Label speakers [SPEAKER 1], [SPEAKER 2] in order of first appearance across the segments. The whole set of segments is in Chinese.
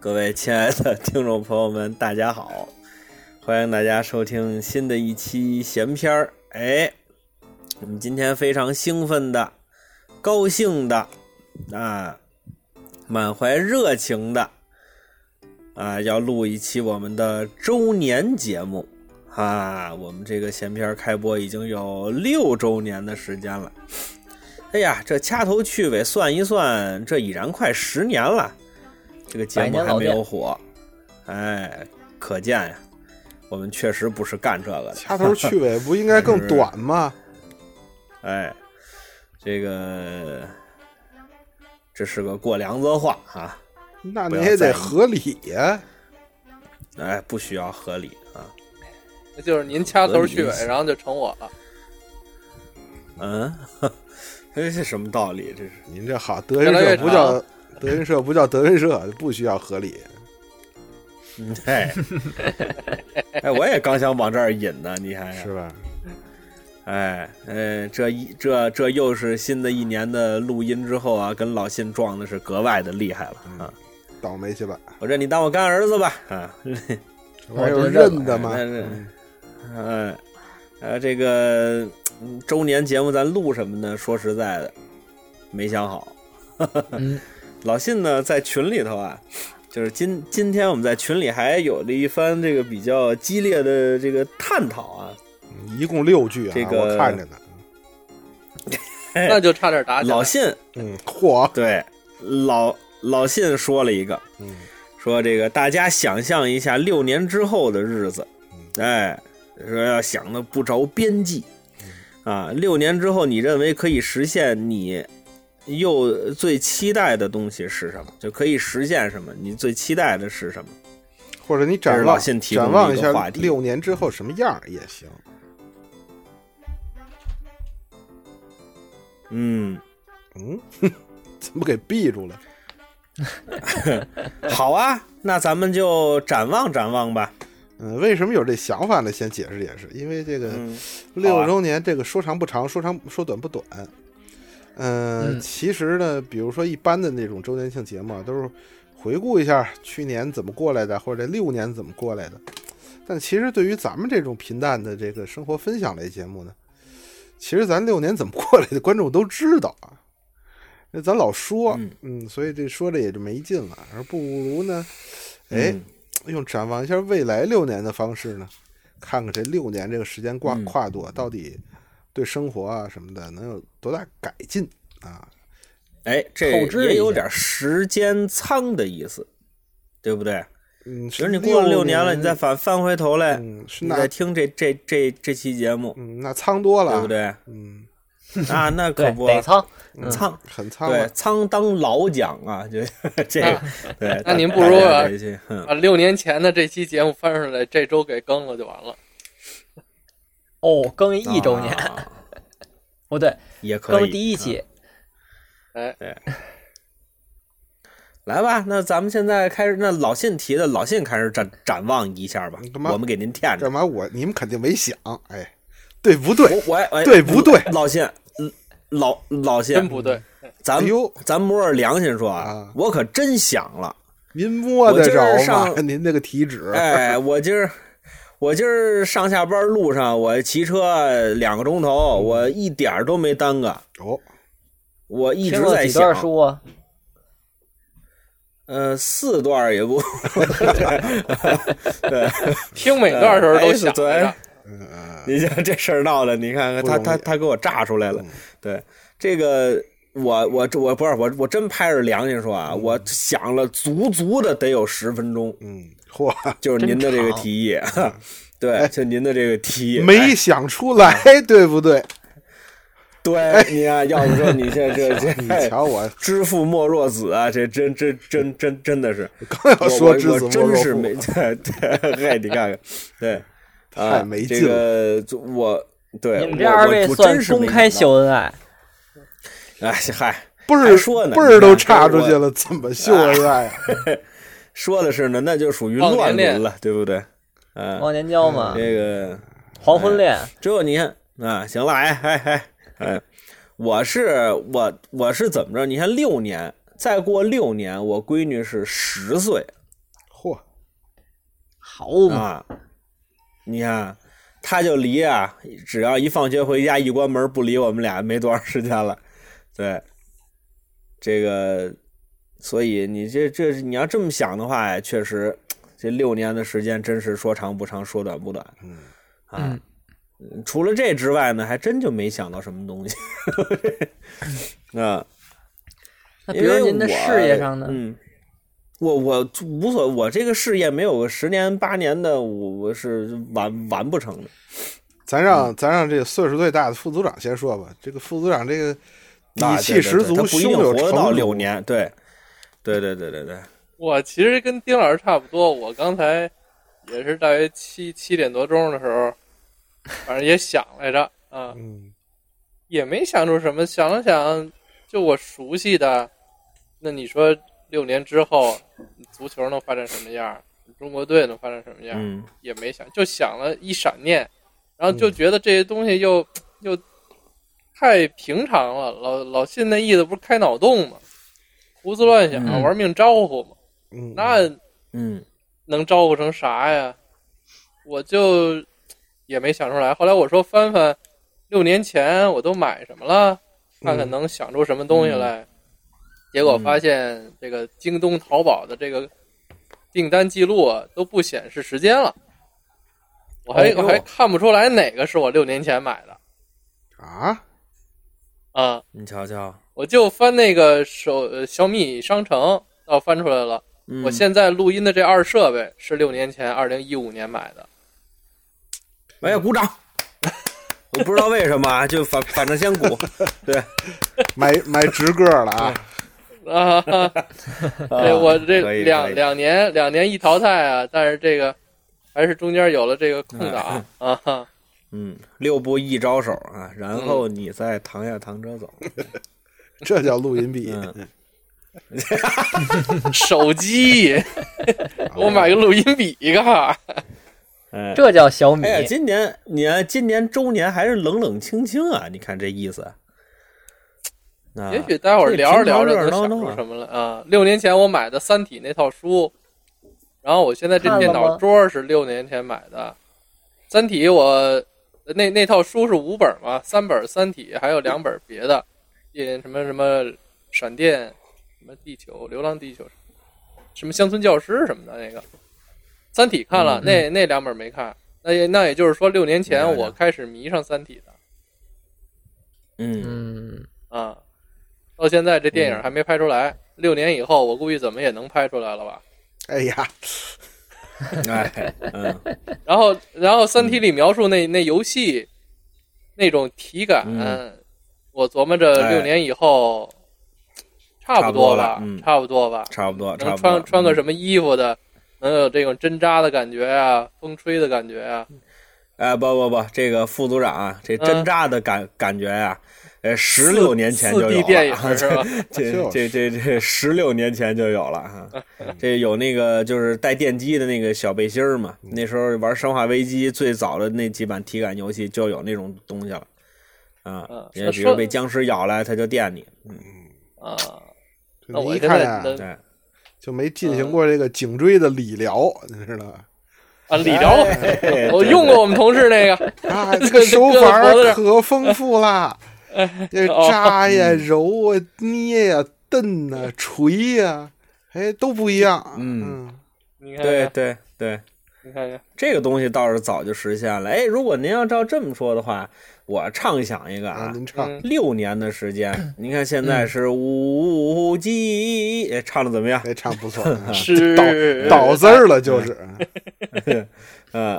[SPEAKER 1] 各位亲爱的听众朋友们，大家好，欢迎大家收听新的一期闲篇儿。哎，我们今天非常兴奋的、高兴的啊，满怀热情的啊，要录一期我们的周年节目啊。我们这个闲篇儿开播已经有六周年的时间了。哎呀，这掐头去尾算一算，这已然快十年了，这个节
[SPEAKER 2] 百
[SPEAKER 1] 目
[SPEAKER 2] 年
[SPEAKER 1] 还
[SPEAKER 2] 老
[SPEAKER 1] 没
[SPEAKER 2] 店
[SPEAKER 1] 有火，哎，可见呀，我们确实不是干这个的。
[SPEAKER 3] 掐头去尾不应该更短 吗？
[SPEAKER 1] 哎，这个这是个过梁子话啊，
[SPEAKER 3] 那你也得合理呀、
[SPEAKER 1] 哎，不需要合理啊。
[SPEAKER 4] 就是您掐头去尾
[SPEAKER 1] 合理，
[SPEAKER 4] 然后就成我了。
[SPEAKER 1] 嗯， 这是什么道理？这是
[SPEAKER 3] 您这好，德云社不叫德云社，不叫德云社，不需要合理。
[SPEAKER 1] 嗯哎，哎，我也刚想往这儿引呢，你看，
[SPEAKER 3] 是吧？
[SPEAKER 1] 哎哎，这一这这又是新的一年的录音之后啊，跟老信撞的是格外的厉害了啊！
[SPEAKER 3] 倒霉去吧，
[SPEAKER 1] 我认你当我干儿子吧啊！
[SPEAKER 3] 这玩意
[SPEAKER 2] 我觉得
[SPEAKER 3] 儿认的吗？
[SPEAKER 1] 但是，嗯，呃，这个嗯周年节目咱录什么呢？说实在的，没想好。
[SPEAKER 2] 嗯，
[SPEAKER 1] 老信呢，在群里头啊，就是今今天我们在群里还有了一番这个比较激烈的这个探讨啊。
[SPEAKER 3] 一共六句啊，
[SPEAKER 1] 这个
[SPEAKER 3] 我看着呢。
[SPEAKER 1] 哎
[SPEAKER 4] 那就差点打起来。
[SPEAKER 1] 老信
[SPEAKER 3] 嗯，嚯，
[SPEAKER 1] 对老老信说了一个，
[SPEAKER 3] 嗯，
[SPEAKER 1] 说这个大家想象一下六年之后的日子，哎，说要想的不着边际啊。六年之后，你认为可以实现你又最期待的东西是什么？就可以实现什么？你最期待的是什么？
[SPEAKER 3] 或者你
[SPEAKER 1] 这是
[SPEAKER 3] 展
[SPEAKER 1] 老
[SPEAKER 3] 望
[SPEAKER 1] 信提供的
[SPEAKER 3] 展望一
[SPEAKER 1] 一个
[SPEAKER 3] 下
[SPEAKER 1] 话题
[SPEAKER 3] 六年之后什么样儿也行。
[SPEAKER 1] 嗯，
[SPEAKER 3] 嗯， 怎么给闭住了？
[SPEAKER 1] 好啊，那咱们就展望展望吧。
[SPEAKER 3] 嗯，为什么有这想法呢？先解释解释，因为这个
[SPEAKER 1] 嗯
[SPEAKER 3] 六周年这个说长不长，说长说短不短。嗯，
[SPEAKER 2] 嗯
[SPEAKER 3] 其实呢，比如说一般的那种周年庆节目啊，都是回顾一下去年怎么过来的，或者这六年怎么过来的。但其实对于咱们这种平淡的这个生活分享类节目呢，其实咱六年怎么过来的，观众都知道啊。那咱老说，
[SPEAKER 1] 嗯
[SPEAKER 3] 嗯所以这说着也就没劲了，而不如呢，哎，用展望一下未来六年的方式呢，看看这六年这个时间跨
[SPEAKER 1] 嗯
[SPEAKER 3] 跨度啊到底对生活啊什么的能有多大改进啊？
[SPEAKER 1] 哎，这
[SPEAKER 2] 透支一下
[SPEAKER 1] 也有点时间仓的意思，对不对？
[SPEAKER 3] 嗯，
[SPEAKER 1] 其实你过了六年了，你再
[SPEAKER 3] 在
[SPEAKER 1] 反翻回头来，
[SPEAKER 3] 嗯是
[SPEAKER 1] 你
[SPEAKER 3] 那
[SPEAKER 1] 再听这这这这期节目，
[SPEAKER 3] 嗯那仓多了，
[SPEAKER 1] 对不？对？
[SPEAKER 3] 嗯，
[SPEAKER 1] 啊，那可
[SPEAKER 2] 对，
[SPEAKER 1] 不，
[SPEAKER 2] 北仓，嗯
[SPEAKER 1] 仓
[SPEAKER 3] 很仓
[SPEAKER 1] 对
[SPEAKER 3] 了。
[SPEAKER 1] 仓当老蒋啊， 就这个对。
[SPEAKER 4] 那
[SPEAKER 1] 大
[SPEAKER 4] 您不如
[SPEAKER 1] 大家
[SPEAKER 4] 啊
[SPEAKER 1] 得去嗯
[SPEAKER 4] 把六年前的这期节目翻上来，这周给更了就完了。
[SPEAKER 2] 哦，更一周年，
[SPEAKER 1] 啊
[SPEAKER 2] 不对，
[SPEAKER 1] 也可以嗯
[SPEAKER 2] 更第一期，
[SPEAKER 4] 哎，
[SPEAKER 1] 来吧，那咱们现在开始，那老信提的，老信开始展展望一下吧
[SPEAKER 3] 你干，嘛
[SPEAKER 1] 我们给您垫着
[SPEAKER 3] 干。嘛我你们肯定没想，哎，对不对？
[SPEAKER 1] 我哎，
[SPEAKER 3] 对不对
[SPEAKER 1] 老信，嗯老老
[SPEAKER 4] 真
[SPEAKER 1] 信，
[SPEAKER 4] 不对，
[SPEAKER 1] 咱
[SPEAKER 3] 哎
[SPEAKER 1] 们
[SPEAKER 3] 呦
[SPEAKER 1] 咱摸着良心说
[SPEAKER 3] 啊
[SPEAKER 1] 我可真想了，
[SPEAKER 3] 您摸
[SPEAKER 1] 我
[SPEAKER 3] 得
[SPEAKER 1] 今儿
[SPEAKER 3] 着吗？
[SPEAKER 1] 上
[SPEAKER 3] 您这个体脂，
[SPEAKER 1] 哎，我今儿我今儿上下班路上，我骑车两个钟头，我一点儿都没耽搁，
[SPEAKER 3] 哦，
[SPEAKER 1] 我一
[SPEAKER 2] 听
[SPEAKER 1] 直
[SPEAKER 2] 过
[SPEAKER 1] 在
[SPEAKER 2] 几段
[SPEAKER 1] 想，
[SPEAKER 2] 书啊？
[SPEAKER 1] 呃，四段儿也不，对，
[SPEAKER 4] 听每段时候都想
[SPEAKER 1] 哎
[SPEAKER 4] 着
[SPEAKER 1] 哎。 你像这事儿闹的，你看看
[SPEAKER 3] 啊不
[SPEAKER 1] 他
[SPEAKER 3] 容易
[SPEAKER 1] 他他给我炸出来了
[SPEAKER 3] 嗯，
[SPEAKER 1] 对这个。我我我不是我我真拍着良心说啊，我想了足足的得有十分钟，
[SPEAKER 3] 嗯，嚯，
[SPEAKER 1] 就是您的这个
[SPEAKER 2] 真长
[SPEAKER 1] 提议，啊对，就您的这个提议，
[SPEAKER 3] 嗯哎
[SPEAKER 1] 哎
[SPEAKER 3] 没想出来，
[SPEAKER 1] 嗯
[SPEAKER 3] 对不对？
[SPEAKER 1] 对，你看，要不说你现在这这
[SPEAKER 3] 哎 你
[SPEAKER 1] 哎
[SPEAKER 3] 瞧我，
[SPEAKER 1] 知父莫若子啊，这真真真真真的是，
[SPEAKER 3] 刚要
[SPEAKER 1] 我
[SPEAKER 3] 说
[SPEAKER 1] 我
[SPEAKER 3] 知子
[SPEAKER 1] 我
[SPEAKER 3] 莫
[SPEAKER 1] 真
[SPEAKER 3] 若
[SPEAKER 1] 是
[SPEAKER 3] 父
[SPEAKER 1] 没对 对，嘿，你看看， 对，啊
[SPEAKER 3] 太没
[SPEAKER 1] 这
[SPEAKER 3] 劲了。
[SPEAKER 1] 个就我对，
[SPEAKER 2] 你们
[SPEAKER 1] 我
[SPEAKER 2] 这二位
[SPEAKER 1] 我我
[SPEAKER 2] 算
[SPEAKER 1] 真是没
[SPEAKER 2] 公开
[SPEAKER 1] 想到
[SPEAKER 2] 秀恩爱，
[SPEAKER 1] 哎嗨，
[SPEAKER 3] 辈
[SPEAKER 1] 还
[SPEAKER 3] 儿
[SPEAKER 1] 说呢
[SPEAKER 3] 辈儿都
[SPEAKER 1] 你看
[SPEAKER 3] 差出
[SPEAKER 1] 我
[SPEAKER 3] 去了，怎么秀恩爱啊？
[SPEAKER 1] 说的是呢，那就属于
[SPEAKER 4] 忘年
[SPEAKER 1] 乱伦
[SPEAKER 4] 恋
[SPEAKER 1] 了，对不对？嗯，
[SPEAKER 2] 忘年交嘛，
[SPEAKER 1] 这个
[SPEAKER 2] 黄昏恋，
[SPEAKER 1] 之后你看啊，行了，哎哎哎哎，我是我我是怎么着？你看六年，再过六年，我闺女是十岁
[SPEAKER 3] 嚯，
[SPEAKER 2] 好嘛，
[SPEAKER 1] 啊！你看，她就离啊，只要一放学回家，一关门不理我们俩，没多长时间了。对，这个，所以你这这你要这么想的话呀，确实，这六年的时间真是说长不长，说短不短
[SPEAKER 3] 嗯，
[SPEAKER 1] 啊。
[SPEAKER 2] 嗯
[SPEAKER 1] 除了这之外呢，还真就没想到什么东西。 啊，
[SPEAKER 2] 那比
[SPEAKER 1] 因
[SPEAKER 2] 如
[SPEAKER 1] 为
[SPEAKER 2] 您的
[SPEAKER 1] 我
[SPEAKER 2] 事业上呢？
[SPEAKER 1] 嗯，我我无所，我这个事业没有个十年八年的，我我是完完不成的。
[SPEAKER 3] 咱
[SPEAKER 1] 嗯
[SPEAKER 3] 让咱让这个岁数最大的副组长先说吧。这个副组长这个
[SPEAKER 1] 那
[SPEAKER 3] 底
[SPEAKER 1] 对
[SPEAKER 3] 气
[SPEAKER 1] 对
[SPEAKER 3] 十
[SPEAKER 1] 对
[SPEAKER 3] 足，
[SPEAKER 1] 他不一
[SPEAKER 3] 胸
[SPEAKER 1] 定
[SPEAKER 3] 有
[SPEAKER 1] 活
[SPEAKER 3] 成
[SPEAKER 1] 到
[SPEAKER 3] 竹
[SPEAKER 1] 六。年。对，对对对对对，
[SPEAKER 4] 我其实跟丁老师差不多，我刚才也是大约七七点多钟的时候，反正也想来着啊，
[SPEAKER 3] 嗯，
[SPEAKER 4] 也没想出什么。想了想，就我熟悉的，那你说六年之后，足球能发展什么样？中国队能发展什么样？
[SPEAKER 1] 嗯
[SPEAKER 4] 也没想，就想了一闪念，然后就觉得这些东西又、又太平常了。老老信那意思不是开脑洞吗？胡思乱想，啊
[SPEAKER 2] 嗯
[SPEAKER 4] 玩命招呼嘛。
[SPEAKER 3] 嗯
[SPEAKER 4] 那
[SPEAKER 1] 嗯
[SPEAKER 4] 能招呼成啥呀？我就也没想出来。后来我说翻翻六年前我都买什么了，看看能想出什么东西来。结果发现这个京东、淘宝的这个订单记录啊都不显示时间了，我还、
[SPEAKER 1] 哎呦
[SPEAKER 4] 我还看不出来哪个是我六年前买的
[SPEAKER 3] 啊，
[SPEAKER 4] 啊。
[SPEAKER 1] 你瞧瞧，
[SPEAKER 4] 我就翻那个手呃小米商城，倒翻出来了。
[SPEAKER 1] 嗯、
[SPEAKER 4] 我现在录音的这二设备是六年前，二零一五年买的。
[SPEAKER 1] 哎呀，鼓 掌！我不知道为什么啊，就反反正先 鼓，对，
[SPEAKER 3] 买买直个了啊！
[SPEAKER 4] 啊，
[SPEAKER 1] 对
[SPEAKER 4] 这我这
[SPEAKER 1] 啊可以可
[SPEAKER 4] 两
[SPEAKER 1] 以
[SPEAKER 4] 两年两年一淘汰啊，但是这个还是中间有了这个空档啊哈。
[SPEAKER 1] 嗯，六步一招手啊，然
[SPEAKER 4] 嗯
[SPEAKER 1] 后你再躺下躺着走，
[SPEAKER 3] 这叫录音笔。啊
[SPEAKER 1] 嗯
[SPEAKER 4] 手机，我买个录音笔干啥？
[SPEAKER 1] 哎，
[SPEAKER 2] 这叫小米
[SPEAKER 1] 哎，呀，今年你看今年周年还是冷冷清清啊，你看这意思。啊、
[SPEAKER 4] 也许待会儿聊着聊着
[SPEAKER 1] 这平常热热
[SPEAKER 4] 能想
[SPEAKER 1] 闹闹
[SPEAKER 4] 出
[SPEAKER 1] 啊
[SPEAKER 4] 什么了啊。六年前我买的《三体》那套书，然后我现在这
[SPEAKER 2] 看了
[SPEAKER 4] 电
[SPEAKER 2] 吗
[SPEAKER 4] 脑桌是六年前买的，《三体我》那那套书是五本嘛，三本《三体》，还有两本别的，也什么什么闪电，什么地球、流浪地球，什么乡村教师什么的那个，《三体》看
[SPEAKER 1] 嗯
[SPEAKER 4] 了，那那两本没看。那也那也就是说，六年前
[SPEAKER 1] 明白
[SPEAKER 4] 我
[SPEAKER 1] 了
[SPEAKER 4] 开始迷上《三体》的。
[SPEAKER 1] 嗯，
[SPEAKER 2] 嗯，
[SPEAKER 4] 啊，到现在这电影还没拍出来，六年以后我估计怎么也能拍出来了吧。
[SPEAKER 3] 哎呀，
[SPEAKER 1] 哎，嗯，
[SPEAKER 4] 然后，然后《三体》里描述那那游戏那种体感，
[SPEAKER 1] 嗯
[SPEAKER 4] 我琢磨着
[SPEAKER 1] 哎
[SPEAKER 4] 六年以后、差不吧，
[SPEAKER 1] 差不多了嗯
[SPEAKER 4] 差不多吧，
[SPEAKER 1] 差不多，差
[SPEAKER 4] 能
[SPEAKER 1] 不多。嗯
[SPEAKER 4] 穿穿个
[SPEAKER 1] 么？
[SPEAKER 4] 什么衣服的，能有这种针扎的感觉啊，风吹的感觉啊，
[SPEAKER 1] 哎，不不不，这个副组长啊，这针扎的感、感觉呀、呃，十六年前就
[SPEAKER 4] 嗯四
[SPEAKER 1] 有
[SPEAKER 4] D 电影
[SPEAKER 1] 了，
[SPEAKER 4] 是吧？
[SPEAKER 1] 这这这这十六年前就有了哈、
[SPEAKER 4] 嗯
[SPEAKER 1] 这有那个就是带电机的那个小背心儿嘛，那时候玩《生化危机》最早的那几版体感游戏就有那种东西了，啊
[SPEAKER 4] 嗯，
[SPEAKER 1] 也
[SPEAKER 4] 那
[SPEAKER 1] 比
[SPEAKER 4] 说
[SPEAKER 1] 如被僵尸咬了，它就电你，
[SPEAKER 4] 啊，那
[SPEAKER 3] 就你
[SPEAKER 4] 我
[SPEAKER 3] 一
[SPEAKER 4] 现
[SPEAKER 3] 看
[SPEAKER 4] 在嗯
[SPEAKER 3] 呀，
[SPEAKER 4] 能
[SPEAKER 1] 对，
[SPEAKER 3] 就没进行过这个颈椎的理疗，你知 道吧？
[SPEAKER 4] 啊，理 疗，我用过我们同事那个，
[SPEAKER 3] 啊，这个手法儿可丰富啦，
[SPEAKER 4] 哎
[SPEAKER 3] 这扎呀、揉啊、捏呀、蹬呐、捶呀，哎，都不一样。
[SPEAKER 1] 嗯
[SPEAKER 3] 嗯，
[SPEAKER 4] 你看
[SPEAKER 1] 对
[SPEAKER 4] 看，
[SPEAKER 1] 对对。
[SPEAKER 4] 你看看。
[SPEAKER 1] 这个东西倒是早就实现了。哎，如果您要照这么说的话，我畅想一个
[SPEAKER 3] 啊，
[SPEAKER 1] 啊，
[SPEAKER 3] 您唱
[SPEAKER 4] 嗯
[SPEAKER 1] 六年的时 间，您看现在是五 G，哎唱的怎么样？
[SPEAKER 3] 哎，唱 不错，啊
[SPEAKER 4] 是哎
[SPEAKER 3] 倒字儿了就是。啊
[SPEAKER 1] 嗯，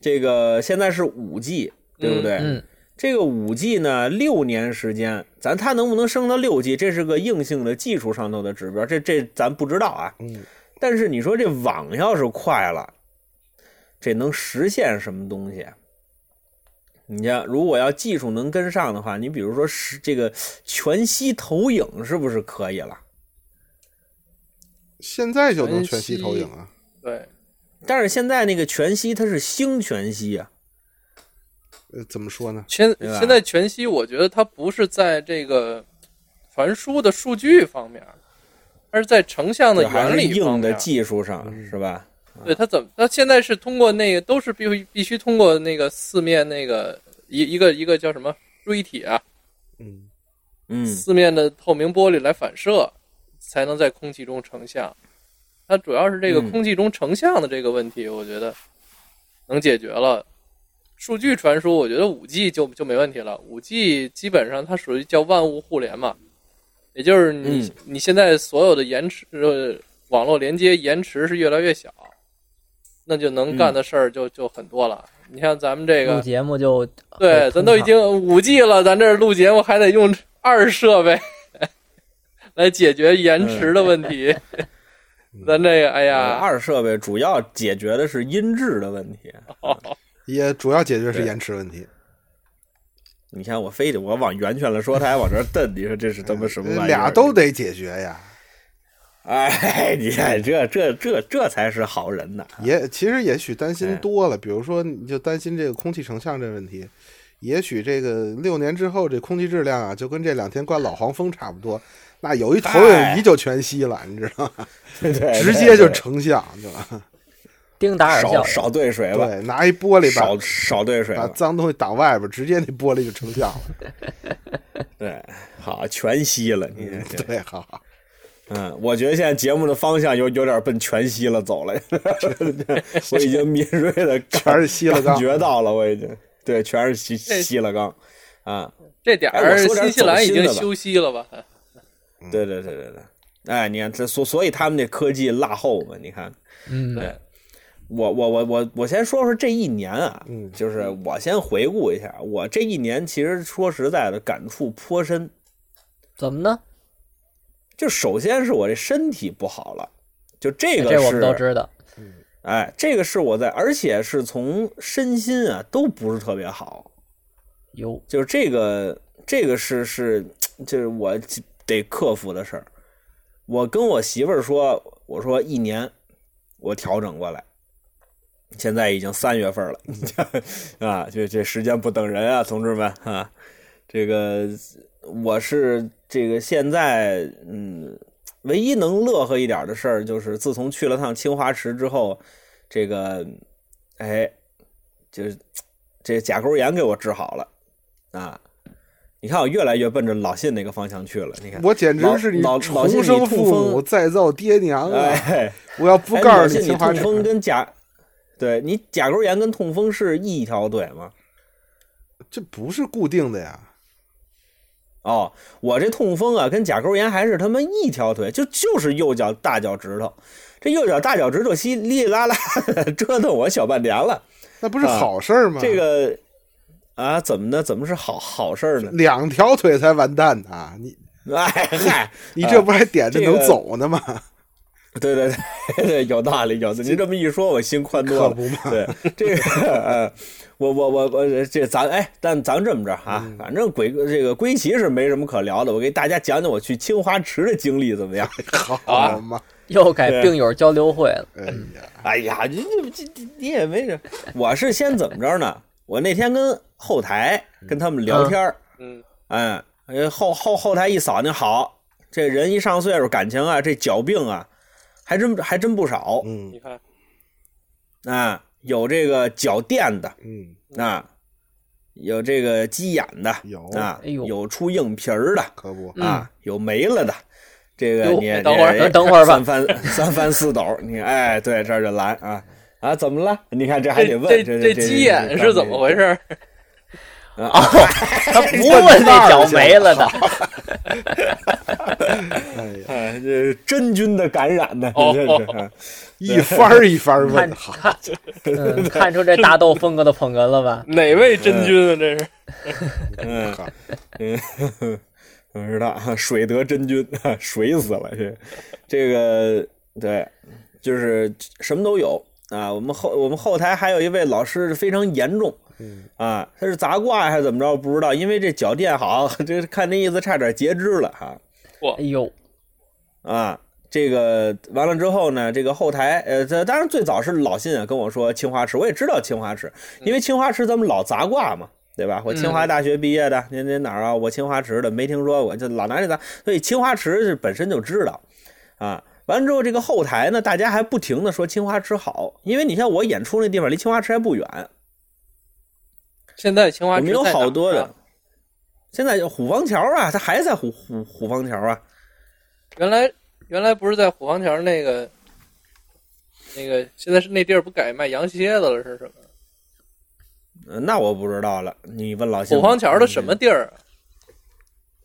[SPEAKER 1] 这个现在是五 G，对不对？
[SPEAKER 2] 嗯
[SPEAKER 1] 这个五 G 呢，六年时间，咱它能不能升到六 G，这是个硬性的技术上头的指标，这这咱不知道啊。
[SPEAKER 3] 嗯，
[SPEAKER 1] 但是你说这网要是快了，这能实现什么东西？你像如果要技术能跟上的话，你比如说是这个全息投影是不是可以了？
[SPEAKER 3] 现在就能全息投影啊。
[SPEAKER 4] 对，
[SPEAKER 1] 但是现在那个全息它是星全息啊，
[SPEAKER 3] 呃，怎么说呢？
[SPEAKER 4] 现
[SPEAKER 1] 对吧
[SPEAKER 4] 现在全息，我觉得它不是在这个传输的数据方面，它是在成像的
[SPEAKER 1] 就还
[SPEAKER 4] 原
[SPEAKER 1] 是
[SPEAKER 4] 理方
[SPEAKER 1] 硬的
[SPEAKER 4] 面。
[SPEAKER 1] 技术上
[SPEAKER 3] 嗯
[SPEAKER 1] 是吧？
[SPEAKER 4] 对它怎么？它现在是通过那个，都是必须必须通过那个四面那个一一个一个叫什么锥体啊，
[SPEAKER 3] 嗯
[SPEAKER 1] 嗯
[SPEAKER 4] 四面的透明玻璃来反射，才能在空气中成像。它主要是这个
[SPEAKER 1] 嗯
[SPEAKER 4] 空气中成像的这个问题，我觉得能解决了。数据传输，我觉得五 G 就就没问题了。五 G 基本上它属于叫万物互联嘛，也就是你、
[SPEAKER 1] 嗯
[SPEAKER 4] 你现在所有的延迟、呃、网络连接延迟是越来越小，那就能
[SPEAKER 1] 嗯
[SPEAKER 4] 干的事儿就、就很多了。你像咱们这个
[SPEAKER 5] 录节目就
[SPEAKER 4] 对，咱都已经五 G 了，咱这儿录节目还得用二设备 来解决延迟的问题。
[SPEAKER 1] 嗯
[SPEAKER 4] 咱这个，哎呀，
[SPEAKER 1] 二设备主要解决的是音质的问题。
[SPEAKER 3] 也主要解决是
[SPEAKER 1] 对
[SPEAKER 3] 延迟问题。
[SPEAKER 1] 你看，我非得我往圆圈了说，他还往这儿瞪，你说这是他妈什么玩意儿？
[SPEAKER 3] 呃 俩都得解决呀。
[SPEAKER 1] 哎，你看这这这这才是好人呐！
[SPEAKER 3] 也其实也许担心
[SPEAKER 1] 啊哎
[SPEAKER 3] 多了，比如说你就担心这个空气成像这问题，也许这个六年之后这空气质量啊，就跟这两天刮老黄风差不多，那有一投影仪就全息了，你知道吗？
[SPEAKER 1] 对对
[SPEAKER 3] 直接就成像，对吧？
[SPEAKER 5] 丁达尔
[SPEAKER 1] 少
[SPEAKER 5] 效
[SPEAKER 1] 少兑水吧，
[SPEAKER 3] 对，拿一玻璃
[SPEAKER 1] 哎少
[SPEAKER 3] 把
[SPEAKER 1] 少兑水
[SPEAKER 3] 把
[SPEAKER 1] 吧。
[SPEAKER 3] 脏东西挡外边，直接那玻璃就成像了。
[SPEAKER 1] 对，好，全息了。你看这，
[SPEAKER 3] 对，好好，
[SPEAKER 1] 嗯，我觉得现在节目的方向有有点奔全息了 走了，我已经敏锐的
[SPEAKER 3] 全 是稀了
[SPEAKER 1] 感
[SPEAKER 3] 缸。
[SPEAKER 1] 觉到了，我已经对，全是 稀
[SPEAKER 5] 哎
[SPEAKER 4] 这
[SPEAKER 1] 稀了缸啊。
[SPEAKER 4] 这点
[SPEAKER 1] 哎我
[SPEAKER 4] 儿
[SPEAKER 1] 说点
[SPEAKER 4] 新西兰已
[SPEAKER 1] 走心
[SPEAKER 4] 经
[SPEAKER 1] 的吧
[SPEAKER 4] 休息了吧？
[SPEAKER 1] 对对对对对，哎，你看这所所以他们这科技落后嘛，你看，
[SPEAKER 5] 嗯
[SPEAKER 1] 对我我我我我先说说这一年啊，
[SPEAKER 3] 嗯
[SPEAKER 1] 就是我先回顾一下，我这一年其实说实在的感触颇深，
[SPEAKER 5] 怎么呢？
[SPEAKER 1] 就首先是我这身体不好了，就这个
[SPEAKER 5] 这我
[SPEAKER 1] 是
[SPEAKER 5] 们都知道。
[SPEAKER 1] 哎，这个是我在，而且是从身心啊都不是特别好，
[SPEAKER 5] 有
[SPEAKER 1] 就是这个这个是是就是我得克服的事儿。我跟我媳妇儿说，我说一年我调整过来，现在已经三月份了， 啊，这这时间不等人啊，同志们啊，这个我是这个现在嗯，唯一能乐呵一点的事儿就是，自从去了趟青花池之后，这个哎，就是这甲沟炎给我治好了啊。你看，我越来越奔着老信那个方向去了。你看，
[SPEAKER 3] 我简直是你
[SPEAKER 1] 老老
[SPEAKER 3] 重
[SPEAKER 1] 老信你
[SPEAKER 3] 生
[SPEAKER 1] 痛
[SPEAKER 3] 父母，
[SPEAKER 1] 风，
[SPEAKER 3] 再造爹娘啊！
[SPEAKER 1] 哎，
[SPEAKER 3] 我要不
[SPEAKER 1] 哎
[SPEAKER 3] 告
[SPEAKER 1] 老
[SPEAKER 3] 诉
[SPEAKER 1] 信
[SPEAKER 3] 你，
[SPEAKER 1] 你
[SPEAKER 3] 青花
[SPEAKER 1] 痛
[SPEAKER 3] 瓷
[SPEAKER 1] 风跟甲，对你甲沟炎跟痛风是一条腿吗？
[SPEAKER 3] 这不是固定的呀。
[SPEAKER 1] 哦，我这痛风啊，跟甲沟炎还是他妈一条腿，就就是右脚大脚趾头，这右脚大脚趾头稀哩哩啦啦折腾我小半年了。
[SPEAKER 3] 那不是
[SPEAKER 1] 啊
[SPEAKER 3] 好事儿吗？
[SPEAKER 1] 这个啊，怎么呢？怎么是好好事儿呢？
[SPEAKER 3] 两条腿才完蛋呢、啊你
[SPEAKER 1] 哎嗨，
[SPEAKER 3] 你这不还点着
[SPEAKER 1] 啊这个
[SPEAKER 3] 能走呢吗？
[SPEAKER 1] 对对对对，有道理，有道理。您这么一说，我心宽多
[SPEAKER 3] 可
[SPEAKER 1] 了。
[SPEAKER 3] 不嘛。
[SPEAKER 1] 对，这个，呃，我我我我这咱哎，但咱这么着啊，
[SPEAKER 3] 嗯
[SPEAKER 1] 反正鬼这个归奇是没什么可聊的，我给大家讲讲我去青花池的经历怎么 样？啊
[SPEAKER 3] 好嘛，
[SPEAKER 5] 又改病友交流会 了，
[SPEAKER 3] 哎呀，
[SPEAKER 1] 哎呀，你你这你你也没什，我是先怎么着呢？我那天跟后台跟他们聊天儿，
[SPEAKER 4] 嗯，
[SPEAKER 1] 哎，呃后后后台一扫，那好，这人一上岁数，感情啊，这脚病啊，还真还真不少
[SPEAKER 3] 嗯
[SPEAKER 4] 你看，
[SPEAKER 1] 啊，有这个脚垫的
[SPEAKER 3] 嗯，
[SPEAKER 1] 啊，有这个鸡眼的
[SPEAKER 3] 有
[SPEAKER 4] 哦
[SPEAKER 1] 啊，
[SPEAKER 5] 哎呦
[SPEAKER 1] 有出硬皮儿的
[SPEAKER 3] 可不，
[SPEAKER 1] 啊，有没了的。这个
[SPEAKER 4] 嗯哟
[SPEAKER 1] 你
[SPEAKER 4] 哎等会儿
[SPEAKER 1] 你
[SPEAKER 5] 等等会儿吧
[SPEAKER 1] 三番三番四斗，你哎，对，这儿就来啊啊，怎么了？你看这还得问
[SPEAKER 4] 这
[SPEAKER 1] 这
[SPEAKER 4] 这鸡眼是怎么回？事？
[SPEAKER 1] 啊，
[SPEAKER 5] 他不问那脚没 了的，
[SPEAKER 3] 哎呀，
[SPEAKER 1] 哎这真菌的感染呢，
[SPEAKER 4] 哦
[SPEAKER 1] 这是啊
[SPEAKER 3] 一番儿一番儿问
[SPEAKER 5] 看
[SPEAKER 3] 好，
[SPEAKER 5] 看， 嗯，看出这大豆风格的捧哏了吧？
[SPEAKER 4] 哪位真君啊？这是
[SPEAKER 1] 嗯
[SPEAKER 3] 好
[SPEAKER 1] 嗯，我知道， 水得真菌， 水死了这这个对，就是什么都有啊。我们后我们后台还有一位老师非常严重，啊，他是砸挂还是怎么着不知道，因为这脚垫好， 这看那意思差点截肢了哈
[SPEAKER 5] 哎呦，
[SPEAKER 1] 啊。这个完了之后呢，这个后台，呃，这当然最早是老信啊跟我说青花池，我也知道青花池，因
[SPEAKER 4] 嗯
[SPEAKER 1] 为清华池咱们老砸挂嘛，对吧？我清华大学毕业的，您您哪儿啊？我清华池的，没听说过，就老拿这砸，所以清华池是本身就知道。啊。完了之后，这个后台呢，大家还不停的说青花池好，因为你像我演出那地方离青花池还不远，
[SPEAKER 4] 现在青花
[SPEAKER 1] 我
[SPEAKER 4] 池
[SPEAKER 1] 们有
[SPEAKER 4] 在哪
[SPEAKER 1] 好
[SPEAKER 4] 儿
[SPEAKER 1] 多
[SPEAKER 4] 啊
[SPEAKER 1] 人。现在虎坊桥啊，他还在虎虎虎坊桥啊，
[SPEAKER 4] 原来原来不是在虎坊桥那个那个，现在是那地儿不改卖羊蝎子了是什么？
[SPEAKER 1] 呃那我不知道了，你问老谢。
[SPEAKER 4] 虎坊桥的什么地儿啊？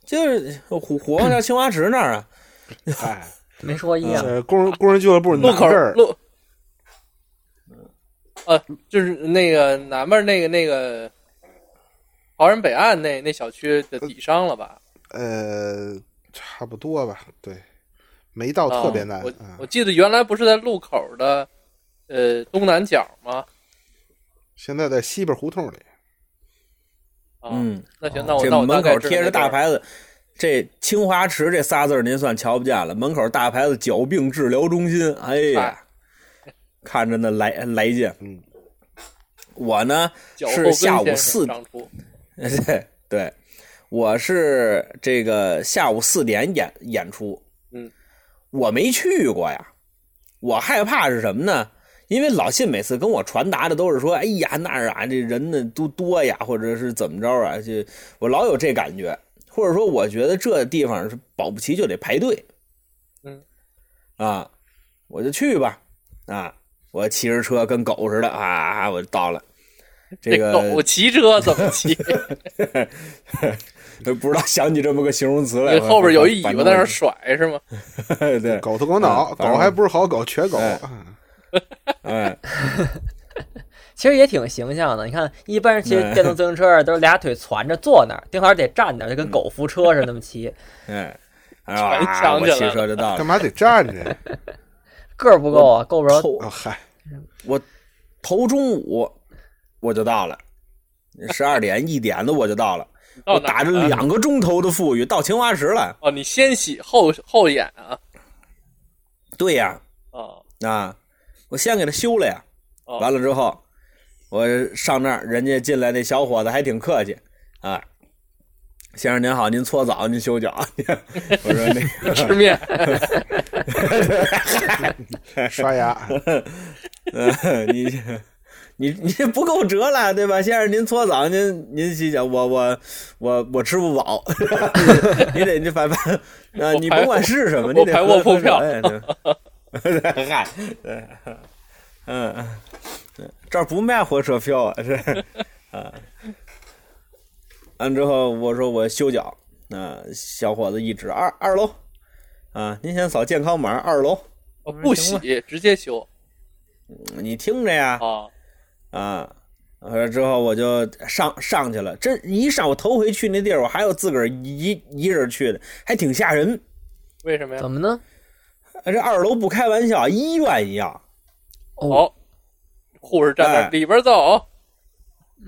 [SPEAKER 1] 就是虎虎坊桥青花池那儿啊，
[SPEAKER 3] 哎，
[SPEAKER 5] 没说一
[SPEAKER 1] 嗯
[SPEAKER 5] 样。
[SPEAKER 3] 呃，工人工人俱乐部
[SPEAKER 4] 路
[SPEAKER 3] 南
[SPEAKER 4] 口
[SPEAKER 3] 边儿，
[SPEAKER 4] 路，呃，就是那个南边那个那个华人北岸那那小区的底商了吧？
[SPEAKER 3] 呃，差不多吧，对，没到特别难
[SPEAKER 4] 啊。我
[SPEAKER 1] 嗯
[SPEAKER 3] 啊
[SPEAKER 4] 我记得原来不是在路口的呃东南角吗？
[SPEAKER 3] 现在在西边胡同里，
[SPEAKER 4] 啊，
[SPEAKER 1] 嗯，
[SPEAKER 4] 那行，那我
[SPEAKER 1] 这
[SPEAKER 4] 那我
[SPEAKER 1] 门
[SPEAKER 4] 大概
[SPEAKER 1] 口
[SPEAKER 4] 知道
[SPEAKER 1] 贴
[SPEAKER 4] 那
[SPEAKER 1] 着
[SPEAKER 4] 地儿
[SPEAKER 1] 大牌子，这青花池这仨字儿您算瞧不见了。门口大牌子“矫病治疗中心”，哎呀，看着那来来劲。
[SPEAKER 3] 嗯，
[SPEAKER 1] 我呢，
[SPEAKER 4] 脚
[SPEAKER 1] 是
[SPEAKER 4] 后跟
[SPEAKER 1] 下午
[SPEAKER 4] 先
[SPEAKER 1] 四
[SPEAKER 4] 上出
[SPEAKER 1] 对对，我是这个下午四点演演出，
[SPEAKER 4] 嗯，
[SPEAKER 1] 我没去过呀，我害怕是什么呢？因为老信每次跟我传达的都是说，哎呀那儿啊这人呢都多呀，或者是怎么着啊，就我老有这感觉，或者说我觉得这地方是保不齐就得排队，
[SPEAKER 4] 嗯，
[SPEAKER 1] 啊，我就去吧，啊，我骑着车跟狗似的啊，我就到了。这个
[SPEAKER 4] 狗骑车怎么 骑？
[SPEAKER 1] 不知道想起这么个形容词来。
[SPEAKER 4] 你后边有一尾
[SPEAKER 1] 反
[SPEAKER 4] 巴
[SPEAKER 1] 正
[SPEAKER 4] 在那儿甩是吗？
[SPEAKER 1] 对，
[SPEAKER 3] 狗头狗脑，
[SPEAKER 1] 嗯反正
[SPEAKER 3] 狗还不是好狗，瘸狗。
[SPEAKER 1] 哎
[SPEAKER 3] 嗯
[SPEAKER 1] 哎，
[SPEAKER 5] 其实也挺形象的。你看，一般人骑
[SPEAKER 1] 嗯
[SPEAKER 5] 电动自行车儿都是俩腿攒着坐那儿，丁老师得站那儿，就
[SPEAKER 1] 嗯
[SPEAKER 5] 跟狗扶车似的那么骑，
[SPEAKER 1] 哎，啊，
[SPEAKER 4] 全想
[SPEAKER 1] 我
[SPEAKER 4] 起来
[SPEAKER 1] 骑车就到
[SPEAKER 3] 干
[SPEAKER 1] 了，
[SPEAKER 3] 嘛得站 着？
[SPEAKER 5] 个儿不够啊，够不着。
[SPEAKER 1] 头
[SPEAKER 3] 哦嗨，
[SPEAKER 1] 头中午我就到了，十二点一点的我就到了，
[SPEAKER 4] 到
[SPEAKER 1] 我
[SPEAKER 4] 哪儿
[SPEAKER 1] 打着
[SPEAKER 4] 了
[SPEAKER 1] 两个钟头的富裕到青花池了。
[SPEAKER 4] 哦，你先洗后后演啊？
[SPEAKER 1] 对呀，
[SPEAKER 4] 哦
[SPEAKER 1] 啊，我先给他修了呀，
[SPEAKER 4] 哦，
[SPEAKER 1] 完了之后我上那儿，人家进来那小伙子还挺客气啊。先生您好，您搓澡，您修脚。 我说那个，
[SPEAKER 4] 吃面，
[SPEAKER 3] 刷牙，
[SPEAKER 1] 呃， 你这你你这不够折了，对吧，先生？您搓澡，您您洗脚，我我我我吃不饱， 你得你反反啊，你甭管是什么，你
[SPEAKER 4] 我
[SPEAKER 1] 得
[SPEAKER 4] 排
[SPEAKER 1] 喝
[SPEAKER 4] 卧铺票
[SPEAKER 1] 喝水对对 嗨，对嗯，嗯这儿不卖火车票啊，是啊。完之后我说我修脚，啊，小伙子一指二二楼，啊，您先扫健康码二楼，
[SPEAKER 4] 哦不洗直接修
[SPEAKER 1] 你听着呀，
[SPEAKER 4] 啊
[SPEAKER 1] 啊，完了之后我就上上去了。这一上我头回去那地儿，我还有自个儿一一人去的，还挺吓人。
[SPEAKER 4] 为
[SPEAKER 1] 嗯
[SPEAKER 4] 什么呀
[SPEAKER 5] 怎？么呢？
[SPEAKER 1] 这二楼不开玩笑，医院一样。
[SPEAKER 5] 哦，
[SPEAKER 4] 哦，护士站那
[SPEAKER 1] 哎
[SPEAKER 4] 儿里边走，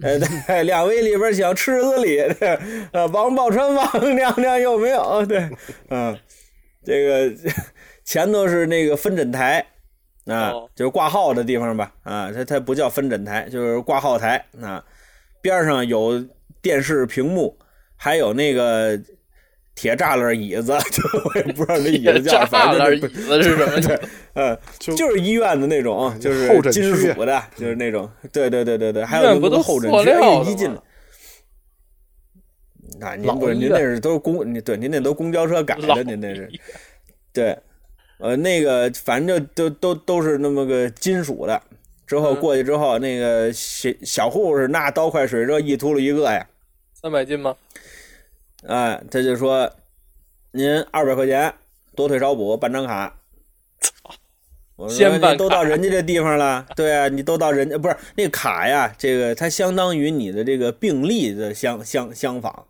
[SPEAKER 1] 呃，对， 两位里边想吃子里， 对，呃，王宝钏王娘娘有没有？ 对，嗯，这个 前头是那个分诊台，啊，
[SPEAKER 4] 哦
[SPEAKER 1] 就是挂号的地方吧，啊，它它不叫分诊台，就是挂号台啊，边上有电视屏幕，还有那个铁栅栏椅子， 就我也不知道那椅
[SPEAKER 4] 也
[SPEAKER 1] 子 叫，反正就
[SPEAKER 4] 炸了
[SPEAKER 1] 是
[SPEAKER 4] 椅子是什么？
[SPEAKER 1] 对，嗯，
[SPEAKER 3] 就
[SPEAKER 1] 就是医院的那种，啊就是
[SPEAKER 3] 后诊区
[SPEAKER 1] 金属的，就是那种，对对对对对，还有
[SPEAKER 4] 医
[SPEAKER 1] 那
[SPEAKER 4] 院不
[SPEAKER 1] 个
[SPEAKER 4] 都
[SPEAKER 1] 后诊
[SPEAKER 4] 塑
[SPEAKER 1] 区，
[SPEAKER 4] 料
[SPEAKER 1] 哎
[SPEAKER 4] 的
[SPEAKER 1] 一进
[SPEAKER 4] 吗
[SPEAKER 1] 来。那您
[SPEAKER 5] 老
[SPEAKER 1] 不是
[SPEAKER 5] 医
[SPEAKER 1] 您那
[SPEAKER 5] 院
[SPEAKER 1] 是都是公，你对您那都公交车改
[SPEAKER 4] 老
[SPEAKER 1] 的，您那是对，呃，那个反正就都都都是那么个金属的。之后
[SPEAKER 4] 嗯
[SPEAKER 1] 过去之后，那个小小护士那刀快水热一秃噜一个呀，
[SPEAKER 4] 三百斤吗？
[SPEAKER 1] 哎，他就说您二百块钱多退少补办张 卡。我说
[SPEAKER 4] 先办
[SPEAKER 1] 你都到人家这地方 了，对啊，你都到人家不是那卡呀，这个它相当于你的这个病历的相相相仿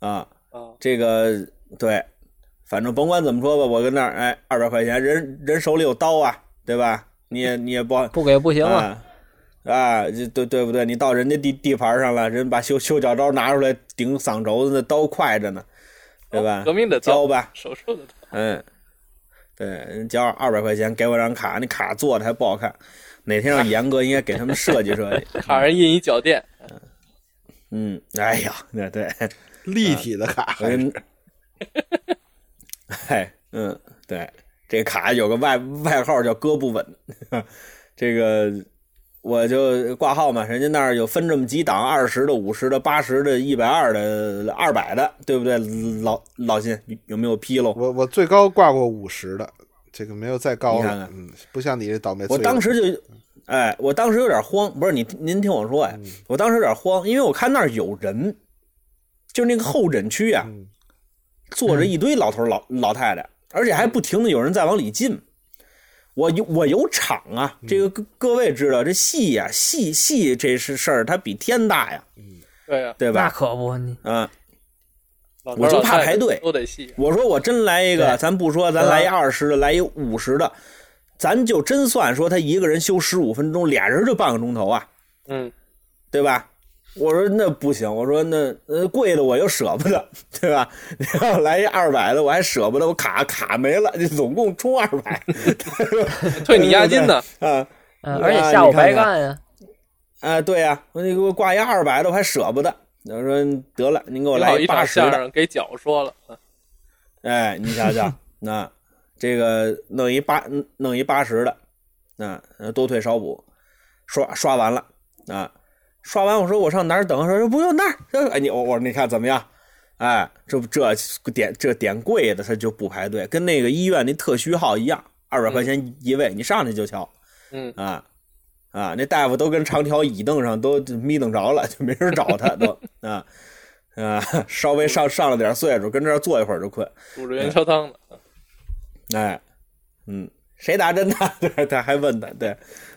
[SPEAKER 1] 啊，
[SPEAKER 4] 啊，
[SPEAKER 1] 这个对，反正甭管怎么说吧，我跟那儿哎二百块钱，人人手里有刀啊，对吧？你也你也不
[SPEAKER 5] 不给不行啊！
[SPEAKER 1] 啊，啊，这对对不对？你到人家地地盘上了，人把修修脚刀拿出来顶嗓轴子，那刀快着呢，对吧？
[SPEAKER 4] 哦革命的
[SPEAKER 1] 交
[SPEAKER 4] 刀，
[SPEAKER 1] 吧，
[SPEAKER 4] 手术的刀，
[SPEAKER 1] 嗯，对，人交二百块钱给我张卡，那卡做的还不好看，哪天让严哥应该给他们设计设计。
[SPEAKER 4] 卡上印一脚垫，
[SPEAKER 1] 嗯，哎呀，对对，哎
[SPEAKER 3] 立体的卡，
[SPEAKER 1] 嗯，嗨，嗯，对，这卡有个外外号叫“胳不稳”， 这个我就挂号嘛，人家那儿有分这么几档，二十的、五十的、八十的、一百二的、二百的，对不对？老老辛有没有纰漏？
[SPEAKER 3] 我我最高挂过五十的，这个没有再高
[SPEAKER 1] 你
[SPEAKER 3] 了。
[SPEAKER 1] 看看
[SPEAKER 3] 嗯，不像你这倒霉催
[SPEAKER 1] 我
[SPEAKER 3] 的。
[SPEAKER 1] 当时就，哎，我当时有点慌，不是你，您听我说呀、我当时有点慌，因为我看那儿有人，就是那个候诊区啊，
[SPEAKER 3] 嗯
[SPEAKER 1] 坐
[SPEAKER 5] 嗯
[SPEAKER 1] 着一堆老头儿老老太太，而且还不停的有人在往里进。我有我有场啊，
[SPEAKER 5] 嗯
[SPEAKER 1] 这个各各位知道，这戏呀、戏戏这是事儿，它比天大呀，
[SPEAKER 4] 对呀、
[SPEAKER 1] 对
[SPEAKER 5] 那
[SPEAKER 1] 吧？
[SPEAKER 5] 可不，你
[SPEAKER 1] 嗯，
[SPEAKER 4] 老头
[SPEAKER 1] 我就
[SPEAKER 4] 老
[SPEAKER 1] 怕
[SPEAKER 4] 太太
[SPEAKER 1] 排队
[SPEAKER 4] 都得戏。
[SPEAKER 1] 我说我真来一个，
[SPEAKER 5] 对
[SPEAKER 1] 咱不说，咱
[SPEAKER 5] 嗯
[SPEAKER 1] 来一二十的，来一五十的，咱就真算说他一个人休十五分钟，俩人就半个钟头啊。
[SPEAKER 4] 嗯，
[SPEAKER 1] 对吧？我说那不行，我说那呃贵的我又舍不得，对吧？ 你要来一二百的，我还舍不得，我卡卡没了，这总共充二百
[SPEAKER 4] 退你押金呢？
[SPEAKER 1] 啊
[SPEAKER 5] 嗯，
[SPEAKER 1] 啊
[SPEAKER 5] 而且下午
[SPEAKER 1] 你看看
[SPEAKER 5] 白干呀，
[SPEAKER 1] 啊！对呀、我你给我挂一二百的，我还舍不得。我说嗯得了，您给我
[SPEAKER 4] 挺
[SPEAKER 1] 来
[SPEAKER 4] 好
[SPEAKER 1] 一
[SPEAKER 4] 一
[SPEAKER 1] 八
[SPEAKER 4] 场
[SPEAKER 1] 十
[SPEAKER 4] 相
[SPEAKER 1] 的，
[SPEAKER 4] 声给脚说了，嗯
[SPEAKER 1] 哎，你瞧瞧，那这个弄一八弄一八十的，啊，呃多退少补，刷刷完了啊，刷完我说我上哪儿等？他说不用那儿，这哎你我我说你看怎么样？哎，这不这点这点贵的他就不排队，跟那个医院那特需号一样，二百块钱一位，你上去就瞧
[SPEAKER 4] 嗯，
[SPEAKER 1] 啊啊，那大夫都跟长条椅凳上都眯瞪着了，就没人找他都啊啊，稍微上上了点岁数，跟这儿坐一会儿就困。
[SPEAKER 4] 煮着元宵汤呢。
[SPEAKER 1] 哎，嗯，谁打针的？ 对他还问他，对，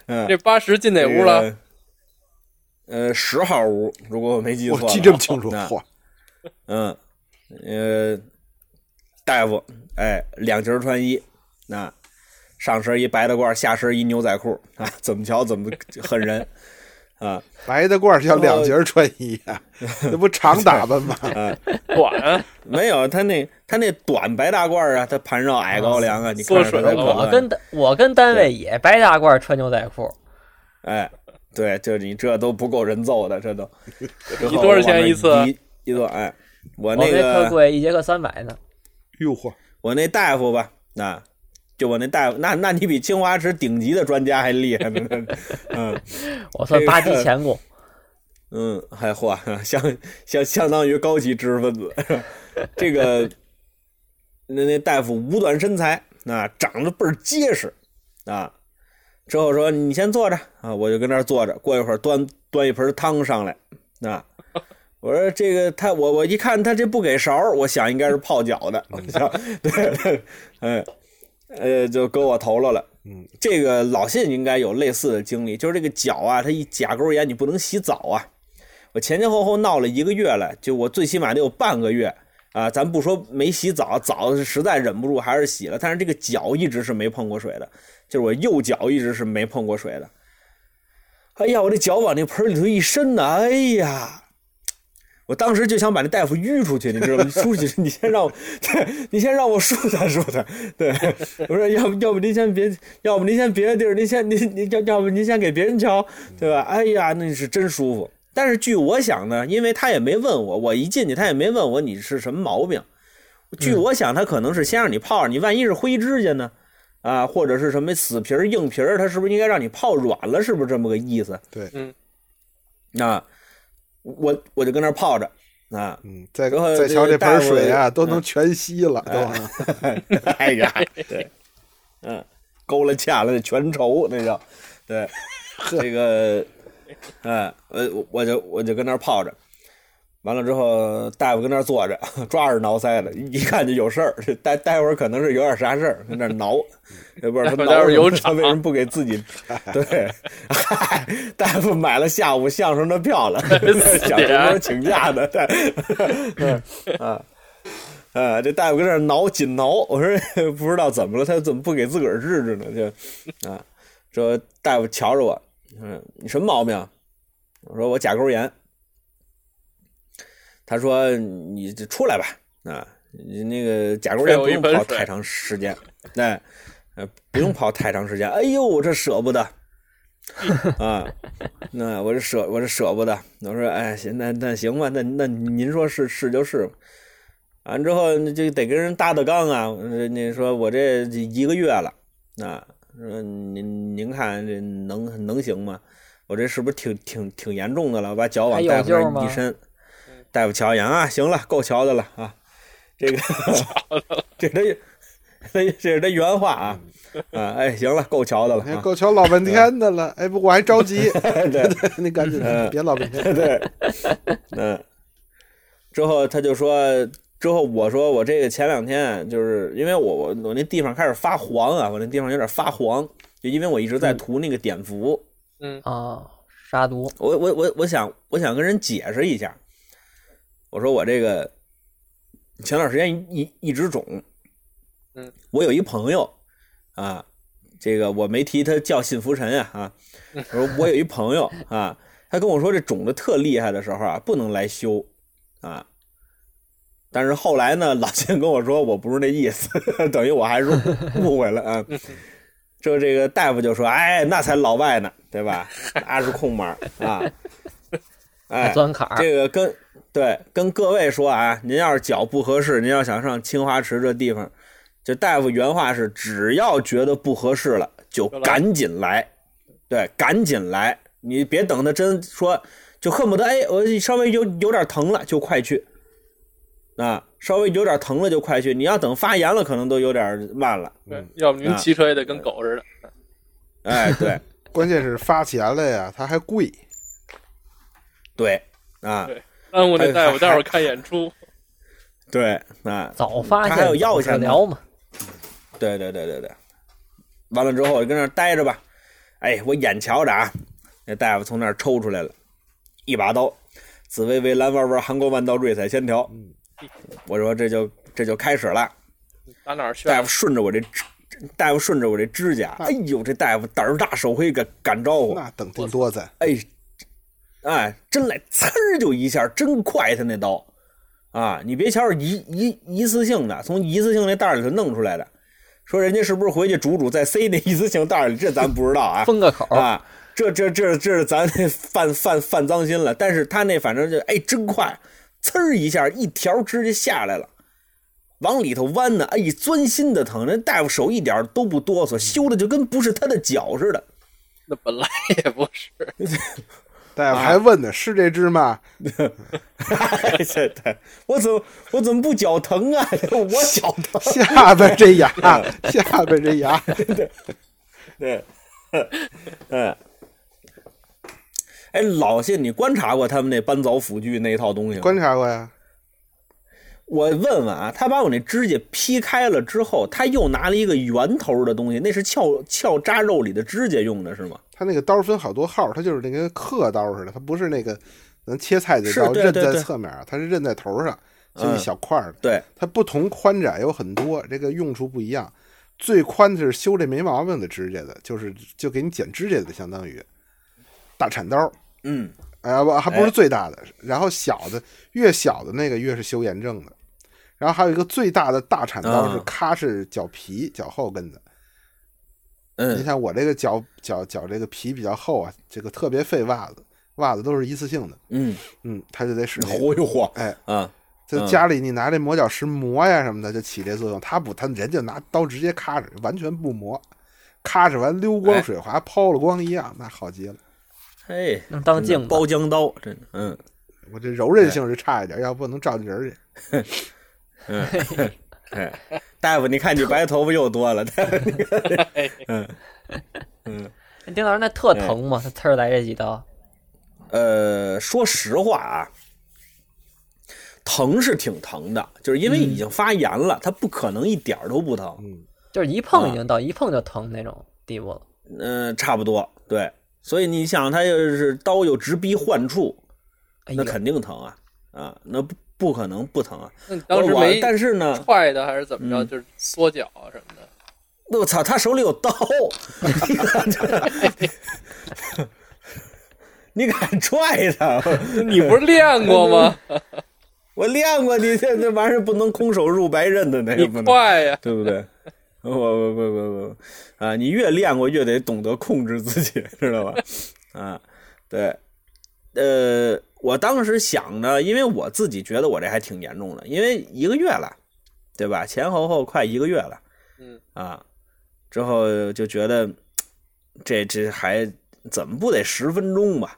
[SPEAKER 1] 嗯，
[SPEAKER 4] 这八十进哪屋了？
[SPEAKER 1] 这个？呃，十号屋，如果我没记错的
[SPEAKER 3] 我
[SPEAKER 1] 话，
[SPEAKER 3] 记这么清楚，
[SPEAKER 1] 啊
[SPEAKER 3] 嚯，
[SPEAKER 1] 嗯，呃，大夫，哎，两截儿穿衣，啊，上身一白大褂，下身一牛仔裤，啊，怎么瞧怎么恨 人，啊，
[SPEAKER 3] 白大褂叫两截儿穿衣啊，那不长打扮 吗？
[SPEAKER 4] 管
[SPEAKER 1] 没有他那他那短白大褂啊，他盘绕矮高粱啊，你看
[SPEAKER 4] 缩
[SPEAKER 1] 着
[SPEAKER 4] 水
[SPEAKER 1] 他才
[SPEAKER 4] 了哦
[SPEAKER 1] 可
[SPEAKER 4] 我
[SPEAKER 5] 我
[SPEAKER 1] 恨
[SPEAKER 5] 跟单我跟单位也白大褂穿牛仔裤，
[SPEAKER 1] 哎，对，就你这都不够人揍的，这 都。
[SPEAKER 4] 你多少钱一次啊
[SPEAKER 1] 一一顿，哎，我
[SPEAKER 5] 我
[SPEAKER 1] 那
[SPEAKER 5] 特
[SPEAKER 1] 个
[SPEAKER 5] 贵，一节课三百呢。
[SPEAKER 3] 哟嚯，
[SPEAKER 1] 我那大夫吧，那就我那大夫，那那你比清华池顶级的专家还厉害呢。嗯
[SPEAKER 5] 我算
[SPEAKER 1] 这个
[SPEAKER 5] 八级钳工，
[SPEAKER 1] 嗯，还嚯， 相相相当于高级知识分子。 这个那那大夫五短身材啊，长得倍儿结实啊。之后说你先坐着啊，我就跟那儿坐着。过一会儿端端一盆汤上来啊。我说这个他我我一看他这不给勺儿，我想应该是泡脚的，我想 对，嗯呃就给我头了了。
[SPEAKER 3] 嗯，
[SPEAKER 1] 这个老信应该有类似的经历，就是这个脚啊，它一甲沟炎你不能洗澡啊。我前前后后闹了一个月了，就我最起码得有半个月啊，咱不说没洗澡，澡是实在忍不住还是洗了，但是这个脚一直是没碰过水的，就是我右脚一直是没碰过水的。哎呀，我这脚往那盆里头一伸呐，哎呀，我当时就想把那大夫吁出去，你知道吗？出去，你先让我，对，你先让我舒坦舒坦。对，我说要不要不您先别，要不您先别的地儿，您先您您要要不您先给别人瞧，对吧？哎呀，那是真舒服。但是据我想呢，因为他也没问我，我一进去他也没问我你是什么毛病。据我想，他可能是先让你泡，你万一是灰指甲呢？啊，或者是什么死皮儿、硬皮儿，他是不是应该让你泡软了？是不是这么个意思？
[SPEAKER 3] 对
[SPEAKER 4] 嗯。
[SPEAKER 1] 啊，我我就跟那儿泡着啊，
[SPEAKER 3] 嗯，再
[SPEAKER 1] 然后
[SPEAKER 3] 再
[SPEAKER 1] 这
[SPEAKER 3] 瞧这
[SPEAKER 1] 个大
[SPEAKER 3] 盆
[SPEAKER 1] 夫嗯
[SPEAKER 3] 水啊，都能全吸了，都啊。
[SPEAKER 1] 哎 呀，对，嗯，勾了掐了全愁那叫，对，这个，嗯，我我就我就跟那儿泡着，完了之后大夫跟那儿坐着，抓耳挠腮的，一看就有事儿。这待待会儿可能是有点啥事儿，跟那儿挠，也不知道他挠
[SPEAKER 4] 待会儿
[SPEAKER 1] 什么
[SPEAKER 4] 有
[SPEAKER 1] 他
[SPEAKER 4] 场
[SPEAKER 1] 为什么不给自 己？对，嗨， 大夫买了下午相声的票了，想什么时候请假呢？对， 啊。啊，这大夫跟那儿挠紧挠，我说不知道怎么了，他怎么不给自个儿治治呢？就啊，说大夫瞧着我，嗯，你什么毛病啊？我说我甲沟炎。他说你这出来吧，啊，你那个甲沟炎不用
[SPEAKER 4] 废我一盆
[SPEAKER 1] 泡
[SPEAKER 4] 水
[SPEAKER 1] 太长时间，哎，呃，不用泡太长时间。哎呦，我这舍不得。啊，那我这舍我这舍不得，我说哎行，那那行吧，那那您说是是就是吧，完之后就得跟人搭搭杠啊，人家说我这一个月了，啊，说您您看这能能行吗？我这是不是挺挺挺严重的了？我把脚
[SPEAKER 5] 还
[SPEAKER 1] 往
[SPEAKER 5] 有
[SPEAKER 1] 大夫
[SPEAKER 5] 救
[SPEAKER 1] 那
[SPEAKER 5] 吗
[SPEAKER 1] 一伸，大夫瞧一眼啊，行了，够瞧的了啊，这个 这他这这是他原话啊啊，哎，行了，够瞧的了
[SPEAKER 3] 哎，
[SPEAKER 1] 啊，
[SPEAKER 3] 够瞧老半天的了，哎，不过我还着急，
[SPEAKER 1] 对。
[SPEAKER 3] 你赶紧
[SPEAKER 1] 嗯
[SPEAKER 3] 别老半 天。
[SPEAKER 1] 对，嗯，之后他就说，之后我说我这个前两天就是因为我我我那地方开始发黄啊，我那地方有点发黄，就因为我一直在涂那个碘伏，
[SPEAKER 4] 嗯，
[SPEAKER 5] 啊，杀毒，
[SPEAKER 1] 我我我我想我想跟人解释一下，我说我这个前段时间一一一直肿，
[SPEAKER 4] 嗯，
[SPEAKER 1] 我有一朋友啊，这个我没提他叫信福臣呀啊，我说我有一朋友啊，他跟我说这肿的特厉害的时候啊，不能来修啊。但是后来呢，老信跟我说我不是那意思， 等于我还是误会了啊。这这个大夫就说：“哎，那才老外呢，对吧？那是空门儿啊，哎
[SPEAKER 5] 还，钻坎儿，
[SPEAKER 1] 这个跟对跟各位说啊，您要是脚不合适，您要想上清华池这地方，就大夫原话是：只要觉得不合适了，就
[SPEAKER 4] 就来
[SPEAKER 1] 赶紧来，对，赶紧来，你别等他真说，就恨不得哎，我稍微有有点疼了就快去，啊，稍微有点疼了就快去，你要等发炎了，可能都有点慢了，
[SPEAKER 4] 对，要不您
[SPEAKER 1] 啊
[SPEAKER 4] 骑车也得跟狗似的。
[SPEAKER 1] 哎，对
[SPEAKER 3] 关键是发钱了呀，它还贵。
[SPEAKER 1] 对啊
[SPEAKER 4] 对耽误那大夫
[SPEAKER 1] 还
[SPEAKER 4] 待会儿看演出，
[SPEAKER 1] 对啊，
[SPEAKER 5] 早发
[SPEAKER 1] 他
[SPEAKER 5] 现
[SPEAKER 1] 还有药
[SPEAKER 5] 早
[SPEAKER 1] 钱
[SPEAKER 5] 治
[SPEAKER 1] 呢
[SPEAKER 5] 疗嘛，
[SPEAKER 1] 对对对对对，完了之后我就跟那儿待着吧。哎，我眼瞧着啊，那大夫从那儿抽出来了，一把刀，紫薇围蓝弯弯，韩国万道瑞彩千条。我说这就这就开始了。
[SPEAKER 4] 打哪儿去？
[SPEAKER 1] 大夫顺着我这指，大夫顺着我这指甲，哎呦，这大夫胆儿大，手黑，敢敢招呼。
[SPEAKER 3] 那等挺多咱
[SPEAKER 1] 哎，哎，真来呲儿就一下，真快，他那刀啊！你别瞧是一一一次性的，从一次性那袋儿里头弄出来的，说人家是不是回去煮煮再塞那一次性袋儿里，这咱不知道啊
[SPEAKER 5] 封个口儿，
[SPEAKER 1] 啊！这这这这是咱这犯犯犯脏心了，但是他那反正就哎真快，呲儿一下一条直接下来了，往里头弯呢，哎钻心的疼，那大夫手一点儿都不哆嗦，修的就跟不是他的脚似的。
[SPEAKER 4] 那本来也不是，
[SPEAKER 3] 大夫
[SPEAKER 1] 啊
[SPEAKER 3] 还问呢，是这 只吗？
[SPEAKER 1] 哎，这这，我怎么我怎么不脚疼 啊？我脚疼。
[SPEAKER 3] 下边这牙，下边这牙，
[SPEAKER 1] 对，嗯，哎，老信，你观察过他们那搬凿斧锯那一套东西吗
[SPEAKER 3] 观？察过呀？
[SPEAKER 1] 我问问啊，他把我那指甲劈开了之后，他又拿了一个圆头的东西，那是撬撬扎肉里的指甲用的是吗？
[SPEAKER 3] 它那个刀分好多号，它就是那跟刻刀似的，它不是那个能切菜的刀，
[SPEAKER 1] 是对
[SPEAKER 3] 刃
[SPEAKER 1] 对
[SPEAKER 3] 在
[SPEAKER 1] 对
[SPEAKER 3] 侧面，它是刃在头上，就
[SPEAKER 1] 嗯
[SPEAKER 3] 一小块儿的。
[SPEAKER 1] 对，
[SPEAKER 3] 它不同宽窄有很多，这个用处不一样。最宽的是修这没毛病的指甲的，就是就给你剪指甲的，相当于大铲刀。
[SPEAKER 1] 嗯，
[SPEAKER 3] 哎呀，不，还不
[SPEAKER 1] 哎
[SPEAKER 3] 是最大的。然后小的越小的那个越是修炎症的。然后还有一个最大的大铲刀
[SPEAKER 1] 啊
[SPEAKER 3] 是咔是脚皮脚后跟的。你
[SPEAKER 1] 嗯，
[SPEAKER 3] 像我这个脚脚脚这个皮比较厚啊，这个特别费袜子，袜子都是一次性的。
[SPEAKER 1] 嗯，
[SPEAKER 3] 嗯，他就得使那个
[SPEAKER 1] 嚯一嚯，
[SPEAKER 3] 哎
[SPEAKER 1] 啊，
[SPEAKER 3] 就
[SPEAKER 1] 哦嗯
[SPEAKER 3] 家里你拿这磨脚石磨呀什么的，就起这作用。他不，他人就拿刀直接咔着，完全不磨，咔着完溜光
[SPEAKER 1] 哎
[SPEAKER 3] 水滑，抛了光一样，那好极了。
[SPEAKER 1] 嘿，
[SPEAKER 5] 能当
[SPEAKER 1] 真的
[SPEAKER 5] 镜子，
[SPEAKER 1] 哎包浆刀，真的，嗯。
[SPEAKER 3] 我这柔韧性是差一点，要不能照进人去。
[SPEAKER 1] 哎，大夫，你看你白头发又多了，大夫
[SPEAKER 5] 哎丁老师那特疼吗？他呲儿来这几刀，
[SPEAKER 1] 呃，说实话啊，疼是挺疼的，就是因为
[SPEAKER 5] 嗯
[SPEAKER 1] 已经发炎了，它不可能一点儿都不疼。
[SPEAKER 3] 嗯，
[SPEAKER 5] 就是一
[SPEAKER 1] 啊
[SPEAKER 5] 碰已经到一碰就疼那种地步了，
[SPEAKER 1] 嗯、差不多，对。所以你想，它又是刀又直逼患处，
[SPEAKER 5] 哎
[SPEAKER 1] 那
[SPEAKER 5] 呦，
[SPEAKER 1] 肯定疼啊啊，那不不可能不疼啊。
[SPEAKER 4] 那你当时
[SPEAKER 1] 我
[SPEAKER 4] 没
[SPEAKER 1] 但是呢，
[SPEAKER 4] 踹的还是怎么着？
[SPEAKER 1] 嗯
[SPEAKER 4] 就是缩脚啊什么的。
[SPEAKER 1] 那我操，他手里有 刀， 你敢你敢踹他？
[SPEAKER 4] 你不是练过吗？
[SPEAKER 1] 我练过，你这这玩意儿不能空手入白刃的那
[SPEAKER 4] 你
[SPEAKER 1] 个，不能。
[SPEAKER 4] 快呀！
[SPEAKER 1] 对不对？我我我我我啊！你越练过，越得懂得控制自己，知道吧？啊，对，呃，我当时想着，因为我自己觉得我这还挺严重的，因为一个月了，对吧？前后后快一个月了，
[SPEAKER 4] 嗯
[SPEAKER 1] 啊，之后就觉得这这还怎么不得十分钟吧，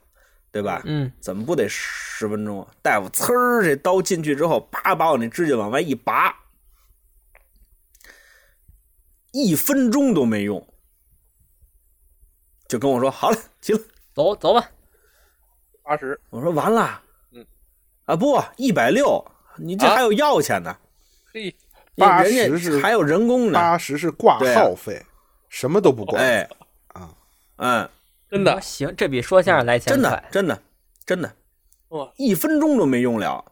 [SPEAKER 1] 对吧？
[SPEAKER 5] 嗯，
[SPEAKER 1] 怎么不得十分钟啊？大夫呲儿这刀进去之后，啪把我那指甲往外一拔，一分钟都没用，就跟我说好了，行了。
[SPEAKER 5] 走走吧，
[SPEAKER 4] 八十，
[SPEAKER 1] 我说完了，
[SPEAKER 4] 嗯，
[SPEAKER 1] 啊不，一百六，你这
[SPEAKER 4] 啊
[SPEAKER 1] 还有药钱呢，
[SPEAKER 4] 嘿，
[SPEAKER 3] 80
[SPEAKER 1] 人家
[SPEAKER 3] 是
[SPEAKER 1] 还有人工呢，
[SPEAKER 3] 八十是挂
[SPEAKER 1] 对啊
[SPEAKER 3] 号费，什么都不管。
[SPEAKER 1] 哎，
[SPEAKER 3] 啊，
[SPEAKER 1] 嗯，
[SPEAKER 4] 真的
[SPEAKER 5] 行，这比说相声来钱
[SPEAKER 1] 真的
[SPEAKER 5] 快，
[SPEAKER 1] 真的真的
[SPEAKER 4] 哇，
[SPEAKER 1] 一分钟都没用了。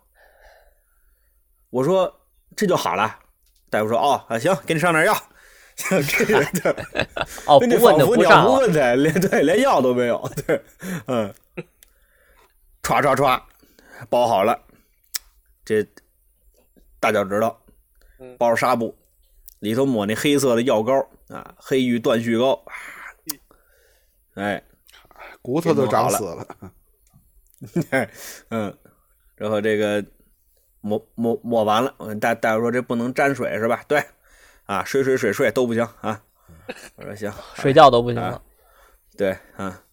[SPEAKER 1] 我说这就好了，大夫说哦啊行，给你上点药。 这人就
[SPEAKER 5] 哦，
[SPEAKER 1] 跟这
[SPEAKER 5] 不问
[SPEAKER 1] 仿
[SPEAKER 5] 就
[SPEAKER 1] 佛
[SPEAKER 5] 不
[SPEAKER 1] 鸟
[SPEAKER 5] 上
[SPEAKER 1] 不
[SPEAKER 5] 了，
[SPEAKER 1] 问的，连对连药都没有， 对，嗯，歘歘歘，包好了，这大脚趾头
[SPEAKER 4] 嗯
[SPEAKER 1] 包着纱布，里头抹那黑色的药膏啊，黑玉断续膏，啊哎，
[SPEAKER 3] 骨头都长死了。
[SPEAKER 1] 嗯，然后这个抹抹抹完了，嗯大大夫说这不能沾水是吧？对，啊，水水水水都不行啊。我说行，
[SPEAKER 5] 睡觉都不
[SPEAKER 1] 啊
[SPEAKER 5] 行了。
[SPEAKER 1] 对啊，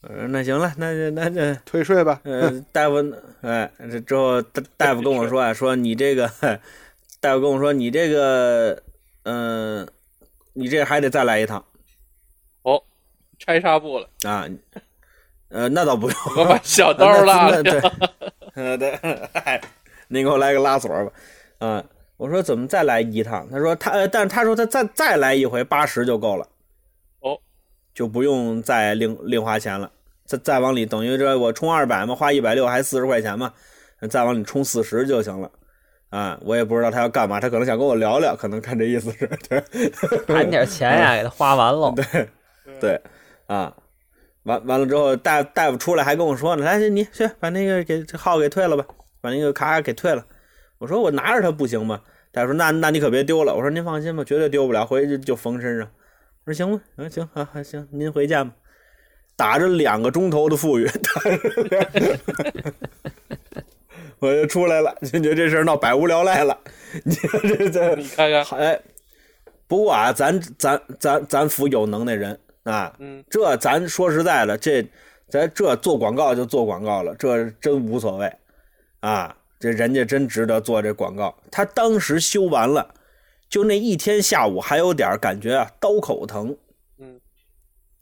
[SPEAKER 1] 我说那行了，那就那那。
[SPEAKER 3] 退税吧，
[SPEAKER 1] 呃，大夫，哎，这之后大大夫跟我说啊，说你这个，大夫跟我说你这个，嗯、你这还得再来一趟
[SPEAKER 4] 拆纱布 了，
[SPEAKER 1] 啊，呃，那倒不用，
[SPEAKER 4] 我把小刀拉
[SPEAKER 1] 那
[SPEAKER 4] 了，
[SPEAKER 1] 对， 呃对，哎，您给我来个拉锁吧，啊，我说怎么再来一趟？他说他，呃但是他说他再再来一回八十就够了，
[SPEAKER 4] 哦，
[SPEAKER 1] 就不用再另另花钱了，再再往里等于这我充二百嘛，花一百六还四十块钱嘛，再往里充四十就行了。啊，我也不知道他要干嘛，他可能想跟我聊聊，可能看这意思是，对，
[SPEAKER 5] 盘点钱呀，给他花完喽。
[SPEAKER 1] 对，啊，完完了之后，大大夫出来还跟我说呢，来，你去把那个给这号给退了吧，把那个卡给退了。我说我拿着它不行吗？大夫说那那你可别丢了。我说您放心吧，绝对丢不了，回去就缝身上。我说行吧，嗯行啊啊行，您回见吧。打着两个钟头的富裕，打着两个 我就出来了，就觉得这事儿闹百无聊赖了。 你说这这
[SPEAKER 4] 你看看，
[SPEAKER 1] 还不过啊，咱咱咱咱府有能耐人啊，
[SPEAKER 4] 嗯，
[SPEAKER 1] 这咱说实在的，这咱这做广告就做广告了，这真无所谓啊。这人家真值得做这广告。他当时修完了，就那一天下午还有点感觉啊，刀口疼，
[SPEAKER 4] 嗯，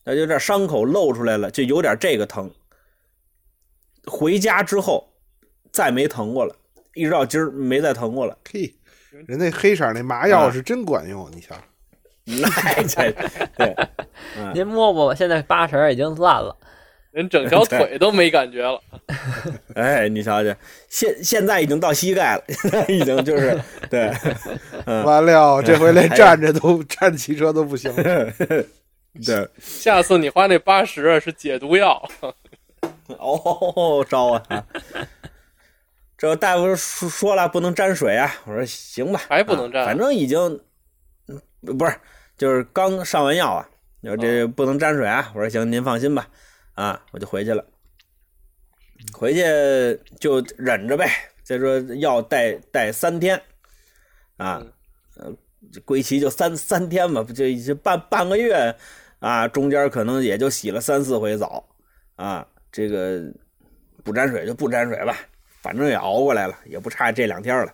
[SPEAKER 1] 那有点伤口露出来了，就有点这个疼。回家之后再没疼过了，一直到今儿没再疼过了。
[SPEAKER 3] 嘿，人那黑色那麻药是真管
[SPEAKER 1] 嗯
[SPEAKER 3] 用，你瞧，
[SPEAKER 1] 那这对，
[SPEAKER 5] 您摸摸吧，现在八十已经烂了，
[SPEAKER 4] 人整 条腿都没感觉了，
[SPEAKER 1] 哎，你瞧瞧，现现在已经到膝盖了，现在已经就是对，嗯哎
[SPEAKER 3] 完了，这回连
[SPEAKER 1] 还有
[SPEAKER 3] 站着都站骑车都不行 了。
[SPEAKER 1] 对，
[SPEAKER 4] 下次你花那八十是解毒药，
[SPEAKER 1] 哦，招啊！这大夫说说了不能沾水啊，我说行吧，
[SPEAKER 4] 还不能沾
[SPEAKER 1] 啊反正已经嗯不是就是刚上完药啊，我
[SPEAKER 4] 哦
[SPEAKER 1] 这不能沾水啊，我说行，您放心吧，啊，我就回去了，回去就忍着呗，再说药带带三天，啊，呃，
[SPEAKER 4] 嗯
[SPEAKER 1] 归期就三三天吧，不就已经半半个月啊，中间可能也就洗了三四回澡，啊，这个不沾水就不沾水吧，反正也熬过来了，也不差这两天了。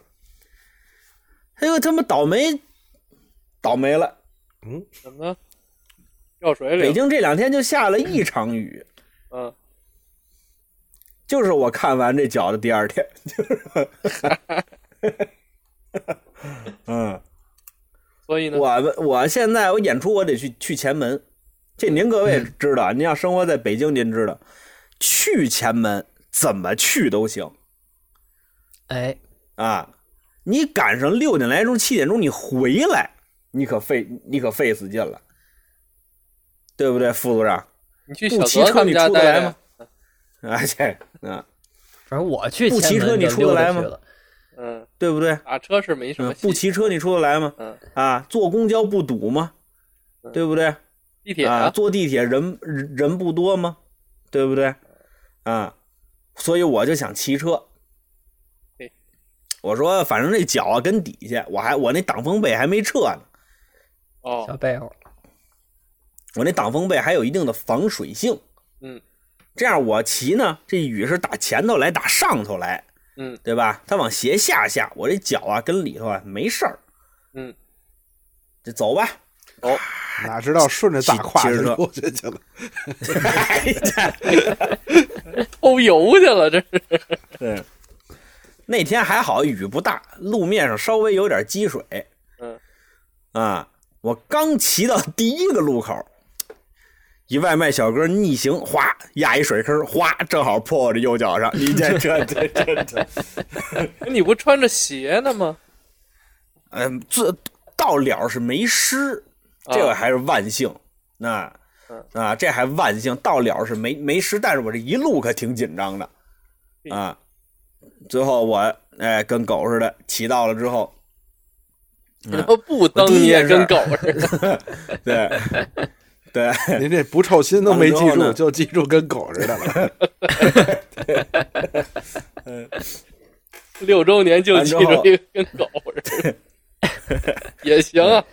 [SPEAKER 1] 哎呦，他妈倒霉，倒霉了！
[SPEAKER 4] 怎么呢？掉水
[SPEAKER 1] 北
[SPEAKER 4] 里了，
[SPEAKER 1] 京这两天就下了一场雨，
[SPEAKER 4] 嗯，
[SPEAKER 1] 就是我看完这脚的第二天，就是， 嗯，
[SPEAKER 4] 所以呢，
[SPEAKER 1] 我们我现在我演出我得去去前门，这您各位知道，您要生活在北京，您知道，去前门怎么去都行，
[SPEAKER 5] 哎，
[SPEAKER 1] 啊，你赶上六点来钟、七点钟你回来，你可费你可费死劲了，对不对，副组长？
[SPEAKER 4] 你去小
[SPEAKER 1] 不骑
[SPEAKER 4] 泽
[SPEAKER 1] 车
[SPEAKER 4] 他们
[SPEAKER 1] 你
[SPEAKER 4] 家
[SPEAKER 1] 出得
[SPEAKER 4] 待
[SPEAKER 1] 来
[SPEAKER 4] 着
[SPEAKER 1] 吗，？啊，这啊，
[SPEAKER 5] 反正我去
[SPEAKER 1] 不骑
[SPEAKER 5] 前
[SPEAKER 1] 车
[SPEAKER 5] 门
[SPEAKER 1] 你
[SPEAKER 5] 就
[SPEAKER 1] 出得
[SPEAKER 5] 溜
[SPEAKER 1] 来
[SPEAKER 5] 达
[SPEAKER 1] 吗
[SPEAKER 5] 去了。
[SPEAKER 4] 嗯，
[SPEAKER 1] 对不对？
[SPEAKER 4] 打车是没什么
[SPEAKER 1] 嗯
[SPEAKER 4] 戏，
[SPEAKER 1] 不骑车你出得来吗？
[SPEAKER 4] 嗯，
[SPEAKER 1] 啊，坐公交不堵吗？对不对？
[SPEAKER 4] 地铁
[SPEAKER 1] 啊，
[SPEAKER 4] 啊，
[SPEAKER 1] 坐地铁人人人不多吗？对不对？啊，所以我就想骑车
[SPEAKER 4] 对。
[SPEAKER 1] 我说，反正这脚啊跟底下，我还我那挡风被还没撤呢，
[SPEAKER 4] 哦
[SPEAKER 5] 小被窝，
[SPEAKER 1] 我那挡风被还有一定的防水性。
[SPEAKER 4] 嗯，
[SPEAKER 1] 这样我骑呢，这雨是打前头来，打上头来，
[SPEAKER 4] 嗯，
[SPEAKER 1] 对吧？它往斜下下，我这脚啊跟里头啊没事儿。
[SPEAKER 4] 嗯，
[SPEAKER 1] 就走 吧。
[SPEAKER 3] 哪知道顺着大胯
[SPEAKER 1] 骑骑着
[SPEAKER 3] 就
[SPEAKER 1] 车
[SPEAKER 3] 过去去 了。
[SPEAKER 1] 哎呀
[SPEAKER 4] 偷油去了，这是
[SPEAKER 1] 对，那天还好雨不大，路面上稍微有点积水。
[SPEAKER 4] 嗯，
[SPEAKER 1] 啊，我刚骑到第一个路口，一外卖小哥逆行，哗压一水坑，哗正好破我这右脚上，你这这 这这这，
[SPEAKER 4] 哎你不穿着鞋呢吗？
[SPEAKER 1] 嗯，这到了是没湿，
[SPEAKER 4] 啊
[SPEAKER 1] 这个还是万幸。那
[SPEAKER 4] 嗯
[SPEAKER 1] 啊，这还万幸，到了是没没湿，但是我这一路可挺紧张的
[SPEAKER 4] 嗯
[SPEAKER 1] 啊。最后我哎跟狗似的骑到了之后，嗯
[SPEAKER 4] 你说不蹬你也跟狗似的，
[SPEAKER 1] 对对，
[SPEAKER 3] 您这不臭心都没记
[SPEAKER 1] 完了之后哎呢
[SPEAKER 3] 住，就记住跟狗似的了。
[SPEAKER 4] 六周年就记住一个跟狗似的， 也行啊。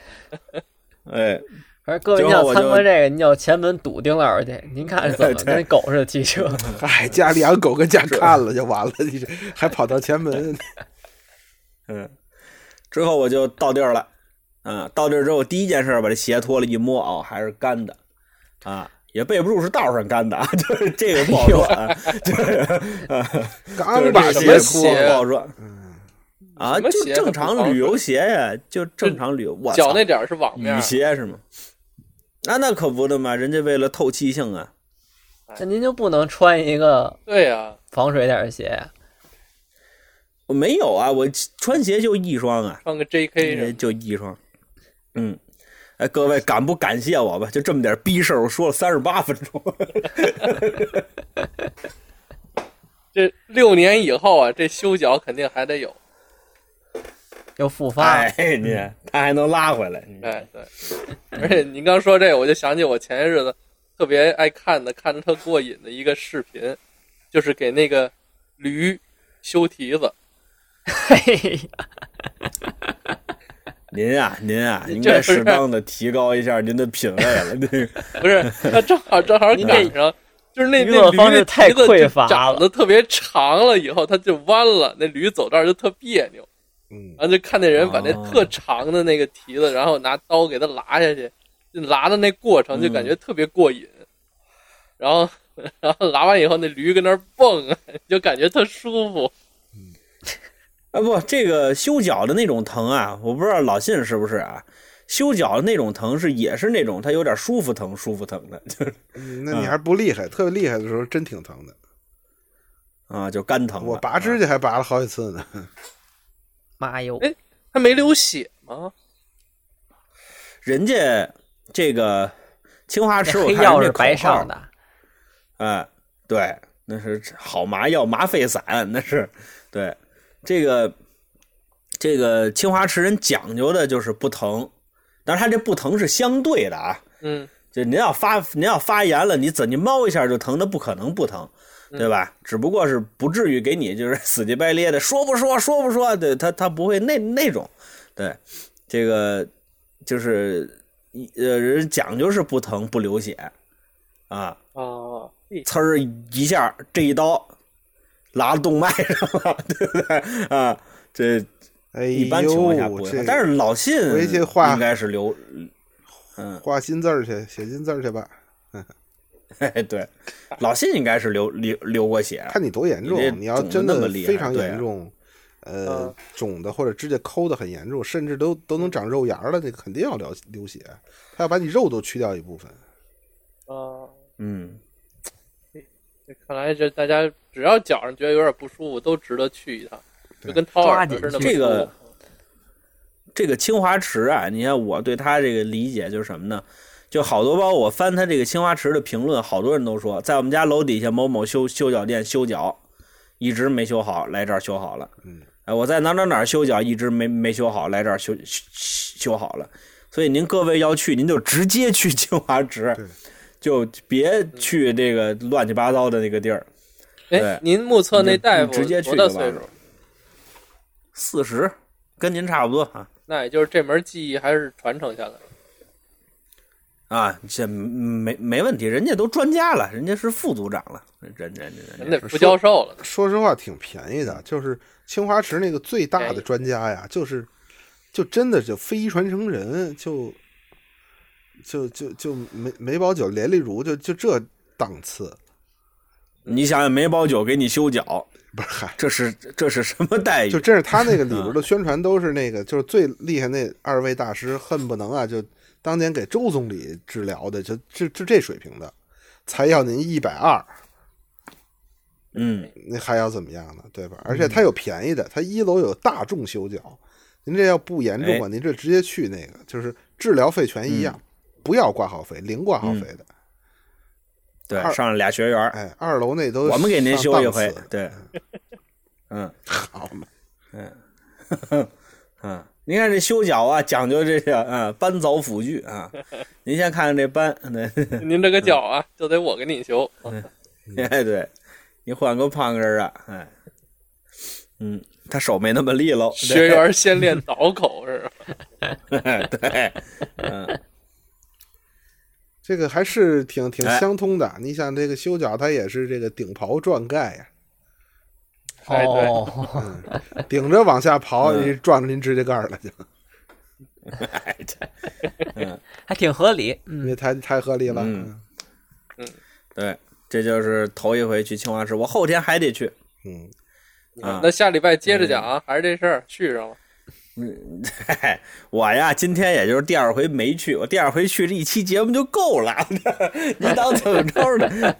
[SPEAKER 1] 哎，
[SPEAKER 5] 反正各位
[SPEAKER 1] 最
[SPEAKER 5] 您
[SPEAKER 1] 后
[SPEAKER 5] 要
[SPEAKER 1] 我
[SPEAKER 5] 参
[SPEAKER 1] 就
[SPEAKER 5] 观这个，您就前门堵丁老师去，您 看怎么跟狗似的骑车。
[SPEAKER 3] 嗨，家里养狗跟家看了就完了，你这还跑到前门，
[SPEAKER 1] 嗯，之后我就到地儿了，啊，到地儿之后第一件事儿把这鞋脱了，一摸哦，还是干的，啊，也背不住是道上干的 啊，就是这个不好
[SPEAKER 4] 哎
[SPEAKER 1] 说啊，就是啊，
[SPEAKER 3] 刚把鞋
[SPEAKER 1] 就是这
[SPEAKER 3] 脱
[SPEAKER 1] 个
[SPEAKER 3] 了
[SPEAKER 1] 不好说，啊，
[SPEAKER 4] 什么
[SPEAKER 1] 就
[SPEAKER 4] 鞋
[SPEAKER 1] 正常旅游鞋呀，就正常旅游，我
[SPEAKER 4] 脚
[SPEAKER 1] 操，
[SPEAKER 4] 那点儿是网面
[SPEAKER 1] 雨
[SPEAKER 4] 儿，
[SPEAKER 1] 鞋是吗？啊，那可不的嘛，人家为了透气性啊，
[SPEAKER 5] 那您就不能穿一个
[SPEAKER 4] 对啊呀，
[SPEAKER 5] 防水点的鞋？
[SPEAKER 1] 我没有啊，我穿鞋就一双啊，
[SPEAKER 4] 穿个 JK
[SPEAKER 1] 因为
[SPEAKER 4] 什
[SPEAKER 1] 就一双。嗯，哎，各位感不感谢我吧？就这么点逼事儿，我说了三十八分钟。
[SPEAKER 4] 这六年以后啊，这修脚肯定还得有。
[SPEAKER 5] 又复发了，
[SPEAKER 1] 哎，你
[SPEAKER 4] 嗯
[SPEAKER 1] 他还能拉回来？你
[SPEAKER 4] 哎，对，而且您刚说这个，我就想起我前些日子特别爱看的，看的特过瘾的一个视频，就是给那个驴修蹄子。
[SPEAKER 5] 嘿，
[SPEAKER 1] 您啊，您啊，
[SPEAKER 4] 这
[SPEAKER 1] 应该
[SPEAKER 4] 不是
[SPEAKER 1] 适当的提高一下您的品味了。这个
[SPEAKER 4] 不是，他正好正好
[SPEAKER 5] 您
[SPEAKER 4] 赶上，就是那
[SPEAKER 5] 娱
[SPEAKER 4] 那
[SPEAKER 5] 乐
[SPEAKER 4] 驴
[SPEAKER 5] 方式
[SPEAKER 4] 那
[SPEAKER 5] 太
[SPEAKER 4] 蹄子
[SPEAKER 5] 匮
[SPEAKER 4] 就
[SPEAKER 5] 乏
[SPEAKER 4] 长
[SPEAKER 5] 了
[SPEAKER 4] 得特别长了，以后它就弯了，那驴走道就特别扭。
[SPEAKER 3] 嗯
[SPEAKER 4] 然后就看那人把那
[SPEAKER 1] 哦
[SPEAKER 4] 特长的那个蹄子，然后拿刀给它拉下去，就拉的那过程就感
[SPEAKER 1] 嗯
[SPEAKER 4] 觉特别过瘾。然后， 然后拉完以后，那驴跟那儿蹦，啊就感觉特舒服。
[SPEAKER 1] 啊，不，这个修脚的那种疼啊，我不知道老信是不是啊？修脚的那种疼是也是那种，它有点舒服疼，舒服疼的，就是
[SPEAKER 3] 嗯那你还不厉害，特别厉害的时候真挺疼的。
[SPEAKER 1] 啊，就干疼了。
[SPEAKER 3] 我拔指甲还拔了好几次呢。
[SPEAKER 5] 妈哟！
[SPEAKER 4] 哎它没流血吗？
[SPEAKER 1] 人家这个青花
[SPEAKER 5] 这
[SPEAKER 1] 瓷，我
[SPEAKER 5] 黑
[SPEAKER 1] 看
[SPEAKER 5] 药
[SPEAKER 1] 人
[SPEAKER 5] 是
[SPEAKER 1] 家
[SPEAKER 5] 白
[SPEAKER 1] 口号
[SPEAKER 5] 上的，
[SPEAKER 1] 哎，对，那是好麻药，麻沸散，那是对这个这个青花瓷人讲究的就是不疼，但是他这不疼是相对的啊，
[SPEAKER 4] 嗯，
[SPEAKER 1] 就您要发您要发炎了，你怎你猫一下就疼，那不可能不疼，
[SPEAKER 3] 嗯
[SPEAKER 1] 对吧？只不过是不至于给你就是死乞白咧的说不说说不说，对他他不会那那种，对这个就是呃人讲究是不疼不流血啊。
[SPEAKER 4] 哦，嘿
[SPEAKER 1] 呲儿一下，这一刀拉到动脉上了， 对不对？啊，这
[SPEAKER 3] 哎
[SPEAKER 1] 一般情况下不
[SPEAKER 3] 呦，
[SPEAKER 1] 会。
[SPEAKER 3] 这
[SPEAKER 1] 但是老信
[SPEAKER 3] 回去画
[SPEAKER 1] 应该是留，嗯，
[SPEAKER 3] 画新字儿去，写新字儿去吧。
[SPEAKER 1] 哎， 对，老信应该是流流流过血，
[SPEAKER 3] 看你多严重
[SPEAKER 1] 啊你这，
[SPEAKER 3] 你要
[SPEAKER 1] 肿得
[SPEAKER 3] 真
[SPEAKER 1] 那
[SPEAKER 3] 的
[SPEAKER 1] 么厉害
[SPEAKER 3] 非常
[SPEAKER 1] 对啊啊
[SPEAKER 3] 严重，呃
[SPEAKER 4] 嗯，
[SPEAKER 3] 肿的或者指甲抠的很严重，甚至都都能长肉芽儿了，那肯定要流流血，他要把你肉都去掉一部分。
[SPEAKER 4] 哦，
[SPEAKER 1] 嗯，
[SPEAKER 4] 这看来这大家只要脚上觉得有点不舒服，都值得去一趟，就跟掏
[SPEAKER 5] 抓
[SPEAKER 4] 耳
[SPEAKER 5] 紧
[SPEAKER 4] 朵似的。
[SPEAKER 5] 去
[SPEAKER 1] 这个这个青花瓷啊，你看我对他这个理解就是什么呢？就好多包括我翻他这个青花瓷的评论，好多人都说，在我们家楼底下某某修修脚店修脚，一直没修好，来这儿修好了。
[SPEAKER 3] 嗯，
[SPEAKER 1] 哎，我在哪哪哪儿修脚，一直没没修好，来这儿修修修好了。所以您各位要去，您就直接去青花瓷
[SPEAKER 3] 对，
[SPEAKER 1] 就别去这个乱七八糟的那个地儿。
[SPEAKER 4] 哎
[SPEAKER 1] 对，
[SPEAKER 4] 您目测那大夫
[SPEAKER 1] 直接去
[SPEAKER 4] 多
[SPEAKER 1] 就
[SPEAKER 4] 大
[SPEAKER 1] 完
[SPEAKER 4] 岁数
[SPEAKER 1] 了？。四十，跟您差不多啊
[SPEAKER 4] 那也就是这门技艺还是传承下来了。
[SPEAKER 1] 啊，这没没问题，人家都专家了，人家是副组长了，人人人
[SPEAKER 4] 人
[SPEAKER 1] 人
[SPEAKER 4] 得
[SPEAKER 1] 家
[SPEAKER 4] 副教授了，
[SPEAKER 3] 说实话挺便宜
[SPEAKER 1] 嗯
[SPEAKER 3] 的，就是清华池那个最大的专家呀，就是就真的就非遗传承人，就就就就梅梅葆玖、连丽如，就就这档次，
[SPEAKER 1] 你想想，梅葆玖给你修脚，
[SPEAKER 3] 不是嗨。
[SPEAKER 1] 这是这是什么待遇
[SPEAKER 3] 就？真是他 那个里边
[SPEAKER 1] 嗯
[SPEAKER 3] 的宣传都是那个，就是最厉害那二位大师，恨不能啊，就当年给周总理治疗的，就就就这水平的，才要您一百二，
[SPEAKER 1] 嗯，
[SPEAKER 3] 那还要怎么样呢？对吧？而且它有便宜的，它一楼有大众修脚，您这要不严
[SPEAKER 1] 哎
[SPEAKER 3] 重啊，您这直接去那个，就是治疗费全一样，
[SPEAKER 1] 嗯
[SPEAKER 3] 不要挂号费，零挂号费的。
[SPEAKER 1] 对，
[SPEAKER 3] 二
[SPEAKER 1] 上了俩学员儿，
[SPEAKER 3] 哎，二楼那都
[SPEAKER 1] 我们给您
[SPEAKER 3] 上
[SPEAKER 1] 修一
[SPEAKER 3] 档
[SPEAKER 1] 回
[SPEAKER 3] 次，
[SPEAKER 1] 对，嗯
[SPEAKER 3] 好嘛，
[SPEAKER 1] 嗯，您看这修脚啊，讲究这个啊，搬凿辅具 啊，您先看看这搬，
[SPEAKER 3] 嗯
[SPEAKER 1] 那
[SPEAKER 4] 您这个脚啊，
[SPEAKER 1] 嗯
[SPEAKER 4] 就得我给你修。
[SPEAKER 1] 哎，对，你换个胖个儿啊，哎，嗯，他手没那么利落，对
[SPEAKER 4] 学员先练倒口是吧？
[SPEAKER 1] 对，嗯，
[SPEAKER 3] 这个还是挺挺
[SPEAKER 1] 哎
[SPEAKER 3] 相通的。你想这个修脚，它也是这个顶袍转盖呀、
[SPEAKER 4] 哎对
[SPEAKER 5] 哦，
[SPEAKER 3] 顶着往下刨，
[SPEAKER 1] 嗯
[SPEAKER 3] 你撞着您指甲盖儿了就，
[SPEAKER 1] 哎，对，
[SPEAKER 5] 还挺合理。嗯，
[SPEAKER 3] 那太太合理了。
[SPEAKER 1] 嗯对，这就是头一回去清华市，我后天还得去，
[SPEAKER 3] 嗯，
[SPEAKER 1] 啊嗯
[SPEAKER 4] 那下礼拜接着讲啊，还是这事儿续上了。
[SPEAKER 1] 嘿， 我呀，今天也就是第二回没去，我第二回去这一期节目就够了， 你当怎么着呢？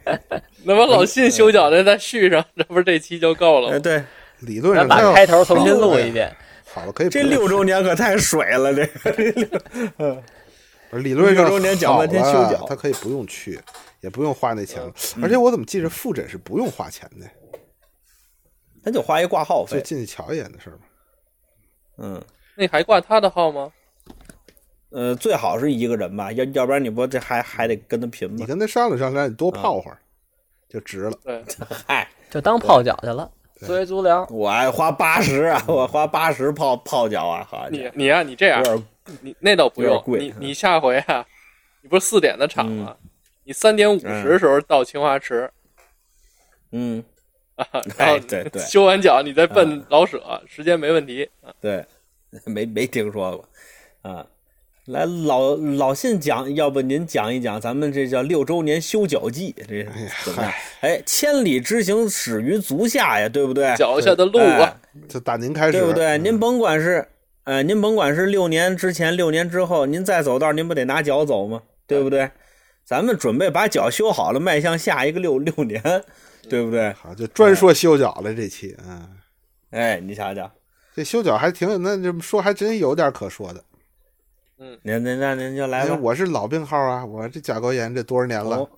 [SPEAKER 4] 那么老信修脚
[SPEAKER 1] 嗯
[SPEAKER 4] 的再续上，这不是这期就够了
[SPEAKER 1] 哎，
[SPEAKER 4] 吗？
[SPEAKER 1] 对，
[SPEAKER 3] 理论上
[SPEAKER 5] 咱
[SPEAKER 3] 它
[SPEAKER 5] 把
[SPEAKER 3] 要
[SPEAKER 5] 开头重新录一遍。
[SPEAKER 3] 好了，可以不
[SPEAKER 1] 这
[SPEAKER 3] 用
[SPEAKER 1] 六周年可太水了，这个
[SPEAKER 3] 理论上
[SPEAKER 1] 六周年讲半天
[SPEAKER 3] 好
[SPEAKER 1] 修
[SPEAKER 3] 了
[SPEAKER 1] 脚嗯
[SPEAKER 3] 他可以不用去，也不用花那钱了。而且我怎么记着复诊是不用花钱的？
[SPEAKER 1] 咱就花一挂号
[SPEAKER 3] 就
[SPEAKER 1] 费，
[SPEAKER 3] 进去瞧一眼的事儿嘛。
[SPEAKER 1] 嗯。
[SPEAKER 4] 那你还挂他的号吗？
[SPEAKER 1] 呃，最好是一个人吧，要要不然你不这还还得跟他贫
[SPEAKER 3] 你
[SPEAKER 1] 吗？
[SPEAKER 3] 跟他商量商量，你多泡会儿，就值了。
[SPEAKER 4] 对，
[SPEAKER 1] 嗨，
[SPEAKER 5] 就当泡脚去了，作为足疗。
[SPEAKER 1] 我还花八十啊， 我花八十泡泡脚啊，好家
[SPEAKER 4] 你你呀、你这样
[SPEAKER 1] 伙，有点
[SPEAKER 4] 你那倒不
[SPEAKER 1] 有
[SPEAKER 4] 用
[SPEAKER 1] 点，贵
[SPEAKER 4] 你
[SPEAKER 1] 嗯
[SPEAKER 4] 你下回啊，你不是四点的场吗？你三点五十的时候到清华池，
[SPEAKER 1] 嗯，
[SPEAKER 4] 然后
[SPEAKER 1] 哎对嗯对
[SPEAKER 4] 修完脚你再奔老舍，时间没问题。
[SPEAKER 1] 对，没没听说过啊。来，老老信讲，要不您讲一讲咱们这叫六周年修脚记，这
[SPEAKER 3] 哎呀
[SPEAKER 1] 怎么样？哎，千里之行，始于足下呀，对不对？
[SPEAKER 4] 脚下的路啊，
[SPEAKER 3] 就打您开始，
[SPEAKER 1] 对不对？
[SPEAKER 3] 嗯
[SPEAKER 1] 您甭管是，呃，您甭管是六年之前、六年之后，您再走道，您不得拿脚走吗？对不对？咱们准备把脚修好了，迈向下一个六六年，对不对？
[SPEAKER 3] 好，就
[SPEAKER 1] 嗯
[SPEAKER 3] 专说修脚了这期。嗯，
[SPEAKER 1] 哎，你瞧瞧，
[SPEAKER 3] 这修脚还挺有，那这么说还真有点可说的。
[SPEAKER 1] 您您那您就来
[SPEAKER 3] 因为
[SPEAKER 1] 吧。
[SPEAKER 3] 哎我是老病号啊，我这甲沟炎这多少年了
[SPEAKER 1] 哦，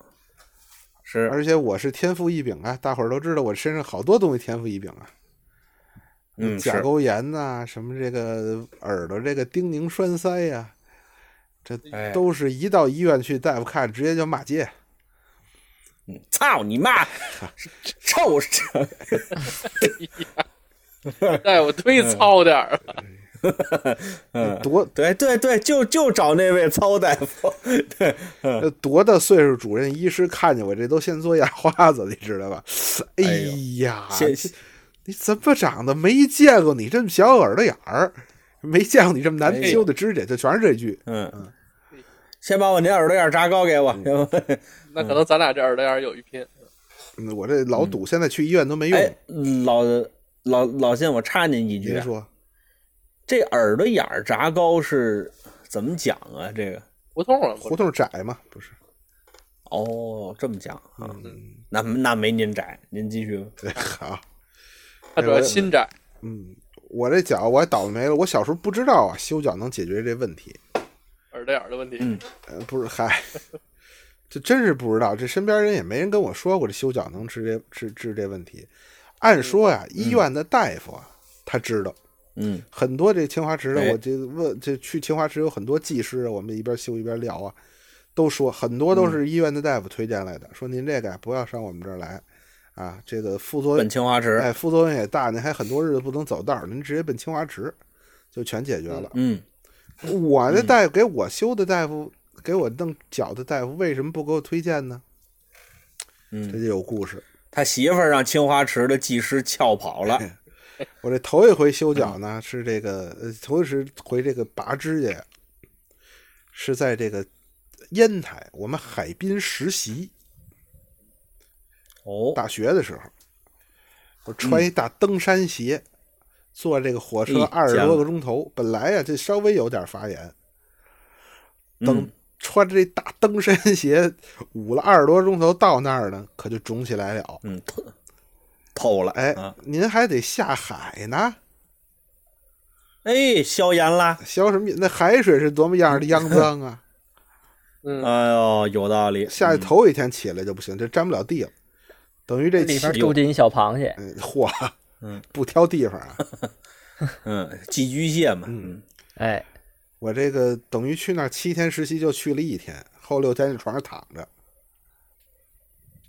[SPEAKER 1] 是，
[SPEAKER 3] 而且我是天赋异禀啊，大伙儿都知道我身上好多东西天赋异禀啊。
[SPEAKER 1] 嗯，
[SPEAKER 3] 甲
[SPEAKER 1] 是，
[SPEAKER 3] 沟炎呐、什么这个耳朵这个丁宁栓塞呀、这
[SPEAKER 1] 哎
[SPEAKER 3] 都是一到医院去大夫看，直接就骂街。
[SPEAKER 1] 操你 妈，臭死！
[SPEAKER 4] 大夫忒糙点儿了，
[SPEAKER 1] 嗯，
[SPEAKER 3] 多
[SPEAKER 1] 对对对，就就找那位糙大夫，对，
[SPEAKER 3] 呃多大岁数主任医师看见我这都先做眼花子，你知道吧？哎
[SPEAKER 1] 呦
[SPEAKER 3] 呀，
[SPEAKER 1] 谢
[SPEAKER 3] 这你怎么长得没见过你这么小耳朵眼儿，没见过你这么难
[SPEAKER 1] 哎
[SPEAKER 3] 修的指甲，就全是这句。
[SPEAKER 1] 嗯，先把我您耳朵眼儿扎高给我，行吗？
[SPEAKER 4] 那可能
[SPEAKER 1] 嗯
[SPEAKER 4] 咱俩这耳朵眼儿有一拼。
[SPEAKER 3] 嗯我这老堵，现在去医院都没用。
[SPEAKER 1] 哎，老老老信，我插您一句
[SPEAKER 3] 您
[SPEAKER 1] 啊，
[SPEAKER 3] 说
[SPEAKER 1] 这耳朵眼儿炸高是怎么讲啊？这个
[SPEAKER 4] 胡同啊，
[SPEAKER 3] 胡同窄嘛，不是？
[SPEAKER 1] 哦，这么讲啊？
[SPEAKER 3] 嗯，
[SPEAKER 1] 那那没您窄，您继续吧。
[SPEAKER 3] 对，好。
[SPEAKER 4] 他主要心窄，
[SPEAKER 3] 嗯，我这脚我还倒霉了，我小时候不知道啊，修脚能解决这问题。
[SPEAKER 4] 耳朵眼儿的问题。
[SPEAKER 1] 嗯
[SPEAKER 3] 呃，不是，嗨，这真是不知道，这身边人也没人跟我说过这修脚能治这治治这问题。按说呀、医院的大夫啊，他知道
[SPEAKER 1] 嗯
[SPEAKER 3] 很多这清华池的，
[SPEAKER 1] 哎
[SPEAKER 3] 我这问这去清华池有很多技师啊，我们一边修一边聊啊，都说很多都是医院的大夫推荐来的，说您这个呀不要上我们这儿来，啊，这个副作用
[SPEAKER 1] 奔青花池，
[SPEAKER 3] 哎副作用也大，您还很多日子不能走道儿，您直接奔清华池就全解决了。
[SPEAKER 1] 嗯，
[SPEAKER 3] 我的大夫给我修的大夫，给我弄脚的大夫，为什么不给我推荐呢？
[SPEAKER 1] 嗯
[SPEAKER 3] 这就有故事。
[SPEAKER 1] 他媳妇儿让青花池的技师撬跑了，
[SPEAKER 3] 哎我这头一回修脚
[SPEAKER 1] 嗯
[SPEAKER 3] 呢，是这个呃，头一时回这个拔指甲，是在这个烟台我们海滨实习
[SPEAKER 1] 哦，
[SPEAKER 3] 大学的时候，我穿
[SPEAKER 1] 嗯
[SPEAKER 3] 一大登山鞋，坐这个火车
[SPEAKER 1] 咦
[SPEAKER 3] 二十
[SPEAKER 1] 哎讲
[SPEAKER 3] 多个钟头，本来呀、这稍微有点发炎，等、
[SPEAKER 1] 嗯
[SPEAKER 3] 穿着这大登山鞋捂了二十多钟头到那儿呢，可就肿起来了。
[SPEAKER 1] 嗯，透透了，
[SPEAKER 3] 哎，
[SPEAKER 1] 啊
[SPEAKER 3] 您还得下海呢。
[SPEAKER 1] 哎，消炎啦，
[SPEAKER 3] 消什么瘾？那海水是多么样的肮脏啊！
[SPEAKER 4] 嗯，
[SPEAKER 1] 哎呦，有道理，
[SPEAKER 3] 下去
[SPEAKER 1] 嗯
[SPEAKER 3] 头一天起来就不行，这沾不了地了，等于这
[SPEAKER 5] 里边
[SPEAKER 3] 起
[SPEAKER 5] 住进一小螃蟹，
[SPEAKER 3] 嗯嚯，
[SPEAKER 1] 嗯，
[SPEAKER 3] 不挑地方啊！
[SPEAKER 1] 嗯，寄居蟹嘛，
[SPEAKER 3] 嗯
[SPEAKER 1] 嗯，
[SPEAKER 5] 哎，
[SPEAKER 3] 我这个等于去那儿七天实习就去了一天，后六天在床上躺着。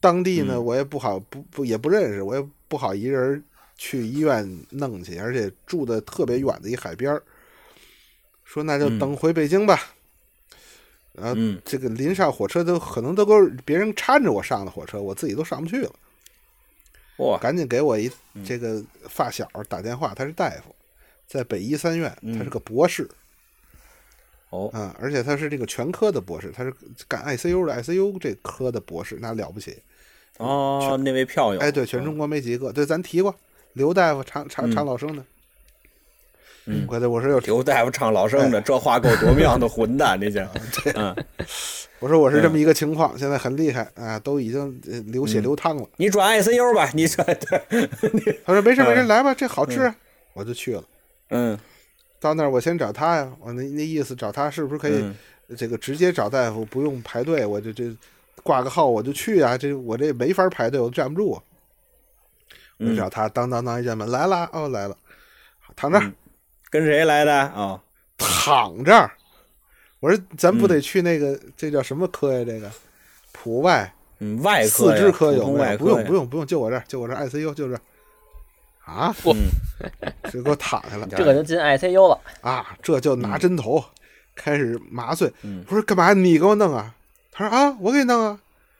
[SPEAKER 3] 当地呢，
[SPEAKER 1] 嗯
[SPEAKER 3] 我也不好不不也不认识，我也不好一人去医院弄去，而且住的特别远的一海边儿。说那就
[SPEAKER 1] 嗯
[SPEAKER 3] 等回北京吧。然后
[SPEAKER 1] 嗯
[SPEAKER 3] 这个临上火车都可能都给我别人搀着我上的火车，我自己都上不去了。
[SPEAKER 1] 哇，
[SPEAKER 3] 赶紧给我一
[SPEAKER 1] 嗯
[SPEAKER 3] 这个发小打电话，他是大夫，在北医三院，
[SPEAKER 1] 嗯
[SPEAKER 3] 他是个博士
[SPEAKER 1] 哦，
[SPEAKER 3] 啊、而且他是这个全科的博士，他是干 ICU 的 ICU 这科的博士，那了不起。
[SPEAKER 1] 哦，那位票友，
[SPEAKER 3] 哎，对，全中国没几个，对，咱提过刘大夫常常
[SPEAKER 1] 嗯
[SPEAKER 3] 常老生的。
[SPEAKER 1] 嗯
[SPEAKER 3] 我这我说有
[SPEAKER 1] 刘大夫唱老生
[SPEAKER 3] 哎
[SPEAKER 1] 的，这话够多妙的混蛋，这叫，嗯，
[SPEAKER 3] 我说我是这么一个情况，现在很厉害啊，都已经呃流
[SPEAKER 1] 嗯
[SPEAKER 3] 血流汤了。
[SPEAKER 1] 你转 ICU 吧，你转，
[SPEAKER 3] 他说没事没事，
[SPEAKER 1] 嗯
[SPEAKER 3] 来吧，这好治啊，我就去了。
[SPEAKER 1] 嗯
[SPEAKER 3] 到那儿我先找他呀，我那那意思找他是不是可以、
[SPEAKER 1] 嗯
[SPEAKER 3] 这个直接找大夫，不用排队，我就这挂个号我就去啊，这我这没法排队，我站不住啊。我就
[SPEAKER 1] 嗯
[SPEAKER 3] 找他，当当当一进门来了，哦来了，躺这儿、
[SPEAKER 1] 嗯跟谁来的啊？
[SPEAKER 3] 躺这儿，我说咱
[SPEAKER 1] 嗯
[SPEAKER 3] 不得去那个、这叫什么科呀？这个普外
[SPEAKER 1] 嗯，外科
[SPEAKER 3] 四
[SPEAKER 1] 呀
[SPEAKER 3] 肢科有
[SPEAKER 1] 普通
[SPEAKER 3] 没
[SPEAKER 1] 外
[SPEAKER 3] 有？
[SPEAKER 1] 科
[SPEAKER 3] 不用
[SPEAKER 1] 呀
[SPEAKER 3] 不，用不用，就我这儿就我这儿 ICU 就这儿啊，
[SPEAKER 1] 嗯
[SPEAKER 3] 这给我躺下了
[SPEAKER 5] 这个就进 ICU 了，
[SPEAKER 3] 啊，这就拿针头、开始麻醉。
[SPEAKER 1] 嗯
[SPEAKER 3] 我说干嘛？你给我弄啊？他说啊，我给你弄啊。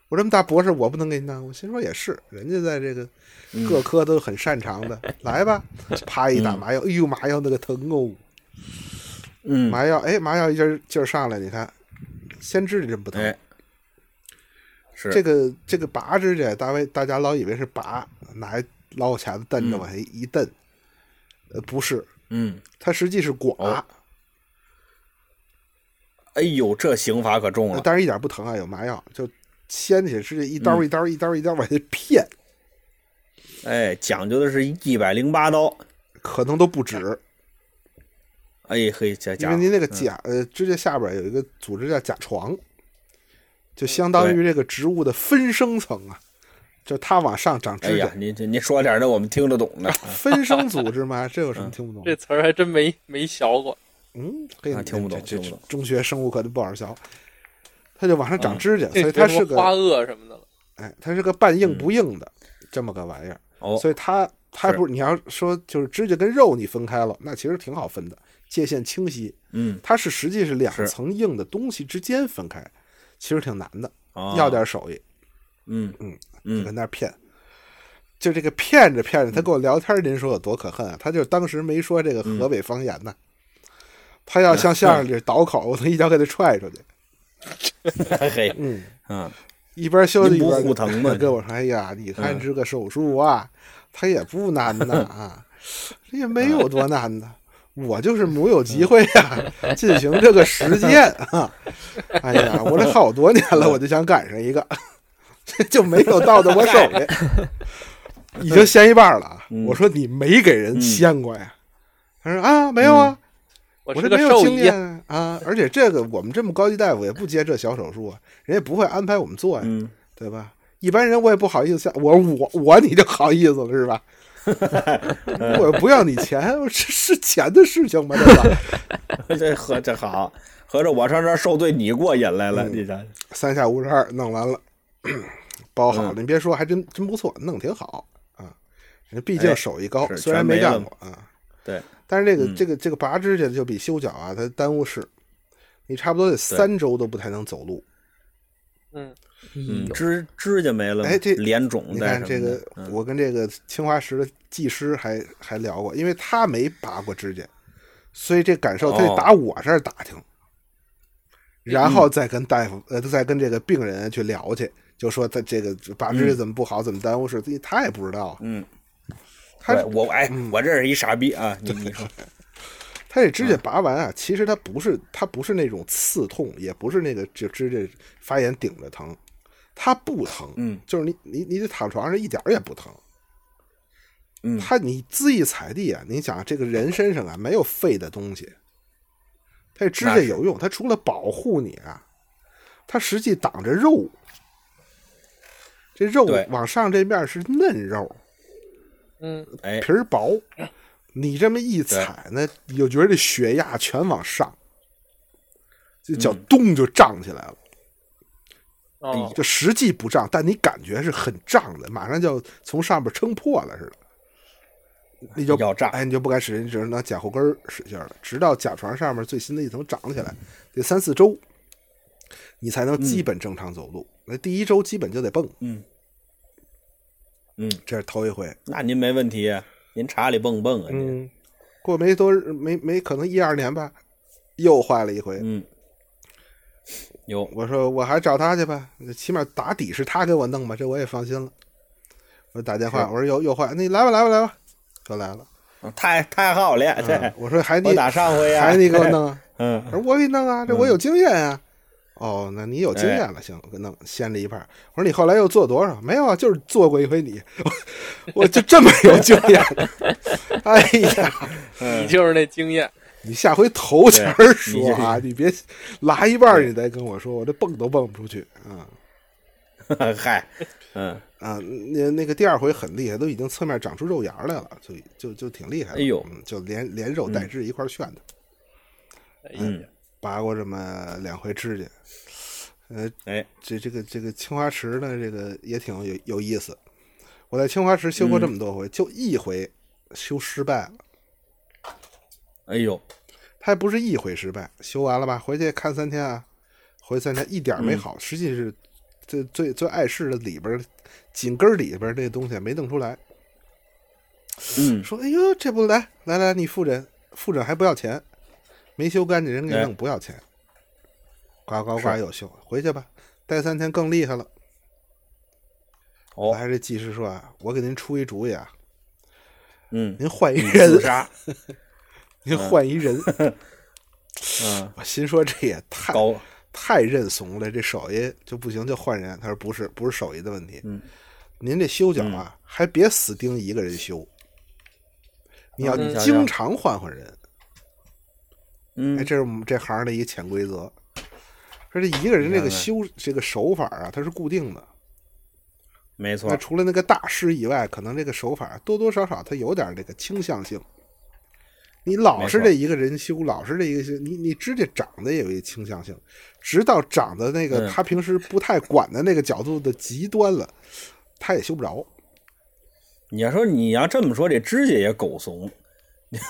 [SPEAKER 3] 我这么大博士，我不能给你弄。我心说也是，人家在这个
[SPEAKER 1] 嗯
[SPEAKER 3] 各科都很擅长 的，来吧，啪一打麻药，哎呦麻药那个疼哦，
[SPEAKER 1] 嗯，
[SPEAKER 3] 麻药哎麻药一劲儿劲儿上来，你看，先知这针不疼。
[SPEAKER 1] 哎，是
[SPEAKER 3] 这个这个拔指甲，大卫大家老以为是拔，拿一老虎钳子蹬着往下一蹬，呃不是，
[SPEAKER 1] 嗯，
[SPEAKER 3] 它实际是刮。
[SPEAKER 1] 哦哎呦，这刑罚可重
[SPEAKER 3] 呃
[SPEAKER 1] 了，
[SPEAKER 3] 但是一点不疼啊，有麻药，就掀起是一
[SPEAKER 1] 嗯
[SPEAKER 3] 刀一刀一刀一刀往下片，
[SPEAKER 1] 哎，讲究的是一百零八刀，
[SPEAKER 3] 可能都不止，
[SPEAKER 1] 哎嘿，这
[SPEAKER 3] 因
[SPEAKER 1] 家
[SPEAKER 3] 为
[SPEAKER 1] 伙
[SPEAKER 3] 您那个甲呃指甲下边有一个组织叫甲床，
[SPEAKER 1] 嗯
[SPEAKER 3] 就相当于这个植物的分生层啊，就它往上长
[SPEAKER 1] 哎
[SPEAKER 3] 指甲
[SPEAKER 1] 呀，，您这您说点儿那我们听得懂的，
[SPEAKER 3] 分生组织嘛，这有
[SPEAKER 1] 嗯
[SPEAKER 3] 什么听不懂
[SPEAKER 4] 这？词儿还真没没学过。
[SPEAKER 3] 嗯，嘿
[SPEAKER 1] 啊，听不懂
[SPEAKER 3] 这这
[SPEAKER 1] 听不懂嗯
[SPEAKER 3] 中学生物课都不好好学，它就往上长指甲，
[SPEAKER 4] 这
[SPEAKER 3] 所以
[SPEAKER 4] 学
[SPEAKER 3] 它
[SPEAKER 4] 什
[SPEAKER 3] 是
[SPEAKER 4] 么花
[SPEAKER 3] 个
[SPEAKER 4] 萼什么的了，
[SPEAKER 3] 哎，它是个半
[SPEAKER 1] 嗯
[SPEAKER 3] 硬不硬的这么个玩意儿。
[SPEAKER 1] 哦，
[SPEAKER 3] 所以它它
[SPEAKER 1] 是
[SPEAKER 3] 不是你要说就是指甲跟肉你分开了，那其实挺好分的，界限清晰。
[SPEAKER 1] 嗯，
[SPEAKER 3] 它是实际是两
[SPEAKER 1] 是
[SPEAKER 3] 层硬的东西之间分开，其实挺难的，
[SPEAKER 1] 啊
[SPEAKER 3] 要，点手艺，
[SPEAKER 1] 嗯
[SPEAKER 3] 嗯就
[SPEAKER 1] 嗯
[SPEAKER 3] 跟那儿骗。就这个骗着骗着，他跟我聊天儿，您说有多可恨啊？他就当时没说这个河北方言呢，他要像相声里倒口，我能一脚给他踹出去。
[SPEAKER 1] 嘿，
[SPEAKER 3] 嗯，
[SPEAKER 1] 嗯，
[SPEAKER 3] 一边修着
[SPEAKER 1] 您
[SPEAKER 3] 一
[SPEAKER 1] 不
[SPEAKER 3] 边
[SPEAKER 1] 护疼吗
[SPEAKER 3] 跟我说：“哎呀，你看
[SPEAKER 1] 嗯
[SPEAKER 3] 这个手术啊，它也不难呐啊，这也没有多难呐。我就是没有机会啊，进行这个实践啊。哎呀，我这好多年了，我就想赶上一个，这就没有到到我手里，已经掀一半了啊。
[SPEAKER 1] 嗯
[SPEAKER 3] 我说你没给人掀过呀？他说啊，没有啊。
[SPEAKER 4] 我
[SPEAKER 3] 我
[SPEAKER 4] 是个
[SPEAKER 3] 这没有
[SPEAKER 4] 兽
[SPEAKER 3] 经
[SPEAKER 4] 医
[SPEAKER 3] 验，啊，而且这个我们这么高级大夫也不接这小手术啊，人家不会安排我们做呀，
[SPEAKER 1] 嗯，
[SPEAKER 3] 对吧？一般人我也不好意思像我我我你就好意思了是吧？我不要你钱，我这是钱的事情吗？对吧？
[SPEAKER 1] 这合这好，合着我上这儿受罪你过瘾来了，
[SPEAKER 3] 嗯
[SPEAKER 1] 你这，
[SPEAKER 3] 三下五十二弄完了，包好了，
[SPEAKER 1] 嗯
[SPEAKER 3] 你别说，还真真不错，弄挺好啊。人毕竟
[SPEAKER 1] 哎
[SPEAKER 3] 手艺高，
[SPEAKER 1] 是
[SPEAKER 3] 虽
[SPEAKER 1] 全
[SPEAKER 3] 然没
[SPEAKER 1] 没
[SPEAKER 3] 干
[SPEAKER 1] 了
[SPEAKER 3] 过啊，
[SPEAKER 1] 对。
[SPEAKER 3] 但是这个、
[SPEAKER 1] 嗯
[SPEAKER 3] 这个这个拔指甲就比修脚啊，它耽误事，你差不多得三周都不太能走路。
[SPEAKER 4] 嗯，
[SPEAKER 1] 嗯，
[SPEAKER 5] 哎呦
[SPEAKER 1] 指指甲没了嘛，
[SPEAKER 3] 哎这
[SPEAKER 1] 脸肿
[SPEAKER 3] 你
[SPEAKER 1] 带什
[SPEAKER 3] 看
[SPEAKER 1] 么的，
[SPEAKER 3] 这个，
[SPEAKER 1] 嗯
[SPEAKER 3] 我跟这个清华石的技师还还聊过，因为他没拔过指甲，所以这感受他得
[SPEAKER 1] 哦
[SPEAKER 3] 打我这儿打听，然后再跟大夫呃再跟这个病人去聊去，就说他这个拔指甲怎么不好，怎么耽误事，自己他也不知道啊，
[SPEAKER 1] 嗯，
[SPEAKER 3] 他嗯
[SPEAKER 1] 对我哎，我这是一傻逼啊！ 你你说，
[SPEAKER 3] 他这
[SPEAKER 1] 嗯
[SPEAKER 3] 指甲拔完啊，其实他不是他不是那种刺痛，也不是那个就指甲发炎顶着疼，他不疼，
[SPEAKER 1] 嗯
[SPEAKER 3] 就是你你你得躺床上一点儿也不疼。
[SPEAKER 1] 嗯，
[SPEAKER 3] 他你恣意踩地啊！你想这个人身上啊没有废的东西，他这指甲
[SPEAKER 1] 那是
[SPEAKER 3] 有用，它除了保护你啊，它实际挡着肉。这肉
[SPEAKER 1] 对
[SPEAKER 3] 往上这面是嫩肉，
[SPEAKER 4] 嗯，
[SPEAKER 1] 哎，
[SPEAKER 3] 皮儿薄，你这么一踩呢，你就觉得这血压全往上，这脚
[SPEAKER 1] 嗯
[SPEAKER 3] 咚就胀起来了。
[SPEAKER 4] 哦，
[SPEAKER 3] 就实际不胀，但你感觉是很胀的，马上就要从上面撑破了似的，你就
[SPEAKER 1] 要胀
[SPEAKER 3] 哎，你就不敢使劲，你只能拿甲后跟儿使劲儿了，直到甲床上面最新的一层长起来，得三四周，你才能基本正常走路。那、第一周基本就得蹦，
[SPEAKER 1] 嗯嗯，
[SPEAKER 3] 这是头一回。
[SPEAKER 1] 那您没问题啊，您查理蹦蹦啊，您
[SPEAKER 3] 嗯，过没多日没没可能一二年吧，又坏了一回。
[SPEAKER 1] 嗯，有
[SPEAKER 3] 我说我还找他去吧，起码打底是他给我弄吧，这我也放心了。我打电话，我说又又坏，那你来吧来吧来吧，就来了。
[SPEAKER 1] 太太好了，
[SPEAKER 3] 啊
[SPEAKER 1] 这
[SPEAKER 3] 我说还你
[SPEAKER 1] 哎我打上回呀，
[SPEAKER 3] 还你给我弄啊？
[SPEAKER 1] 嗯，
[SPEAKER 3] 我说我给你弄啊，这我有经验啊。哦，那你有经验了，行，我给弄掀了一半儿。我说你后来又做多少？没有啊，就是做过一回你，我我就这么有经验。哎呀，
[SPEAKER 4] 你就是那经验，
[SPEAKER 3] 你下回头前儿说啊，你别拉一半儿你再跟我说，我这蹦都蹦不出去啊
[SPEAKER 1] 嗯嗨，嗯，
[SPEAKER 3] 啊！那那个第二回很厉害，都已经侧面长出肉芽儿来了，就就就挺厉害的。
[SPEAKER 1] 哎呦
[SPEAKER 3] 嗯就连连肉带汁一块儿炫的。
[SPEAKER 4] 哎
[SPEAKER 1] 嗯
[SPEAKER 4] 呀，
[SPEAKER 3] 拔过这么两回指甲，呃，
[SPEAKER 1] 哎，
[SPEAKER 3] 这这个这个青花瓷呢，这个也挺有有意思。我在青花瓷修过
[SPEAKER 1] 嗯
[SPEAKER 3] 这么多回，就一回修失败了，
[SPEAKER 1] 哎呦，
[SPEAKER 3] 它还不是一回失败，修完了吧，回去看三天啊，回三天一点儿
[SPEAKER 1] 嗯
[SPEAKER 3] 没好，实际是最最最碍事的里边儿紧根儿里边儿这东西没弄出来，
[SPEAKER 1] 嗯，
[SPEAKER 3] 说哎呦这不来来来你复诊，复诊还不要钱，没修干净人给
[SPEAKER 1] 哎
[SPEAKER 3] 弄不要钱，呱呱呱
[SPEAKER 1] 是
[SPEAKER 3] 有修，回去吧，待三天更厉害了。我
[SPEAKER 1] 哦，
[SPEAKER 3] 还是技师说啊，我给您出一主意啊，
[SPEAKER 1] 嗯，
[SPEAKER 3] 您换一
[SPEAKER 1] 你自
[SPEAKER 3] 人，
[SPEAKER 1] 杀，
[SPEAKER 3] 您换一 人。
[SPEAKER 1] 嗯，
[SPEAKER 3] 我心说这也太
[SPEAKER 1] 高，
[SPEAKER 3] 太认怂了，这手艺就不行，就换人。他说不是，不是手艺的问题，
[SPEAKER 1] 嗯
[SPEAKER 3] 您这修脚啊，还别死盯一个人修，你要
[SPEAKER 1] 嗯
[SPEAKER 3] 经常换换人。哎，
[SPEAKER 1] 嗯，
[SPEAKER 3] 这是我们这行的一个潜规则。说这一个人这
[SPEAKER 1] 明
[SPEAKER 3] 个
[SPEAKER 1] 白
[SPEAKER 3] 修这个手法啊，它是固定的。
[SPEAKER 1] 没错
[SPEAKER 3] 那，除了那个大师以外，可能这个手法多多少少它有点这个倾向性。你老是
[SPEAKER 1] 没错
[SPEAKER 3] 这一个人修，老是这一个修，你你指甲长得也有一倾向性，直到长的那
[SPEAKER 1] 嗯
[SPEAKER 3] 个他平时不太管的那个角度的极端了，他也修不着。
[SPEAKER 1] 你要说你要这么说，这指甲也狗怂，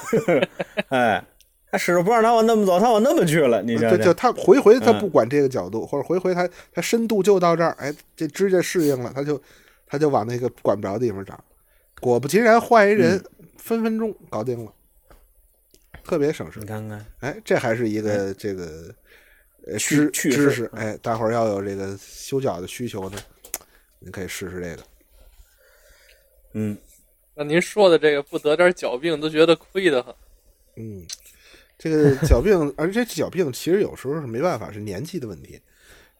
[SPEAKER 1] 哎，他使不上他往那么走，他往那么去了，你
[SPEAKER 3] 对，
[SPEAKER 1] 这
[SPEAKER 3] 就
[SPEAKER 1] 这，
[SPEAKER 3] 他回回他
[SPEAKER 1] 嗯
[SPEAKER 3] 不管这个角度，或者回回他他深度就到这儿，哎，这指甲适应了，他就他就往那个管不着的地方长。果不其然，换一人、分分钟搞定了，特别省事
[SPEAKER 1] 你。看看，
[SPEAKER 3] 哎，这还是一个这个呃
[SPEAKER 1] 趣
[SPEAKER 3] 知
[SPEAKER 1] 趣
[SPEAKER 3] 知
[SPEAKER 1] 事
[SPEAKER 3] 识，哎，大伙儿要有这个修脚的需求呢，你可以试试这个。
[SPEAKER 1] 嗯，
[SPEAKER 4] 那您说的这个不得点脚病都觉得亏得很，
[SPEAKER 3] 嗯，这个脚病，而且这脚病其实有时候是没办法，是年纪的问题。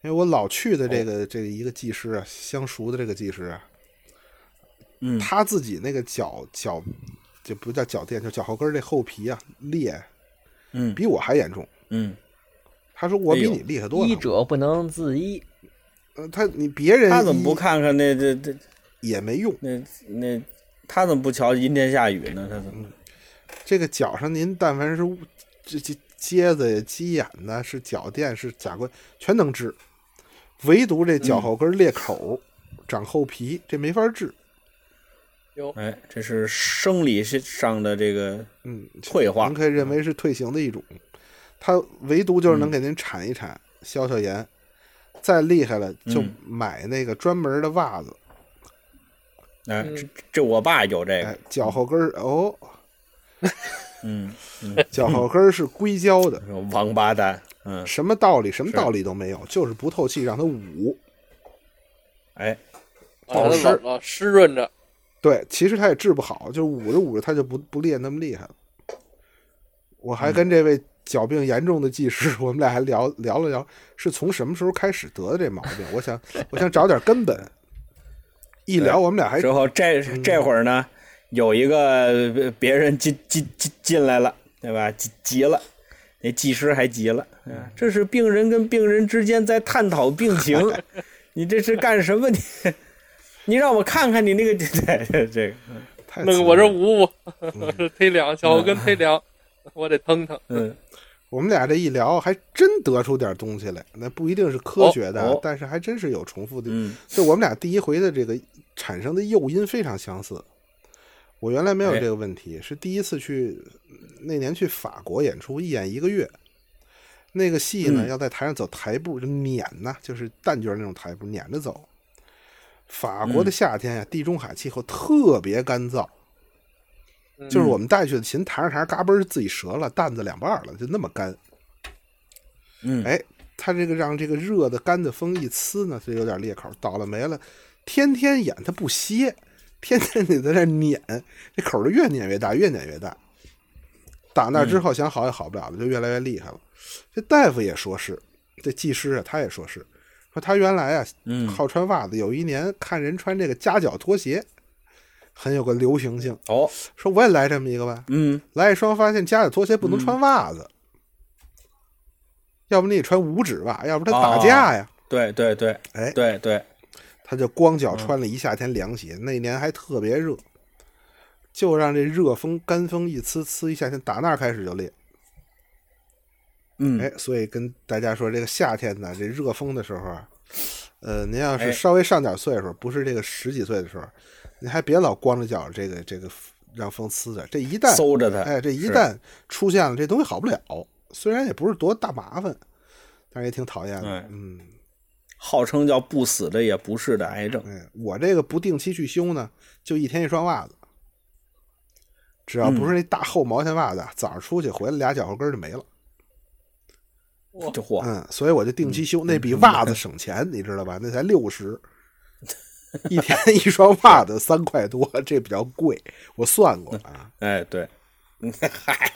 [SPEAKER 3] 因为我老去的这
[SPEAKER 1] 哦
[SPEAKER 3] 个、这个一个技师啊，相熟的这个技师啊，
[SPEAKER 1] 嗯
[SPEAKER 3] 他自己那个脚脚就不叫脚垫，就脚后跟儿这后皮啊裂，
[SPEAKER 1] 嗯
[SPEAKER 3] 比我还严重。
[SPEAKER 1] 嗯，
[SPEAKER 3] 他说我
[SPEAKER 1] 哎
[SPEAKER 3] 比
[SPEAKER 1] 呦
[SPEAKER 3] 你厉害多了
[SPEAKER 5] 医。者不能自医，
[SPEAKER 3] 呃他你别人
[SPEAKER 1] 他怎么
[SPEAKER 3] 医
[SPEAKER 1] 不看看那这这
[SPEAKER 3] 也没用？
[SPEAKER 1] 那那，他怎么不瞧阴天下雨呢？他怎么？
[SPEAKER 3] 这个脚上您但凡是污这这疖子呀、鸡眼呐，
[SPEAKER 1] 嗯
[SPEAKER 3] 是脚垫、是甲关，全能治，唯独这脚后跟裂口儿、长厚皮，这没法治。
[SPEAKER 1] 哎，这是生理上的这个
[SPEAKER 3] 嗯，
[SPEAKER 1] 退化
[SPEAKER 3] 您，可以认为是退行的一种。它唯独就是
[SPEAKER 1] 嗯
[SPEAKER 3] 能给您铲一铲、消消炎，再厉害了就
[SPEAKER 1] 嗯
[SPEAKER 3] 买那个专门的袜子，
[SPEAKER 1] 哎，
[SPEAKER 4] 嗯
[SPEAKER 1] 这这我爸有这个
[SPEAKER 3] 哎，，脚后跟儿哦，
[SPEAKER 1] 嗯，
[SPEAKER 3] 脚后跟儿是硅胶的，
[SPEAKER 1] 王八蛋，嗯，
[SPEAKER 3] 什么道理什么
[SPEAKER 1] 是
[SPEAKER 3] 道理都没有，就是不透气，让它捂。
[SPEAKER 1] 哎，
[SPEAKER 4] 把它老老湿润着，
[SPEAKER 3] 对，其实它也治不好，就是捂着捂着它就不不裂那么厉害了。我还跟这位脚病严重的技师， 我们俩还聊聊了聊，是从什么时候开始得的这毛病？我想，我想找点根本。一聊，我们俩还嗯
[SPEAKER 1] 之后这这会儿呢，有一个呃别人进进进进来了，对吧？急急了，那技师还急了，
[SPEAKER 3] 嗯
[SPEAKER 1] 啊这是病人跟病人之间在探讨病 情，你这是干什么？你 你让我看看你那个 对对这个，
[SPEAKER 3] 太
[SPEAKER 4] 那个
[SPEAKER 3] 惨
[SPEAKER 4] 我这
[SPEAKER 3] 了嗯
[SPEAKER 4] 捂捂， 我这忒凉，脚后跟忒凉，我得腾腾。
[SPEAKER 1] 嗯，
[SPEAKER 3] 我们俩这一聊，还真得出点东西来。那不一定是科学的，
[SPEAKER 1] 哦哦
[SPEAKER 3] 但是还真是有重复的。
[SPEAKER 1] 嗯
[SPEAKER 3] 就我们俩第一回的这个产生的诱因非常相似。我原来没有
[SPEAKER 1] 哎
[SPEAKER 3] 这个问题，是第一次去那年去法国演出，一演一个月。那个戏呢，
[SPEAKER 1] 嗯
[SPEAKER 3] 要在台上走台步，就撵呐、就是蛋卷那种台步，撵着走。法国的夏天呀、地中海气候特别干燥，
[SPEAKER 4] 嗯
[SPEAKER 3] 就是我们带去的琴弹着弹着，嘎嘣儿自己折了，蛋子两半儿了，就那么干。
[SPEAKER 1] 嗯，
[SPEAKER 3] 哎，它这个让这个热的干的风一呲呢，它有点裂口，倒了霉了。天天演它不歇，天天你在那撵，这口儿就越撵越大，越撵越大。打那之后想好也好不了了，就越来越厉害了。这大夫也说是，这技师啊，他也说是，说他原来啊
[SPEAKER 1] 嗯
[SPEAKER 3] 好穿袜子，有一年看人穿这个夹脚拖鞋，很有个流行性，
[SPEAKER 1] 哦，
[SPEAKER 3] 说我也来这么一个吧。
[SPEAKER 1] 嗯，
[SPEAKER 3] 来一双发现夹脚拖鞋不能穿袜子，要不你得穿五指袜，要不他打架呀。
[SPEAKER 1] 对对对，
[SPEAKER 3] 哎
[SPEAKER 1] 哦对嗯对，
[SPEAKER 3] 他就光脚穿了一夏天凉鞋，那年还特别热，就让这热风干风一呲呲一夏天，打那儿开始就裂。
[SPEAKER 1] 嗯，
[SPEAKER 3] 哎，所以跟大家说，这个夏天呢，这热风的时候啊，呃，您要
[SPEAKER 1] 哎
[SPEAKER 3] 是稍微上点岁数，不是这个十几岁的时候，您还别老光着脚，这个这个让风呲着，这一旦
[SPEAKER 1] 搜着他，
[SPEAKER 3] 哎，这一
[SPEAKER 1] 是
[SPEAKER 3] 旦出现了，这东西好不了。虽然也不是多大麻烦，但是也挺讨厌的
[SPEAKER 1] 哎。
[SPEAKER 3] 嗯，
[SPEAKER 1] 号称叫不死的也不是的癌症，
[SPEAKER 3] 哎，我这个不定期去修呢，就一天一双袜子，只要不是那大厚毛线袜子，啊早上出去回来俩脚后跟儿就没了。
[SPEAKER 1] 这货，
[SPEAKER 3] 嗯，所以我就定期修，那比袜子省钱，你知道吧？那才六十，一天一双袜子三块多，这比较贵。我算过啊，
[SPEAKER 1] 哎，对，嗨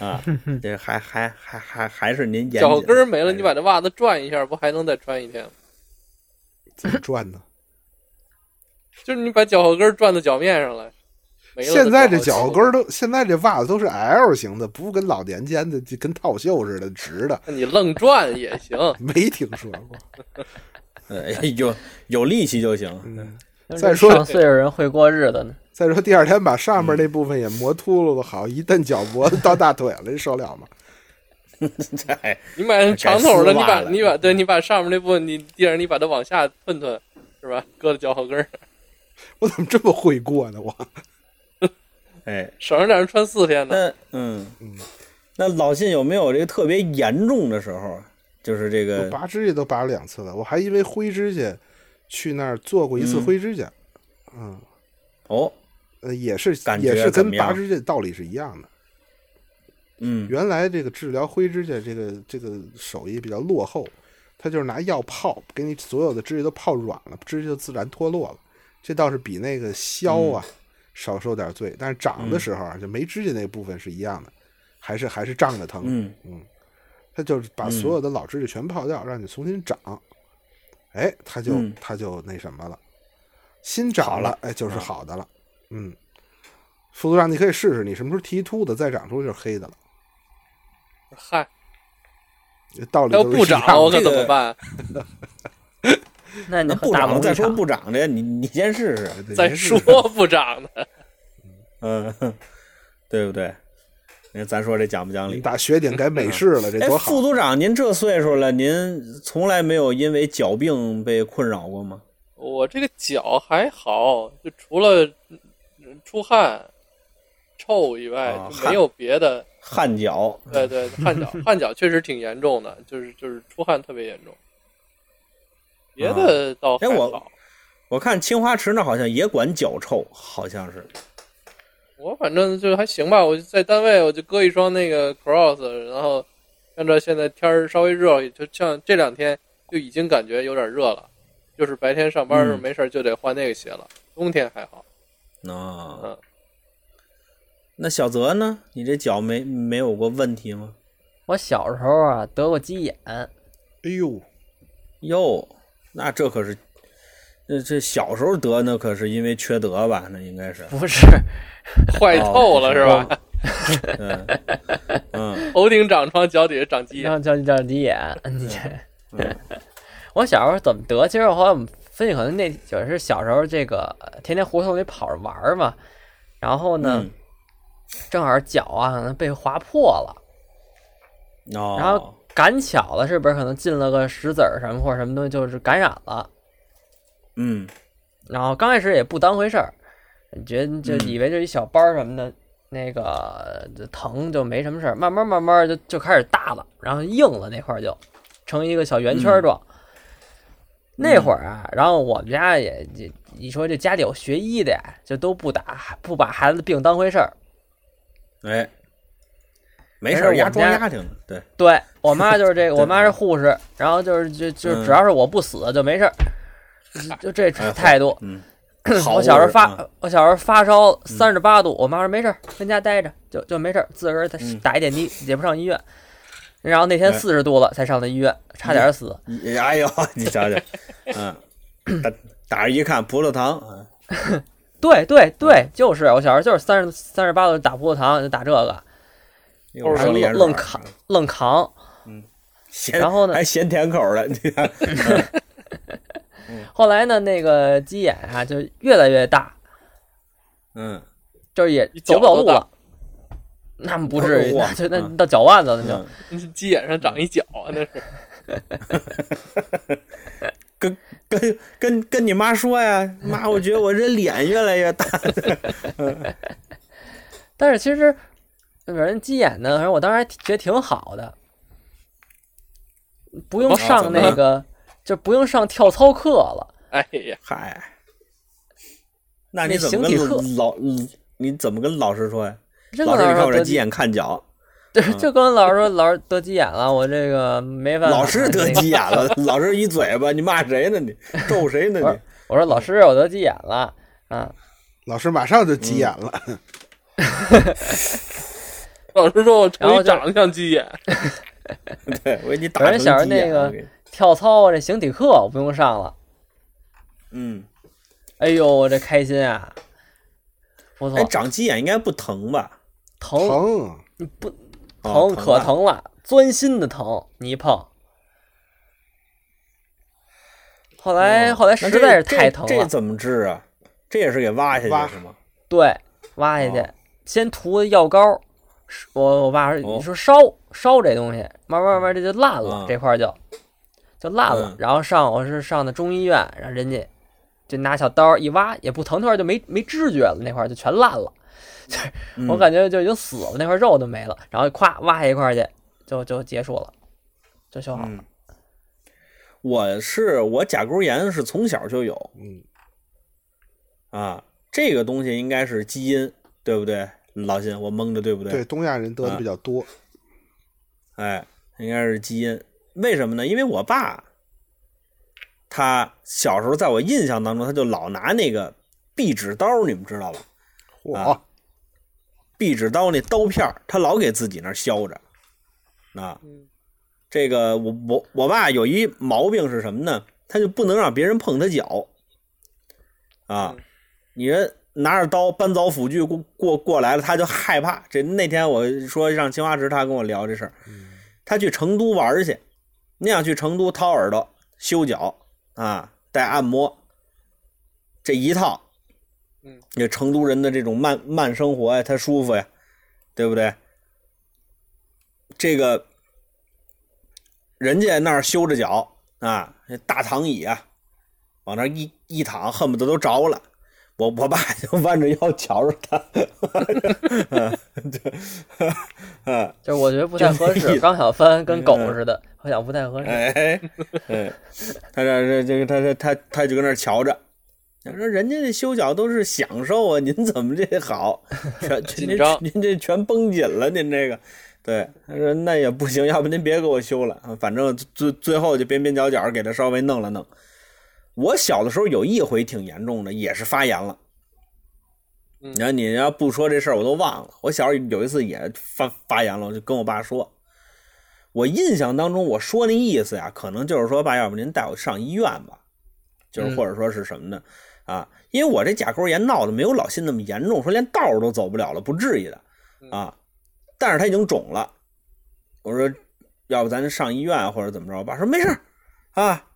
[SPEAKER 1] 啊，这还还还还还是您严谨
[SPEAKER 4] 脚后跟儿没了，
[SPEAKER 1] 哎
[SPEAKER 4] 你把这袜子转一下，不还能再穿一天吗？
[SPEAKER 3] 怎么赚呢？
[SPEAKER 4] 就是你把脚后跟儿转到脚面上来，没了。
[SPEAKER 3] 现在这
[SPEAKER 4] 再
[SPEAKER 3] 脚
[SPEAKER 4] 好
[SPEAKER 3] 后跟儿都，现在这袜子都是 L 型的，不跟老年间的就跟套袖似的直的，
[SPEAKER 4] 那你愣转也行。
[SPEAKER 3] 没听说过。
[SPEAKER 1] 呃，有有力气就行。
[SPEAKER 3] 嗯，
[SPEAKER 5] 再
[SPEAKER 3] 再说
[SPEAKER 5] 上岁数人会过日子呢，
[SPEAKER 3] 再说第二天把上
[SPEAKER 1] 嗯
[SPEAKER 3] 面那部分也磨秃噜了，好，一蹬脚脖子到大腿了，你受了吗？
[SPEAKER 1] 哎，
[SPEAKER 4] 你买长筒
[SPEAKER 1] 改丝
[SPEAKER 4] 的，你
[SPEAKER 1] 袜
[SPEAKER 4] 把
[SPEAKER 1] 了
[SPEAKER 4] 你把对你把上面那部分你地上你把它往下吞吞，是吧？搁到脚后跟儿，
[SPEAKER 3] 我怎么这么会过呢？我
[SPEAKER 1] 哎，
[SPEAKER 4] 省着点人穿四天呢。
[SPEAKER 1] 那嗯，那老信有没有这个特别严重的时候？啊就是这
[SPEAKER 3] 我
[SPEAKER 1] 个
[SPEAKER 3] 拔指甲都拔了两次了，我还因为灰指甲去那儿做过一次
[SPEAKER 1] 嗯
[SPEAKER 3] 灰指甲，嗯，
[SPEAKER 1] 哦，
[SPEAKER 3] 呃，也是
[SPEAKER 1] 感觉
[SPEAKER 3] 也是
[SPEAKER 1] 怎
[SPEAKER 3] 跟
[SPEAKER 1] 么样
[SPEAKER 3] 拔指甲道理是一样的。
[SPEAKER 1] 嗯，
[SPEAKER 3] 原来这个治疗灰指甲这个这个手艺比较落后，他就是拿药泡，给你所有的指甲都泡软了，指甲就自然脱落了。这倒是比那个削啊、少受点罪，但是长的时候啊，就没指甲那部分是一样的，还是还是胀着疼。
[SPEAKER 1] 嗯
[SPEAKER 3] 他就是把
[SPEAKER 1] 嗯
[SPEAKER 3] 所有的老指甲全泡掉，让你重新长。哎，他就
[SPEAKER 1] 嗯
[SPEAKER 3] 他就那什么了，新长了，哎，就是好的了。嗯，副组长，你可以试试，你什么时候剃秃子再长出来就是黑的了。
[SPEAKER 4] 嗨，
[SPEAKER 3] 这道理
[SPEAKER 4] 它要
[SPEAKER 3] 都是
[SPEAKER 4] 不
[SPEAKER 3] 一样
[SPEAKER 4] 长
[SPEAKER 3] 的，
[SPEAKER 4] 哎我可
[SPEAKER 1] 这
[SPEAKER 4] 怎
[SPEAKER 1] 个
[SPEAKER 4] 么办？
[SPEAKER 5] 那你
[SPEAKER 1] 那
[SPEAKER 5] 和
[SPEAKER 1] 部
[SPEAKER 5] 大
[SPEAKER 1] 长
[SPEAKER 5] 梦
[SPEAKER 1] 再
[SPEAKER 5] 一
[SPEAKER 1] 说
[SPEAKER 5] 场，
[SPEAKER 1] 部长的，你你先试试，
[SPEAKER 3] 哎对
[SPEAKER 4] 再
[SPEAKER 3] 也是
[SPEAKER 4] 说 不长呢，
[SPEAKER 1] 嗯，对不对？你看咱说这讲不讲理
[SPEAKER 3] 你？把雪顶改美式了，这
[SPEAKER 1] 哎，
[SPEAKER 3] 多好
[SPEAKER 1] 副！组长，您这岁数了，您从来没有因为脚病被困扰过吗？
[SPEAKER 4] 我我这个脚还好，就除了嗯出汗、臭以外，
[SPEAKER 1] 啊
[SPEAKER 4] 就没有别的。
[SPEAKER 1] 汗脚，
[SPEAKER 4] 对对，汗脚汗脚确实挺严重的，就是就是出汗特别严重。别的倒还
[SPEAKER 1] 哎我
[SPEAKER 4] 好，
[SPEAKER 1] 我看青花池那好像也管脚臭，好像是
[SPEAKER 4] 我反正就还行吧。我就在单位我就搁一双那个 Cross，然后按照现在天儿稍微热了，就像这两天就已经感觉有点热了，就是白天上班的时候
[SPEAKER 1] 嗯
[SPEAKER 4] 没事儿就得换那个鞋了。冬天还好。
[SPEAKER 1] 啊。
[SPEAKER 4] 嗯
[SPEAKER 1] 那小泽呢？你这脚没没有过问题吗？
[SPEAKER 5] 我小时候啊得过鸡眼，
[SPEAKER 3] 哎呦，
[SPEAKER 1] 哟，那这可是，这这小时候得那可是因为缺德吧？那应该是，
[SPEAKER 5] 不是
[SPEAKER 4] 坏透了、是 吧？
[SPEAKER 1] 嗯嗯
[SPEAKER 4] 头顶长疮，脚底下长鸡眼，
[SPEAKER 5] 让叫叫鸡眼。你这，我小时候怎么得？其实我后来我们分析，可能那就是小时候这个呃天天胡同里跑着玩儿嘛，然后呢，
[SPEAKER 1] 嗯
[SPEAKER 5] 正好脚啊可能被划破了，
[SPEAKER 1] 哦，
[SPEAKER 5] 然后赶巧了，是不是可能进了个石子儿什么或者什么东西，就是感染了。
[SPEAKER 1] 嗯
[SPEAKER 5] 然后刚开始也不当回事儿，觉得就
[SPEAKER 1] 嗯
[SPEAKER 5] 以为就一小包儿什么的，那个就疼就没什么事儿。慢慢慢慢就就开始大了，然后硬了那块儿就成一个小圆圈儿状。那会儿啊，然后我们家也也，你说这家里有学医的呀，就都不打不把孩子的病当回事儿。
[SPEAKER 1] 哎，没事儿，
[SPEAKER 5] 但是我
[SPEAKER 1] 压
[SPEAKER 5] 们
[SPEAKER 1] 装
[SPEAKER 5] 家
[SPEAKER 1] 压挺的，对，
[SPEAKER 5] 对我妈就 是这个，
[SPEAKER 1] 对
[SPEAKER 5] 我妈是护士，然后就是就就
[SPEAKER 1] 嗯
[SPEAKER 5] 只要是我不死就没事儿，就就这
[SPEAKER 1] 哎好
[SPEAKER 5] 态度。
[SPEAKER 1] 嗯，好嗯
[SPEAKER 5] 我小时候
[SPEAKER 1] 味儿
[SPEAKER 5] 发，我小时候发烧三十八度，我妈说没事儿，跟家待着就就没事儿，自个儿再
[SPEAKER 1] 嗯
[SPEAKER 5] 打一点滴，也不上医院。然后那天
[SPEAKER 1] 哎
[SPEAKER 5] 四十度了才上的医院，差点死。
[SPEAKER 1] 嗯哎呦，你瞧瞧，嗯，打打着一看葡萄糖，嗯
[SPEAKER 5] 对对对，就是我小时候就是三十三十八度打葡萄糖就打这个，
[SPEAKER 1] 一会儿
[SPEAKER 5] 然
[SPEAKER 1] 说
[SPEAKER 5] 后
[SPEAKER 1] 了也
[SPEAKER 5] 愣
[SPEAKER 1] 是
[SPEAKER 5] 愣扛愣扛。
[SPEAKER 1] 咸，
[SPEAKER 5] 然后呢
[SPEAKER 1] 还咸甜口儿的，你看，
[SPEAKER 5] 后来呢，那个鸡眼啊就越来越大，
[SPEAKER 1] 嗯，
[SPEAKER 5] 就是也
[SPEAKER 4] 你
[SPEAKER 5] 走
[SPEAKER 4] 脚
[SPEAKER 5] 不了
[SPEAKER 4] 都
[SPEAKER 5] 路
[SPEAKER 4] 大
[SPEAKER 5] 了。那不至于，
[SPEAKER 1] 哇
[SPEAKER 5] 那就那
[SPEAKER 1] 嗯
[SPEAKER 5] 到脚腕子了那就。
[SPEAKER 1] 嗯
[SPEAKER 4] 鸡眼上长一角啊，那是
[SPEAKER 1] 跟跟跟你妈说呀，妈，我觉得我这脸越来越大，
[SPEAKER 5] 但是其实，反正鸡眼呢，反正我当时还觉得挺好的，不用
[SPEAKER 1] 哦
[SPEAKER 5] 上
[SPEAKER 1] 怎么
[SPEAKER 5] 那
[SPEAKER 1] 了
[SPEAKER 5] 个，就不用上跳操课了。
[SPEAKER 4] 哎呀，
[SPEAKER 1] 嗨，那你
[SPEAKER 5] 那
[SPEAKER 1] 怎么
[SPEAKER 5] 形体课
[SPEAKER 1] 跟老嗯你怎么跟老师说呀？
[SPEAKER 5] 这
[SPEAKER 1] 老
[SPEAKER 5] 跟
[SPEAKER 1] 师，你看
[SPEAKER 5] 老
[SPEAKER 1] 我这
[SPEAKER 5] 师得
[SPEAKER 1] 鸡，眼看 脚，
[SPEAKER 5] 对，就跟老师说，老师得鸡眼了，我这个没办法。
[SPEAKER 1] 老师得
[SPEAKER 5] 那个
[SPEAKER 1] 急眼了，老师一嘴巴，你骂谁呢你？咒谁呢
[SPEAKER 5] 不是
[SPEAKER 1] 你？
[SPEAKER 5] 我说老师，我得鸡眼了啊。
[SPEAKER 3] 老师马上就急眼了，
[SPEAKER 4] 老师说我瞅
[SPEAKER 5] 然后
[SPEAKER 4] 你
[SPEAKER 5] 就
[SPEAKER 4] 长得像鸡眼，
[SPEAKER 1] 对，我给你打
[SPEAKER 5] 反
[SPEAKER 1] 成
[SPEAKER 5] 正小时候
[SPEAKER 1] 鸡眼
[SPEAKER 5] 那个
[SPEAKER 1] 我给你
[SPEAKER 5] 跳操啊这形体课我不用上了，
[SPEAKER 1] 嗯，
[SPEAKER 5] 哎呦，我这开心啊！不错
[SPEAKER 1] 哎，，长鸡眼应该不疼吧？
[SPEAKER 5] 嗯疼
[SPEAKER 3] 疼，啊
[SPEAKER 1] 哦
[SPEAKER 5] 疼可
[SPEAKER 1] 吧
[SPEAKER 5] 疼了，钻心的疼，你一碰。后来
[SPEAKER 1] 哦
[SPEAKER 5] 哎后来
[SPEAKER 1] 那
[SPEAKER 5] 实
[SPEAKER 1] 这
[SPEAKER 5] 在是
[SPEAKER 1] 这
[SPEAKER 5] 太疼
[SPEAKER 1] 这
[SPEAKER 5] 了，
[SPEAKER 1] 怎么治啊？这也是给挖下
[SPEAKER 3] 挖
[SPEAKER 1] 去是吗？
[SPEAKER 5] 对，挖下去
[SPEAKER 1] 哦，
[SPEAKER 5] 先涂药膏。是我我爸说，
[SPEAKER 1] 哦
[SPEAKER 5] 你说烧烧这东西，慢慢慢慢这就烂
[SPEAKER 1] 嗯
[SPEAKER 5] 了，这块儿就就烂了
[SPEAKER 1] 嗯。
[SPEAKER 5] 然后上我是上的中医院，然后人家就拿小刀一挖，也不疼，那块儿就没没知觉了，那块儿就全烂了。
[SPEAKER 1] 嗯
[SPEAKER 5] 我感觉就已经死了，那块肉都没了，然后咵挖下一块去，就就结束了，就修好了。
[SPEAKER 1] 嗯，我是我甲沟炎是从小就有
[SPEAKER 3] 嗯，
[SPEAKER 1] 啊，这个东西应该是基因，对不对？老辛，我蒙的对不对？
[SPEAKER 3] 对，，东亚人得的比较多，
[SPEAKER 1] 哎，应该是基因。为什么呢？因为我爸，他小时候在我印象当中，他就老拿那个壁纸刀，你们知道吧？
[SPEAKER 3] 嚯、
[SPEAKER 1] 啊壁纸刀那刀片儿，他老给自己那儿削着。啊，这个我我我爸有一毛病是什么呢？他就不能让别人碰他脚。啊
[SPEAKER 4] 嗯，
[SPEAKER 1] 你人拿着刀搬凿斧锯过过过来了，他就害怕。这那天我说让青花池，他跟我聊这事儿，
[SPEAKER 4] 嗯
[SPEAKER 1] 他去成都玩儿去，你想去成都掏耳朵、修脚啊，带按摩，这一套
[SPEAKER 4] 嗯，
[SPEAKER 1] 这成都人的这种慢慢生活呀，他舒服呀，对不对？这个人家那儿修着脚啊，那大躺椅啊，往那一一躺，恨不得都着了。我我爸就 弯着腰瞧着他， 嗯就 嗯，
[SPEAKER 5] 就是我觉得不太合
[SPEAKER 1] 就那意
[SPEAKER 5] 适，
[SPEAKER 1] 思
[SPEAKER 5] 刚想翻跟狗似的，我想不太合适。
[SPEAKER 1] 哎，哎，他这这这个他这他他就跟那儿瞧着，他说人家这修脚都是享受啊，您怎么这好， 全全
[SPEAKER 4] 紧张
[SPEAKER 1] 您您这全绷紧了，您这个，对，他说那也不行，要不您别给我修了，啊反正最最后就边边角角给他稍微弄了弄。我小的时候有一回挺严重的，也是发炎了。
[SPEAKER 4] 嗯
[SPEAKER 1] 你要你要不说这事儿，我都忘了。我小时候有一次也发发炎了，我就跟我爸说，我印象当中，我说那意思呀，可能就是说，爸，要不您带我上医院吧，就是
[SPEAKER 4] 嗯
[SPEAKER 1] 或者说是什么呢？啊，因为我这甲沟炎闹的没有老辛那么严重，说连道儿都走不了了，不至于的啊。但是它已经肿了，我说，要不咱上医院或者怎么着？我爸说没事儿啊，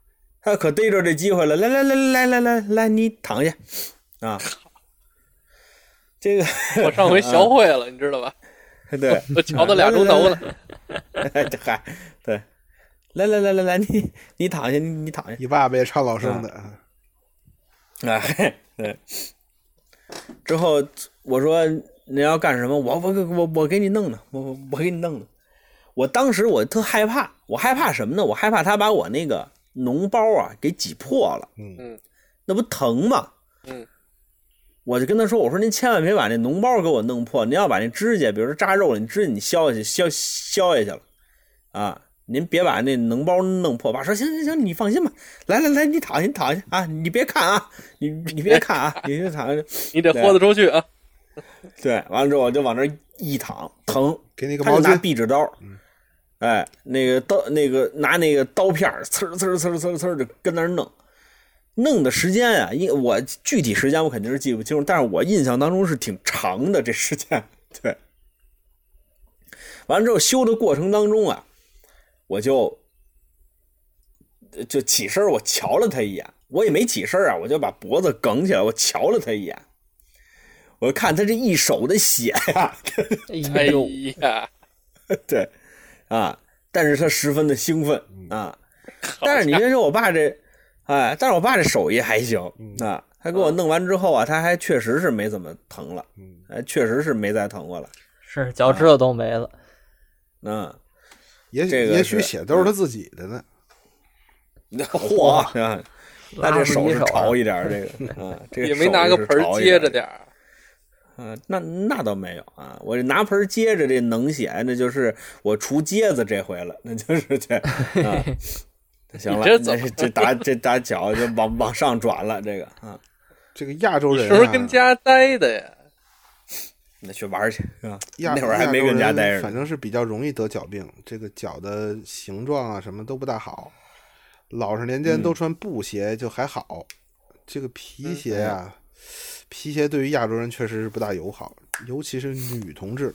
[SPEAKER 1] 他可逮着这机会了，来来来来来来来，你躺下啊。这个
[SPEAKER 4] 我上回小会了，你知道吧？
[SPEAKER 1] 对，
[SPEAKER 4] 我瞧到俩钟头呢。
[SPEAKER 1] 这嗨，对，来来来来来，你你躺下，你你躺下。
[SPEAKER 3] 你爸爸也唱老生的，啊
[SPEAKER 1] 哎，嘿对。之后我说你要干什么？我我我我给你弄呢，我我我给你弄呢。我当时我特害怕，我害怕什么呢？我害怕他把我那个脓包啊给挤破了，
[SPEAKER 3] 嗯
[SPEAKER 1] 那不疼吗？
[SPEAKER 4] 嗯。
[SPEAKER 1] 我就跟他说：“我说您千万别把那脓包给我弄破，您要把那指甲，比如说扎肉了，你指甲你削下去，削削下去了，啊，您别把那脓包弄破。”爸说：“行行行，你放心吧，来来来，你躺下，你躺下啊，你别看啊，你你别看啊，你就躺下。
[SPEAKER 4] 你得豁得出去啊！”
[SPEAKER 1] 对，完了之后我就往那儿一躺，疼，
[SPEAKER 3] 给你个
[SPEAKER 1] 他
[SPEAKER 3] 毛
[SPEAKER 1] 就拿
[SPEAKER 3] 巾，嗯
[SPEAKER 1] 壁纸刀，哎，那个刀那个拿那个刀片儿呲儿呲儿呲儿呲儿呲儿就跟那儿弄，弄的时间啊，因我具体时间我肯定是记不清楚，但是我印象当中是挺长的这时间，对。完了之后修的过程当中啊，我就就起身儿，我瞧了他一眼，我也没起身儿啊，我就把脖子梗起来，我瞧了他一眼。我看他这一手的血呀、
[SPEAKER 5] 哎
[SPEAKER 4] 哎
[SPEAKER 5] 呦，
[SPEAKER 4] 呀，
[SPEAKER 1] 对，啊，但是他十分的兴奋
[SPEAKER 4] 嗯
[SPEAKER 1] 啊。但是你别说我爸这，哎，但是我爸这手艺还行
[SPEAKER 4] 嗯
[SPEAKER 1] 啊。他给我弄完之后啊，他还确实是没怎么疼了，
[SPEAKER 3] 嗯，
[SPEAKER 1] 哎，确实是没再疼过了。
[SPEAKER 5] 是脚趾头都没了。
[SPEAKER 1] 嗯，
[SPEAKER 3] 也许
[SPEAKER 1] 这个
[SPEAKER 3] 也许
[SPEAKER 1] 是
[SPEAKER 3] 血都是他自己的呢，
[SPEAKER 1] 嚯 啊！那这手是潮一点儿，这个 啊，这个
[SPEAKER 4] 啊也没拿个盆儿接着点儿。
[SPEAKER 1] 啊，那那倒没有啊，我这拿盆儿接着这能写，那就是我除疖子这回了，那就是 这啊，行了，
[SPEAKER 4] 你
[SPEAKER 1] 那
[SPEAKER 4] 这怎
[SPEAKER 1] 这
[SPEAKER 4] 么
[SPEAKER 1] 这打这打脚就往往上转了，这个啊，
[SPEAKER 3] 这个亚洲
[SPEAKER 4] 你
[SPEAKER 3] 人、啊，
[SPEAKER 4] 是不是跟家待的呀？
[SPEAKER 1] 那去玩儿去啊，
[SPEAKER 3] 亚
[SPEAKER 1] 那会儿还没跟家待着呢
[SPEAKER 3] 反正是比较容易得脚病，这个脚的形状啊什么都不大好。老是年
[SPEAKER 1] 嗯
[SPEAKER 3] 间都穿布鞋就还好，这个
[SPEAKER 1] 哎
[SPEAKER 3] 皮鞋啊，皮鞋对于亚洲人确实是不大友好，尤其是女同志。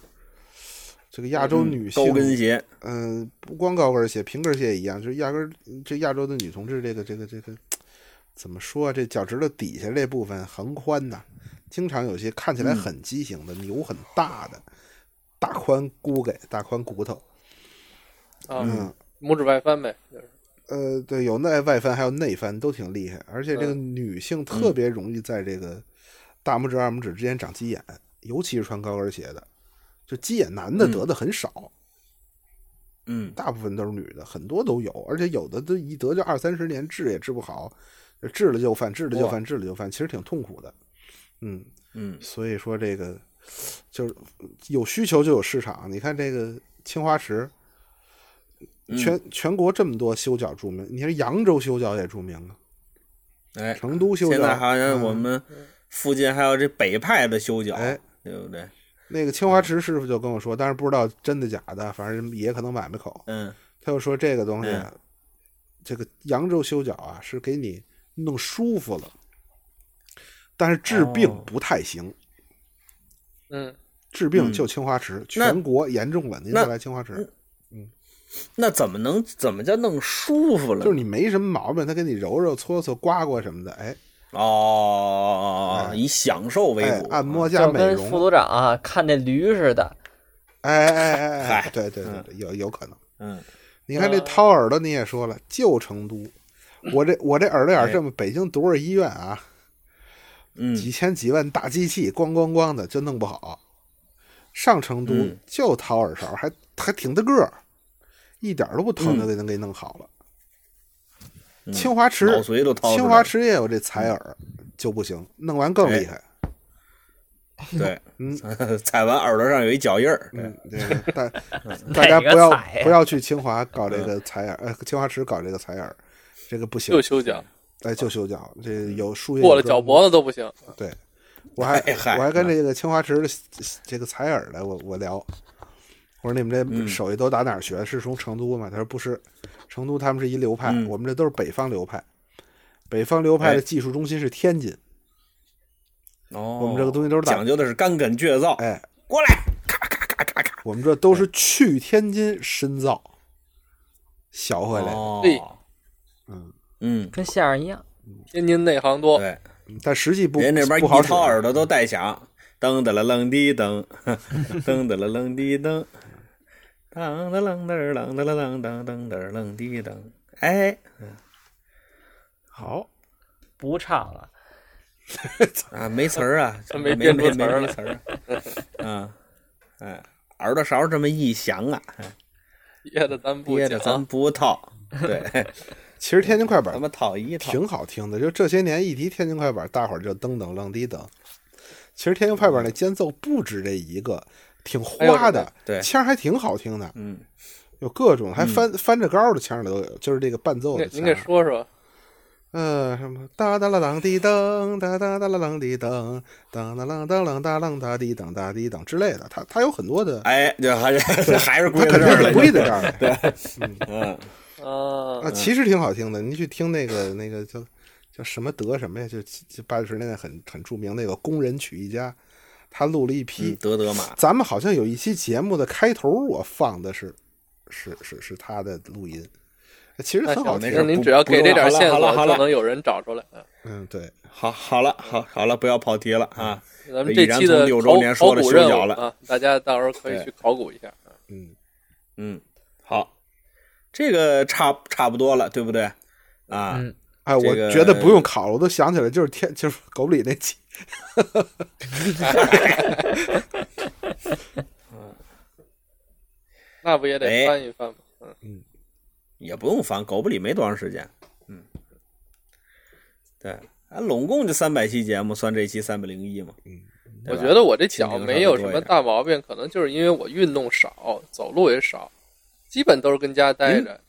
[SPEAKER 3] 这个亚洲女性，
[SPEAKER 1] 嗯高跟鞋，
[SPEAKER 3] 嗯、不光高跟鞋，平跟鞋也一样，就是压根儿这亚洲的女同志，这个这个这个怎么说啊？这脚趾头底下这部分横宽呐、经常有些看起
[SPEAKER 1] 嗯
[SPEAKER 3] 来很畸形的、牛很大的大宽骨给、大宽骨头，
[SPEAKER 4] 啊，
[SPEAKER 3] 嗯，
[SPEAKER 4] 拇指外翻呗，就是
[SPEAKER 3] 呃，对，有内外翻，还有内翻，都挺厉害。而且这个女性特
[SPEAKER 1] 嗯
[SPEAKER 3] 别容易在这个大拇指、二拇指之间长鸡眼，尤其是穿高跟鞋的，就鸡眼男的
[SPEAKER 1] 嗯
[SPEAKER 3] 得的很少。
[SPEAKER 1] 嗯，
[SPEAKER 3] 大部分都是女的，很多都有，而且有的都一得就二三十年，治也治不好，治了就犯，治了就犯，治了就犯，其实挺痛苦的。嗯，
[SPEAKER 1] 嗯，
[SPEAKER 3] 所以说这个就是有需求就有市场。你看这个青花瓷，
[SPEAKER 1] 嗯
[SPEAKER 3] 全全国这么多修脚著名，你看扬州修脚也著名啊，
[SPEAKER 1] 哎，
[SPEAKER 3] 成都修脚，
[SPEAKER 1] 现在好像
[SPEAKER 3] 嗯
[SPEAKER 1] 我们附近还有这北派的修脚，
[SPEAKER 3] 哎
[SPEAKER 1] 对不对？
[SPEAKER 3] 那个青花瓷师傅就跟我说，但是不知道真的假的，反正也可能买卖口。
[SPEAKER 1] 嗯，
[SPEAKER 3] 他又说这个东西，
[SPEAKER 1] 嗯
[SPEAKER 3] 这个扬州修脚啊，是给你弄舒服了，但是治病
[SPEAKER 1] 哦
[SPEAKER 3] 不太行，
[SPEAKER 4] 嗯，
[SPEAKER 3] 治病
[SPEAKER 1] 嗯
[SPEAKER 3] 就青花瓷，
[SPEAKER 1] 那
[SPEAKER 3] 全国严重了，您
[SPEAKER 1] 那嗯
[SPEAKER 3] 就来青花瓷，
[SPEAKER 1] 那怎么能怎么叫弄舒服了呢？
[SPEAKER 3] 就是你没什么毛病，他给你揉揉、搓搓、刮刮什么的，哎，
[SPEAKER 1] 哦，
[SPEAKER 3] 哎
[SPEAKER 1] 以享受为
[SPEAKER 3] 哎
[SPEAKER 1] 主，啊
[SPEAKER 3] 按摩加
[SPEAKER 5] 就
[SPEAKER 3] 美
[SPEAKER 5] 跟副
[SPEAKER 3] 容，
[SPEAKER 5] 组长啊看那驴似的，
[SPEAKER 3] 哎哎哎哎，
[SPEAKER 1] 嗨
[SPEAKER 3] 对对对，对有有可能。
[SPEAKER 1] 嗯，
[SPEAKER 3] 你看这掏耳朵，你也说了，就成都，我这我这耳朵眼儿
[SPEAKER 1] 哎
[SPEAKER 3] 这么，北京多少医院啊，
[SPEAKER 1] 嗯
[SPEAKER 3] 几千几万大机器咣咣咣的就弄不好。上成都
[SPEAKER 1] 嗯
[SPEAKER 3] 就掏耳勺，还还挺大个儿，一点儿都不疼就给能给弄好了。
[SPEAKER 1] 嗯
[SPEAKER 3] 清华池
[SPEAKER 1] 脑髓都掏出来
[SPEAKER 3] 清
[SPEAKER 1] 了
[SPEAKER 3] 华池也有这采耳，就不行，弄完更厉害。
[SPEAKER 1] 哎 对，
[SPEAKER 3] 嗯，
[SPEAKER 1] 踩完耳朵上有一脚印儿，对
[SPEAKER 3] 嗯，对， 大
[SPEAKER 1] 嗯
[SPEAKER 3] 大家不要
[SPEAKER 5] 哪个踩呀
[SPEAKER 3] 不要去清华搞这个采耳，呃，清华池搞这个采耳，这个不行
[SPEAKER 4] 就，修脚，
[SPEAKER 3] 哎，就修脚，这
[SPEAKER 1] 嗯
[SPEAKER 3] 有术业
[SPEAKER 4] 过了
[SPEAKER 3] 有专
[SPEAKER 4] 脚
[SPEAKER 3] 攻
[SPEAKER 4] 脖子都不行。
[SPEAKER 3] 我还
[SPEAKER 1] 哎嗨
[SPEAKER 3] 我还跟这个清华池的这个采耳的我我聊，我说你们这
[SPEAKER 1] 嗯
[SPEAKER 3] 手艺都打哪儿学？是从成都吗？他说不是，成都他们是一流派，
[SPEAKER 1] 嗯
[SPEAKER 3] 我们这都是北方流派。北方流派
[SPEAKER 1] 哎
[SPEAKER 3] 的技术中心是天津，
[SPEAKER 1] 哦，
[SPEAKER 3] 我们这个东西都是打
[SPEAKER 1] 讲究的是干梗倔造，
[SPEAKER 3] 哎，
[SPEAKER 1] 过来，咔咔咔咔咔，
[SPEAKER 3] 我们这都是去天津深造，学回来的。
[SPEAKER 1] 哦
[SPEAKER 4] 对
[SPEAKER 3] 嗯
[SPEAKER 1] 嗯，
[SPEAKER 5] 跟相声一样。
[SPEAKER 4] 天津内行多，
[SPEAKER 1] 对，
[SPEAKER 3] 但实际不
[SPEAKER 1] 人那边
[SPEAKER 3] 不好
[SPEAKER 1] 一
[SPEAKER 3] 使
[SPEAKER 1] 掏耳朵都带响，噔的了楞滴噔， 噔的了楞滴噔，噔的楞的儿楞的了楞噔噔的儿楞滴噔，哎
[SPEAKER 3] 好，
[SPEAKER 5] 不唱了，
[SPEAKER 1] 啊，没词儿啊，
[SPEAKER 4] 他
[SPEAKER 1] 没
[SPEAKER 4] 没
[SPEAKER 1] 没没
[SPEAKER 4] 变出
[SPEAKER 1] 没
[SPEAKER 4] 词儿
[SPEAKER 1] 没词儿啊， 啊，哎，耳朵勺这么一响啊，
[SPEAKER 4] 憋的咱不
[SPEAKER 1] 憋着咱
[SPEAKER 4] 讲。
[SPEAKER 1] 不套， 对，
[SPEAKER 3] 其实天津快板
[SPEAKER 1] 咱们套一套，
[SPEAKER 3] 挺好听的，就这些年一提天津快板，大伙儿就噔噔愣滴噔。其实天津快板那间奏不止这一个，挺花的，
[SPEAKER 1] 哎对，
[SPEAKER 3] 腔还挺好听的，
[SPEAKER 1] 嗯，
[SPEAKER 3] 有各种还翻、翻着高的腔儿都有，就是这个伴奏的
[SPEAKER 4] 您
[SPEAKER 3] 腔
[SPEAKER 4] 您
[SPEAKER 3] 儿。
[SPEAKER 4] 给说说，
[SPEAKER 3] 呃，什么哒哒啦啷滴噔，哒哒哒啦啷滴噔，噔哒啷当啷哒啷哒滴噔哒滴噔之类的，它它有很多的，
[SPEAKER 1] 哎，这还是还是
[SPEAKER 3] 它
[SPEAKER 1] 归到
[SPEAKER 3] 肯
[SPEAKER 1] 这
[SPEAKER 3] 定
[SPEAKER 1] 儿
[SPEAKER 3] 是
[SPEAKER 1] 了，
[SPEAKER 3] 归在这儿的。
[SPEAKER 1] 嗯，
[SPEAKER 4] 啊
[SPEAKER 3] 啊，，其实挺好听的。您去听那个那个叫叫什么德什么呀？就就八九十年代很很著名那个工人曲艺家，他录了一
[SPEAKER 4] 嗯
[SPEAKER 3] 批。
[SPEAKER 1] 嗯德德玛，
[SPEAKER 3] 咱们好像有一期节目的开头，我放的是是是是他的录音，其实
[SPEAKER 4] 哎那
[SPEAKER 3] 很好
[SPEAKER 4] 行，没
[SPEAKER 1] 没。
[SPEAKER 3] 听
[SPEAKER 1] 事
[SPEAKER 4] 事，您
[SPEAKER 1] 不
[SPEAKER 4] 只要给
[SPEAKER 1] 不
[SPEAKER 4] 这
[SPEAKER 1] 用了
[SPEAKER 4] 点线
[SPEAKER 1] 好
[SPEAKER 4] 索，
[SPEAKER 1] 了好了
[SPEAKER 4] 就能有人找出来。嗯
[SPEAKER 3] 嗯，对，
[SPEAKER 1] 好，好了，好，好了，不要跑题了啊！
[SPEAKER 4] 咱们这期的
[SPEAKER 1] 已然从六周
[SPEAKER 4] 考
[SPEAKER 1] 年
[SPEAKER 4] 考
[SPEAKER 1] 说了
[SPEAKER 4] 古
[SPEAKER 1] 修
[SPEAKER 4] 任
[SPEAKER 1] 脚
[SPEAKER 4] 务
[SPEAKER 1] 了
[SPEAKER 4] 啊，大家到时候可以
[SPEAKER 1] 对
[SPEAKER 4] 去考古一下。
[SPEAKER 3] 嗯，
[SPEAKER 1] 嗯，好，这个差差不多了，对不对？啊，
[SPEAKER 5] 嗯，
[SPEAKER 3] 哎，我
[SPEAKER 1] 这个
[SPEAKER 3] 觉得不用考了，我都想起来，就是天就是狗不理那期。
[SPEAKER 4] 那不也
[SPEAKER 1] 哎
[SPEAKER 4] 得翻一翻吗？嗯，
[SPEAKER 1] 也不用烦，狗不理没多长时间。嗯，对，啊，拢共就三百期节目，算这期三百零一嘛。嗯，
[SPEAKER 4] 我觉得我这
[SPEAKER 1] 心
[SPEAKER 4] 脚
[SPEAKER 1] 灵
[SPEAKER 4] 没
[SPEAKER 1] 上
[SPEAKER 4] 有
[SPEAKER 1] 会
[SPEAKER 4] 什
[SPEAKER 1] 多一
[SPEAKER 4] 么
[SPEAKER 1] 点
[SPEAKER 4] 大毛病，可能就是因为我运动少，走路也少，基本都是跟家待着。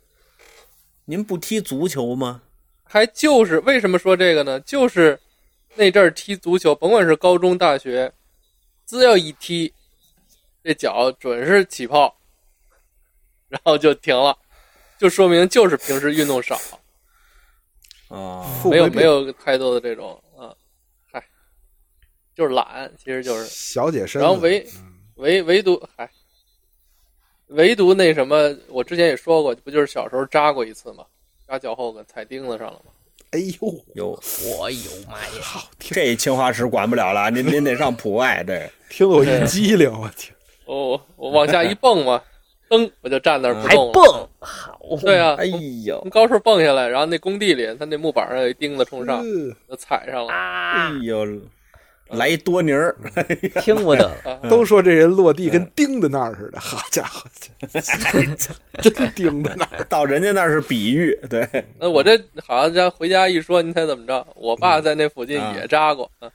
[SPEAKER 1] 您不踢足球吗？
[SPEAKER 4] 还就是为什么说这个呢？就是那阵儿踢足球，甭管是高中、大学，只要一踢，这脚准是起泡，然后就停了，就说明就是平时运动少，
[SPEAKER 1] 啊、
[SPEAKER 3] 富
[SPEAKER 4] 哦没有
[SPEAKER 3] 贵病
[SPEAKER 4] 没有太多的这种啊，嗨，就是懒，其实就是，
[SPEAKER 3] 小姐身子，
[SPEAKER 4] 然后唯唯唯独嗨，唯独那什么，我之前也说过，不就是小时候扎过一次嘛，扎脚后跟踩钉子上了嘛，
[SPEAKER 3] 哎呦，
[SPEAKER 1] 有
[SPEAKER 5] 我有妈耶！
[SPEAKER 1] 这清华池管不了了，您您得上普外这。
[SPEAKER 3] 听得我一激灵，我天，
[SPEAKER 4] 哦，我往下 一蹦嘛，噔，我就站那儿不
[SPEAKER 5] 还
[SPEAKER 4] 动了。
[SPEAKER 5] 蹦，好，
[SPEAKER 4] 对啊，
[SPEAKER 1] 哎呦
[SPEAKER 4] 从，高处蹦下来，然后那工地里，他那木板上有一钉子冲上，
[SPEAKER 3] 嗯
[SPEAKER 4] 就踩上了。
[SPEAKER 1] 哎呦，来一多泥 儿，
[SPEAKER 5] 听 不得了，
[SPEAKER 4] 嗯
[SPEAKER 3] 都说这人落地跟钉在那儿似的，好家伙，真钉在那儿。
[SPEAKER 1] 到人家那儿是比喻，对。
[SPEAKER 4] 那我这好像家回家一说，您猜怎么着？我爸在那附近
[SPEAKER 1] 嗯
[SPEAKER 4] 也扎过，嗯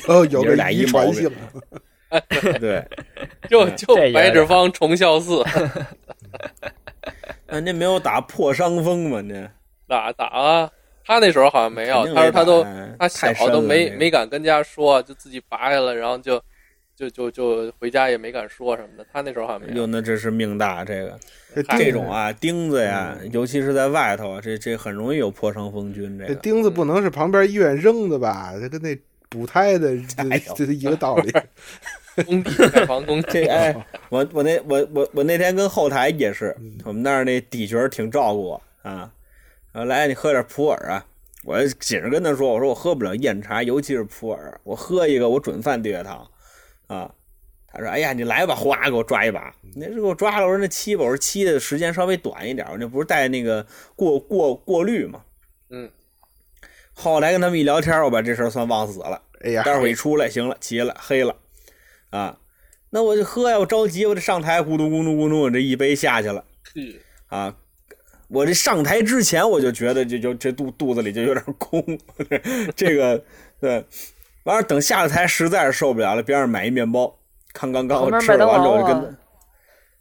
[SPEAKER 3] 有哦有
[SPEAKER 1] 爷儿
[SPEAKER 3] 个
[SPEAKER 1] 俩
[SPEAKER 3] 遗
[SPEAKER 1] 一毛
[SPEAKER 3] 传
[SPEAKER 1] 病
[SPEAKER 3] 性，
[SPEAKER 1] 对，
[SPEAKER 4] 就
[SPEAKER 1] 哎
[SPEAKER 4] 就
[SPEAKER 5] 这有
[SPEAKER 4] 白
[SPEAKER 5] 点
[SPEAKER 4] 志芳崇孝寺
[SPEAKER 1] 那您没有打破伤风吗？您
[SPEAKER 4] 打打啊。他那时候好像没
[SPEAKER 1] 肯，
[SPEAKER 4] 有
[SPEAKER 1] 定
[SPEAKER 4] 他说他都
[SPEAKER 1] 没打
[SPEAKER 4] 他
[SPEAKER 1] 太
[SPEAKER 4] 小
[SPEAKER 1] 深
[SPEAKER 4] 都
[SPEAKER 1] 了
[SPEAKER 4] 没
[SPEAKER 1] 那个
[SPEAKER 4] 没敢跟家说，就自己拔下来，然后就就就就回家也没敢说什么的。他那时候好像没有
[SPEAKER 1] 哟，，那这是命大，这个
[SPEAKER 3] 这
[SPEAKER 4] 哎
[SPEAKER 1] 这
[SPEAKER 3] 钉
[SPEAKER 1] 种啊，钉子呀，
[SPEAKER 4] 嗯
[SPEAKER 1] 尤其是在外头啊，这这很容易有破伤风菌。这
[SPEAKER 3] 这
[SPEAKER 1] 个
[SPEAKER 3] 钉子不能是旁边医院扔的吧？这跟那补胎的 这
[SPEAKER 1] 哎呦
[SPEAKER 3] 这是一个 道理。
[SPEAKER 4] 工地盖房 工
[SPEAKER 1] 这
[SPEAKER 4] 地
[SPEAKER 1] 哎，我我那我我我那天跟后台也是，我们那儿那底角儿挺照顾我啊，然后来你喝点普洱啊，我紧着跟他说，我说我喝不了燕茶，尤其是普洱，我喝一个我准犯低血糖啊。他说：“哎呀，你来吧，哗，给我抓一把。那是给我抓了。我说那七吧，我说七的时间稍微短一点，我那不是带那个过过过滤嘛。
[SPEAKER 4] 嗯，
[SPEAKER 1] 后来跟他们一聊天，我把这事儿算忘死了。
[SPEAKER 3] 哎呀，
[SPEAKER 1] 待会儿一出来，行了，齐了，黑了，啊，那我就喝呀，我着急，我这上台咕嘟咕嘟咕嘟，我这一杯下去了
[SPEAKER 4] 嗯
[SPEAKER 1] 啊。我这上台之前我就觉得就就这肚肚子里就有点空， 这个对，完了等下了台实在是受不了了，边上买一面包，康刚刚
[SPEAKER 5] 旁
[SPEAKER 1] 我
[SPEAKER 5] 边
[SPEAKER 1] 吃
[SPEAKER 5] 麦
[SPEAKER 1] 了
[SPEAKER 5] 当
[SPEAKER 1] 完之后
[SPEAKER 5] 劳
[SPEAKER 1] 就跟
[SPEAKER 5] 啊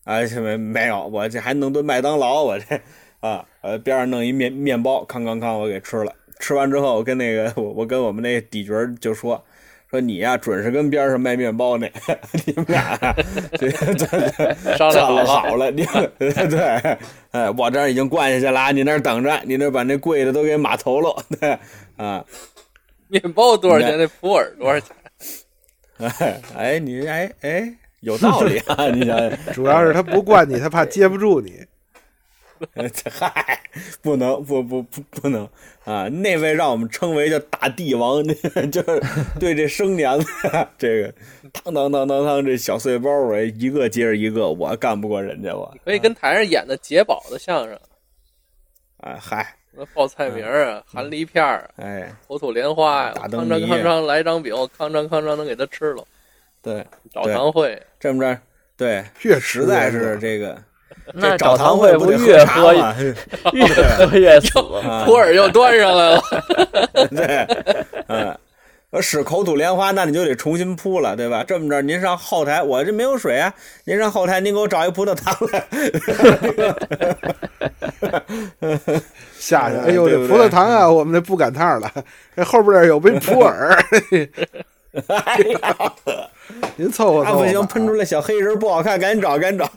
[SPEAKER 1] 他，，哎，没没有，我这还能顿麦当劳，我这啊呃边上弄一面面包，康康康，我给吃了。吃完之后，我跟那个我我跟我们那底角儿就说说你呀、准是跟边上卖面包那， 你们俩啊这这
[SPEAKER 4] 商量
[SPEAKER 1] 算了
[SPEAKER 4] 好了，
[SPEAKER 1] 好了，你 们对，哎，我这儿已经灌下去了啊，你那儿等着，你那儿把那贵的都给码头了，对啊，
[SPEAKER 4] 面包多少钱？那普洱多少钱？
[SPEAKER 1] 嗯哎哎你哎哎有道理啊，你想想。
[SPEAKER 3] 主要是他不惯你，他怕接不住你。
[SPEAKER 1] 这嗨，不能，不不不不能啊！那位让我们称为叫大帝王， 就是对这生娘子这个当当当当当这小碎包，我一个接着一个，我干不过人家我。
[SPEAKER 4] 可以跟台上演的解饱的相声，
[SPEAKER 1] 哎嗨，
[SPEAKER 4] 什么报
[SPEAKER 1] 嗯
[SPEAKER 4] 菜名儿啊、含梨片儿啊、
[SPEAKER 1] 哎
[SPEAKER 4] 口吐莲花呀，
[SPEAKER 1] 打
[SPEAKER 4] 康
[SPEAKER 1] 灯
[SPEAKER 4] 张
[SPEAKER 1] 谜
[SPEAKER 4] 康张来张饼，康张康张能给他吃了，
[SPEAKER 1] 对，
[SPEAKER 4] 找
[SPEAKER 1] 对
[SPEAKER 4] 堂会。
[SPEAKER 1] 这么着，对，
[SPEAKER 3] 越
[SPEAKER 1] 实在是这个
[SPEAKER 5] 那
[SPEAKER 1] 找
[SPEAKER 5] 澡堂
[SPEAKER 1] 会不
[SPEAKER 5] 会不
[SPEAKER 1] 得
[SPEAKER 5] 越嗯
[SPEAKER 1] 茶
[SPEAKER 5] 喝
[SPEAKER 1] 吗？
[SPEAKER 5] 越喝越死吗？
[SPEAKER 1] 啊
[SPEAKER 4] 普洱又端上来 了，
[SPEAKER 1] 对，嗯， 我使口吐莲花，那你就得重新铺了，对吧？这么着，您上后台，我这没有水啊，您上后台，您给我找一葡萄糖来。
[SPEAKER 3] 下去，
[SPEAKER 1] 嗯
[SPEAKER 3] 哎呦，
[SPEAKER 1] 对
[SPEAKER 3] 这
[SPEAKER 1] 不
[SPEAKER 3] 葡
[SPEAKER 1] 对
[SPEAKER 3] 萄糖啊，我们这不赶趟了，这后边有杯普洱，
[SPEAKER 5] 哎
[SPEAKER 1] 那
[SPEAKER 3] 您凑合凑合
[SPEAKER 1] 不
[SPEAKER 3] 吧。
[SPEAKER 1] 行，喷出来小黑人不好看，赶紧找，赶紧找。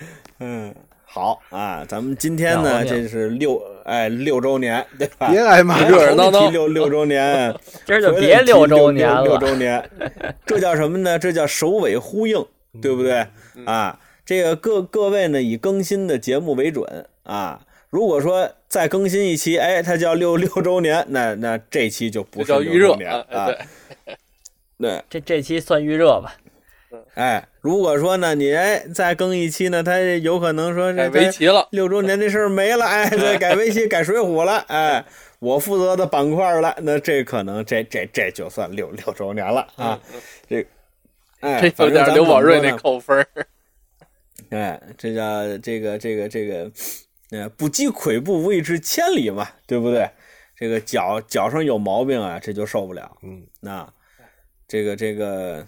[SPEAKER 1] 嗯，好啊，咱们今天
[SPEAKER 5] 老
[SPEAKER 1] 呢，
[SPEAKER 5] 命
[SPEAKER 1] 这是六哎六周年，对吧？
[SPEAKER 3] 别挨骂，
[SPEAKER 4] 热热闹闹
[SPEAKER 1] 提六六周年，
[SPEAKER 5] 今儿
[SPEAKER 1] 回
[SPEAKER 5] 就
[SPEAKER 1] 来
[SPEAKER 5] 别
[SPEAKER 1] 提
[SPEAKER 5] 六周年
[SPEAKER 1] 六
[SPEAKER 5] 了，
[SPEAKER 1] 周年，这叫什么呢？这叫首尾呼应，对不对？
[SPEAKER 4] 嗯
[SPEAKER 1] 啊，这个各各位呢以更新的节目为准啊。如果说再更新一期，哎，它叫六六周年，那那这期就不
[SPEAKER 4] 这
[SPEAKER 1] 是
[SPEAKER 4] 叫预
[SPEAKER 1] 六
[SPEAKER 4] 热
[SPEAKER 1] 周年
[SPEAKER 4] 啊！
[SPEAKER 1] 啊
[SPEAKER 4] 哎，
[SPEAKER 1] 对。
[SPEAKER 5] 这这期算预热吧，
[SPEAKER 1] 哎，如果说呢，你哎再更一期呢，他有可能说
[SPEAKER 4] 对，
[SPEAKER 1] 是
[SPEAKER 4] 改围
[SPEAKER 1] 他
[SPEAKER 4] 棋了，
[SPEAKER 1] 六周年这事儿没了，哎，对，改围棋、改水浒了，哎，我负责的板块了，那这可能这这这就算六六周年了啊，这哎，
[SPEAKER 4] 嗯这有
[SPEAKER 1] 反正
[SPEAKER 4] 点
[SPEAKER 1] 咱
[SPEAKER 4] 刘
[SPEAKER 1] 怎么
[SPEAKER 4] 宝瑞
[SPEAKER 1] 说
[SPEAKER 4] 那
[SPEAKER 1] 呢
[SPEAKER 4] 扣分儿。
[SPEAKER 1] 哎，这叫这个这个这个，呃，不积跬步，无以至千里嘛，对不对？这个脚脚上有毛病啊，这就受不了。
[SPEAKER 3] 嗯，
[SPEAKER 1] 那这个这个，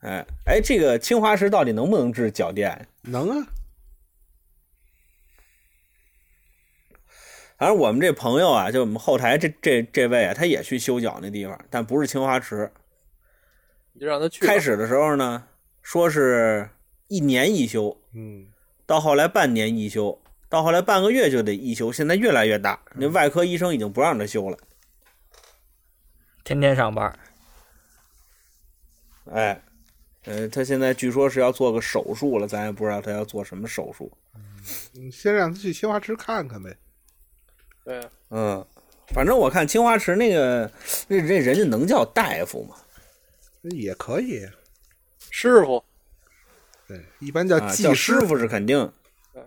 [SPEAKER 1] 哎哎，这个青花瓷到底能不能治脚垫？
[SPEAKER 3] 能啊，
[SPEAKER 1] 反正我们这朋友啊，就我们后台这这这位啊，他也去修脚那地方，但不是青花瓷。
[SPEAKER 4] 你就让他去吧。
[SPEAKER 1] 开始的时候呢，说是一年一修，
[SPEAKER 3] 嗯，
[SPEAKER 1] 到后来半年一修，到后来半个月就得一修，现在越来越大，那外科医生已经不让他修了。
[SPEAKER 5] 天天上班，
[SPEAKER 1] 哎，呃，他现在据说是要做个手术了，咱也不知道他要做什么手术。
[SPEAKER 3] 你嗯先让他去青花池看看呗。
[SPEAKER 4] 对，
[SPEAKER 1] 嗯，反正我看青花瓷那个，那那人家能叫大夫吗？
[SPEAKER 3] 也可以，
[SPEAKER 4] 师傅，
[SPEAKER 3] 对，一般叫
[SPEAKER 1] 啊，
[SPEAKER 3] 呃技
[SPEAKER 1] 叫
[SPEAKER 3] 师
[SPEAKER 1] 师，傅是肯定
[SPEAKER 4] 对。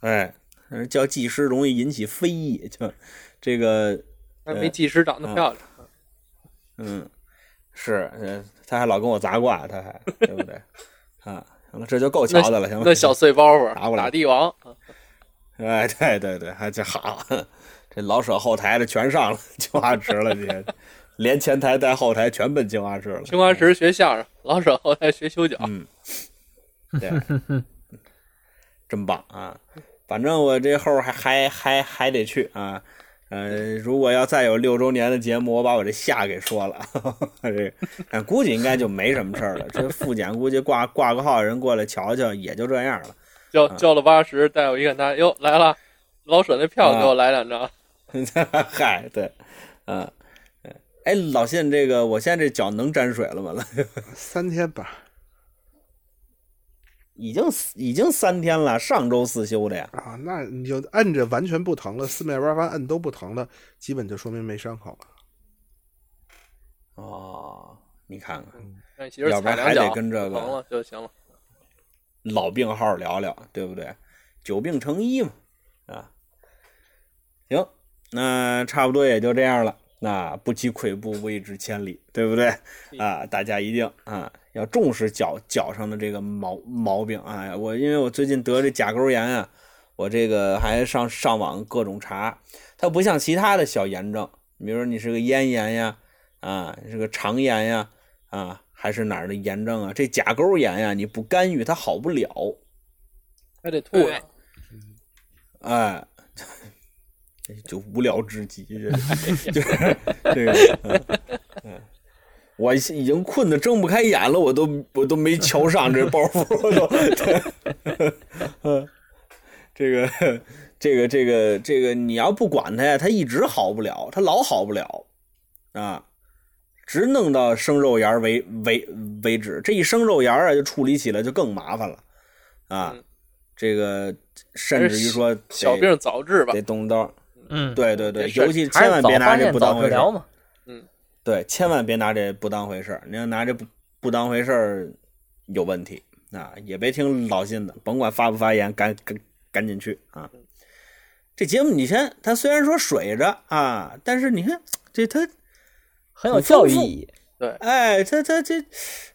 [SPEAKER 1] 哎，但是叫技师容易引起非议，就这个，
[SPEAKER 4] 还没技师长得漂亮。
[SPEAKER 1] 嗯，是，呃他还老跟我砸挂，他还对不对？ 啊，行了，这就够瞧的了，行了。
[SPEAKER 4] 那小碎包袱
[SPEAKER 1] 嗯打过来嗯
[SPEAKER 4] 打帝王，
[SPEAKER 1] 哎，对对对，还这好，这老舍后台的全上了 青花池了，这连前台带后台全奔青花池了。
[SPEAKER 4] 青花瓷学相声，老舍后台学修脚，
[SPEAKER 1] 嗯，对，真棒啊！反正我这后儿还还还还得去啊。呃，如果要再有六周年的节目，我把我这下给说了， 这个但估计应该就没什么事儿了。这复检估计挂挂个号，人过来瞧瞧，也就这样了。
[SPEAKER 4] 交交了八十，带我一看他，哟来了，老舍那票
[SPEAKER 1] 啊
[SPEAKER 4] 给我来两张。
[SPEAKER 1] 嗨，对，嗯、哎，老信，这个我现在这脚能沾水了吗？
[SPEAKER 3] 三天吧。
[SPEAKER 1] 已经已经三天了，上周四修的呀。
[SPEAKER 3] 啊，那你就摁着完全不疼了，四面八方摁都不疼了，基本就说明没伤口了。
[SPEAKER 1] 哦，你看看，
[SPEAKER 4] 让你媳妇
[SPEAKER 1] 要
[SPEAKER 4] 儿
[SPEAKER 1] 不然还
[SPEAKER 4] 踩两
[SPEAKER 1] 得
[SPEAKER 4] 脚，
[SPEAKER 1] 跟这个
[SPEAKER 4] 疼了就行了。
[SPEAKER 1] 老病号聊聊，对不对？久病成医嘛，啊，行，那差不多也就这样了。那不积跬步，未至千里，对不对？啊，大家一定啊要重视脚脚上的这个毛毛病啊！我因为我最近得这甲沟炎啊，我这个还上上网各种查，它不像其他的小炎症，比如说你是个咽炎呀，啊，你是个肠炎呀，啊，还是哪儿的炎症啊？这甲沟炎呀，你不干预它好不了。
[SPEAKER 4] 还得吐呀，
[SPEAKER 1] 哎，这就无聊至极，这就是这个，嗯，嗯我已经困得睁不开眼了，我都我都没瞧上这包袱，我都，对嗯， 这个这个这个这个，你要不管它呀，它一直好不了，它老好不了啊。直弄到生肉芽儿为为为止，这一生肉芽儿啊，就处理起来就更麻烦了，啊，
[SPEAKER 4] 嗯
[SPEAKER 1] 这个甚至于说得
[SPEAKER 4] 小病早治吧
[SPEAKER 1] 得。动刀。
[SPEAKER 5] 嗯，
[SPEAKER 1] 对对对，
[SPEAKER 4] 这事儿
[SPEAKER 1] 尤其
[SPEAKER 5] 还
[SPEAKER 1] 千
[SPEAKER 5] 是
[SPEAKER 1] 万
[SPEAKER 5] 早
[SPEAKER 1] 别拿
[SPEAKER 5] 发
[SPEAKER 1] 这
[SPEAKER 5] 现
[SPEAKER 1] 不当
[SPEAKER 5] 早
[SPEAKER 1] 回
[SPEAKER 5] 治
[SPEAKER 1] 事
[SPEAKER 5] 疗
[SPEAKER 1] 儿。
[SPEAKER 5] 嘛。
[SPEAKER 1] 对，千万别拿这不当回事儿。你要拿这不不当回事儿，有问题啊！也别听老信的，甭管发不发言，赶赶赶紧去啊！这节目你先，它虽然说水着啊，但是你看这它
[SPEAKER 5] 很有教育意义。
[SPEAKER 1] 哎，他他这，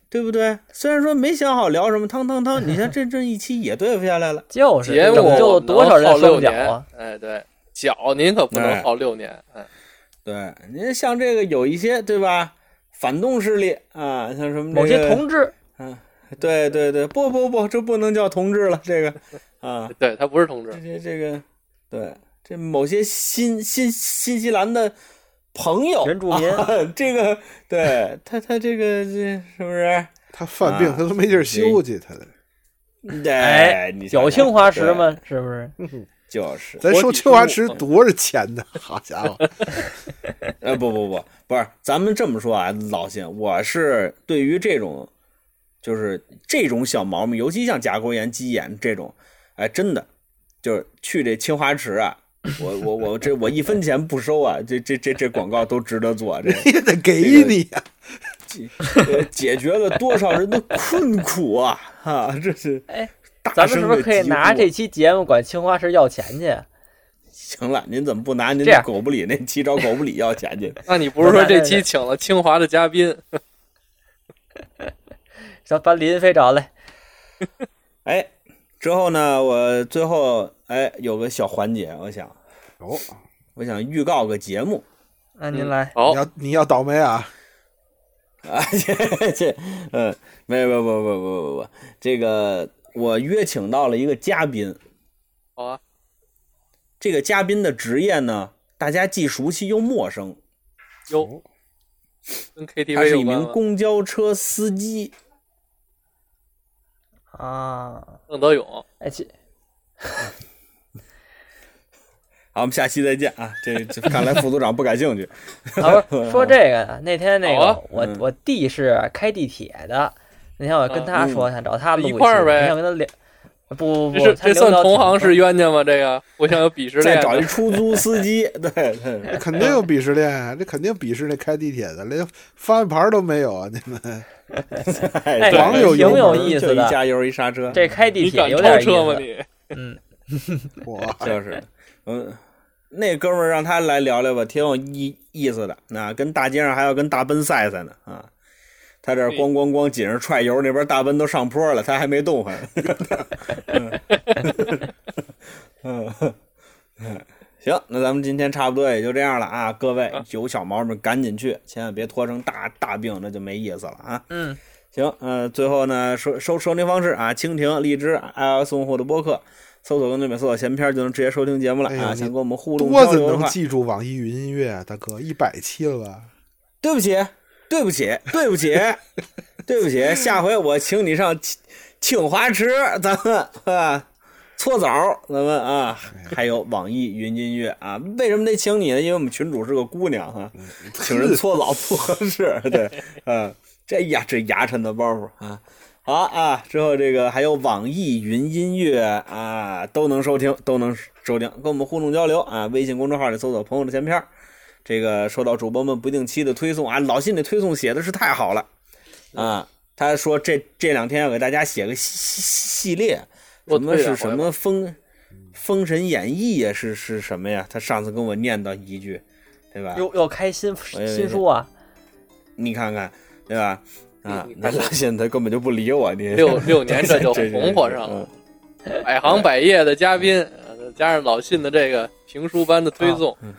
[SPEAKER 1] 对不对？虽然说没想好聊什么，汤汤汤，你看这这一期也对付下来了。
[SPEAKER 5] 就是
[SPEAKER 4] 节目
[SPEAKER 5] 拯救了多少人
[SPEAKER 4] 能耗
[SPEAKER 5] 双
[SPEAKER 4] 六
[SPEAKER 5] 脚
[SPEAKER 4] 年
[SPEAKER 5] 啊！？
[SPEAKER 4] 哎，对，脚您可不能
[SPEAKER 1] 哎
[SPEAKER 4] 耗六年。哎，
[SPEAKER 1] 对，您像这个有一些对吧，反动势力啊，像什么、这个、
[SPEAKER 5] 某些同志，
[SPEAKER 1] 对对对，不不不，这不能叫同志了，这 个啊，
[SPEAKER 4] 对他不是同志
[SPEAKER 1] 这，这这个，对，这某些新新新西兰的朋友
[SPEAKER 5] 原住民
[SPEAKER 1] 啊这个对他他这个这是不是？
[SPEAKER 3] 他犯病
[SPEAKER 1] 啊
[SPEAKER 3] 他都没地儿休去，他得
[SPEAKER 1] 对，
[SPEAKER 5] 哎
[SPEAKER 1] 你想
[SPEAKER 5] 有
[SPEAKER 1] 想
[SPEAKER 5] 青花瓷，
[SPEAKER 1] 对
[SPEAKER 5] 嘛，是不是？
[SPEAKER 1] 就是
[SPEAKER 3] 咱
[SPEAKER 4] 活
[SPEAKER 3] 收
[SPEAKER 4] 体
[SPEAKER 3] 清华
[SPEAKER 4] 生
[SPEAKER 3] 池
[SPEAKER 4] 物
[SPEAKER 3] 多少钱呢？好家伙，
[SPEAKER 1] 呃，不不不，不是，咱们这么说啊，老信，我是对于这种，就是这种小毛病，尤其像甲沟炎、鸡眼这种，哎，真的，就是去这清华池啊，我我我这我一分钱不收啊，这这这这广告都值得 做，这
[SPEAKER 3] 人也得给你呀。
[SPEAKER 1] 呃解决了多少人的困苦啊！啊，这是
[SPEAKER 5] 哎
[SPEAKER 1] 大
[SPEAKER 5] 咱们
[SPEAKER 1] 声
[SPEAKER 5] 是
[SPEAKER 1] 的
[SPEAKER 5] 不是可以
[SPEAKER 1] 疾
[SPEAKER 5] 拿
[SPEAKER 1] 呼
[SPEAKER 5] 这期节目管青花瓷要钱去？啊
[SPEAKER 1] 行了，您怎么不拿您
[SPEAKER 5] 这
[SPEAKER 1] 的
[SPEAKER 5] 样
[SPEAKER 1] 狗不理那七找狗不理要钱去？
[SPEAKER 4] 那你不是说
[SPEAKER 5] 不是
[SPEAKER 4] 这期请了清华的嘉宾？
[SPEAKER 5] 咱把林飞找来，
[SPEAKER 1] 哎，之后呢，我最后哎有个小环节，我想。
[SPEAKER 3] 哦，
[SPEAKER 1] 我想预告个节目
[SPEAKER 5] 那您来，
[SPEAKER 4] 嗯好
[SPEAKER 3] 你，要你要倒霉啊！
[SPEAKER 1] 啊，这这，嗯，没有，不不不不不不，这个我约请到了一个嘉宾，
[SPEAKER 4] 好啊，
[SPEAKER 1] 这个嘉宾的职业呢，大家既熟悉又陌生，
[SPEAKER 4] 哟，跟
[SPEAKER 1] 他
[SPEAKER 4] KTV
[SPEAKER 1] 是
[SPEAKER 4] 有
[SPEAKER 1] 一
[SPEAKER 4] 关
[SPEAKER 1] 名
[SPEAKER 4] 吗？
[SPEAKER 1] 公交车司机，
[SPEAKER 5] 啊，
[SPEAKER 4] 邓德勇，
[SPEAKER 5] 哎，其
[SPEAKER 1] 好，我们下期再见啊！这这看来副组长不感兴趣，
[SPEAKER 5] 啊，不是说这个呢，那天那
[SPEAKER 4] 好
[SPEAKER 5] 个
[SPEAKER 4] 啊
[SPEAKER 5] 我
[SPEAKER 1] 嗯
[SPEAKER 5] 我弟是开地铁的，那天我跟他说想找他录期
[SPEAKER 4] 啊嗯一块儿呗
[SPEAKER 5] 我想跟他聊，不不不
[SPEAKER 4] 这，是
[SPEAKER 5] 他
[SPEAKER 4] 这
[SPEAKER 5] 聊
[SPEAKER 4] 算
[SPEAKER 5] 聊
[SPEAKER 4] 同
[SPEAKER 5] 挺
[SPEAKER 4] 行是冤家吗？这个互相有鄙视
[SPEAKER 1] 再
[SPEAKER 4] 链
[SPEAKER 1] 找一
[SPEAKER 4] 的，
[SPEAKER 1] 出租司机， 对对
[SPEAKER 3] 这肯定有鄙视链啊，这肯定鄙视那开地铁的，连方向盘都没有啊！你们
[SPEAKER 1] 哎
[SPEAKER 5] 哎
[SPEAKER 3] 网友
[SPEAKER 5] 挺
[SPEAKER 3] 油
[SPEAKER 5] 有
[SPEAKER 3] 门
[SPEAKER 5] 意
[SPEAKER 1] 就
[SPEAKER 5] 思
[SPEAKER 1] 一
[SPEAKER 5] 的，
[SPEAKER 1] 加油一刹车，
[SPEAKER 5] 这开地
[SPEAKER 4] 你
[SPEAKER 5] 铁
[SPEAKER 4] 敢
[SPEAKER 5] 有
[SPEAKER 4] 超
[SPEAKER 5] 点意
[SPEAKER 4] 车吗
[SPEAKER 5] 思，
[SPEAKER 4] 你？
[SPEAKER 5] 嗯，
[SPEAKER 3] 我
[SPEAKER 1] 就是，嗯，那哥们儿让他来聊聊吧，挺有意意思的。那、跟大街上还要跟大奔赛赛呢啊！他这儿
[SPEAKER 4] 对
[SPEAKER 1] 咣咣咣紧着踹油，那边大奔都上坡了，他还没动 还。 嗯，嗯行，那咱们今天差不多也就这样了啊，各位有小毛病赶紧去，千万别拖成大大病，那就没意思了啊。
[SPEAKER 5] 嗯，
[SPEAKER 1] 行，呃，最后呢，收收收听方式啊，蜻蜓、荔枝、iOS 用户的播客，搜索跟对每搜索闲篇儿就能直接收听节目了、
[SPEAKER 3] 哎呦
[SPEAKER 1] 啊。
[SPEAKER 3] 你
[SPEAKER 1] 想跟我们互动
[SPEAKER 3] 多
[SPEAKER 1] 交
[SPEAKER 3] 怎
[SPEAKER 1] 流的
[SPEAKER 3] 能
[SPEAKER 1] 话，
[SPEAKER 3] 记住网易云音乐啊，大哥，一百期了吧？
[SPEAKER 1] 对不起，对不起，对不 起，对不起，下回我请你上清清华池，咱们啊搓澡儿，咱们啊，还有网易云音乐啊，为什么得请你呢？因为我们群主是个姑娘哈、 请人搓澡不合适，对，嗯、这呀这牙碜的包袱啊。好啊，之后这个还有网易云音乐啊，都能收听，都能收听，跟我们互动交流啊。微信公众号里搜索“朋友的闲篇”，这个收到主播们不定期的推送啊，老信的推送写的是太好了，啊，他说这这两天要给大家写个系系列，
[SPEAKER 4] 我
[SPEAKER 1] 什么
[SPEAKER 4] 退了
[SPEAKER 1] 是什么封封神演义呀、是是什么呀？他上次跟我念叨一句，对吧？
[SPEAKER 5] 又又开新
[SPEAKER 1] 也
[SPEAKER 5] 新书啊，
[SPEAKER 1] 你看看，对吧？啊
[SPEAKER 4] 你，
[SPEAKER 1] 那
[SPEAKER 4] 看看
[SPEAKER 1] 现在根本就不理我，你
[SPEAKER 4] 六六年这就红火上了，百行百业的嘉宾，呃加上老信的这个评书般的推送，
[SPEAKER 1] 嗯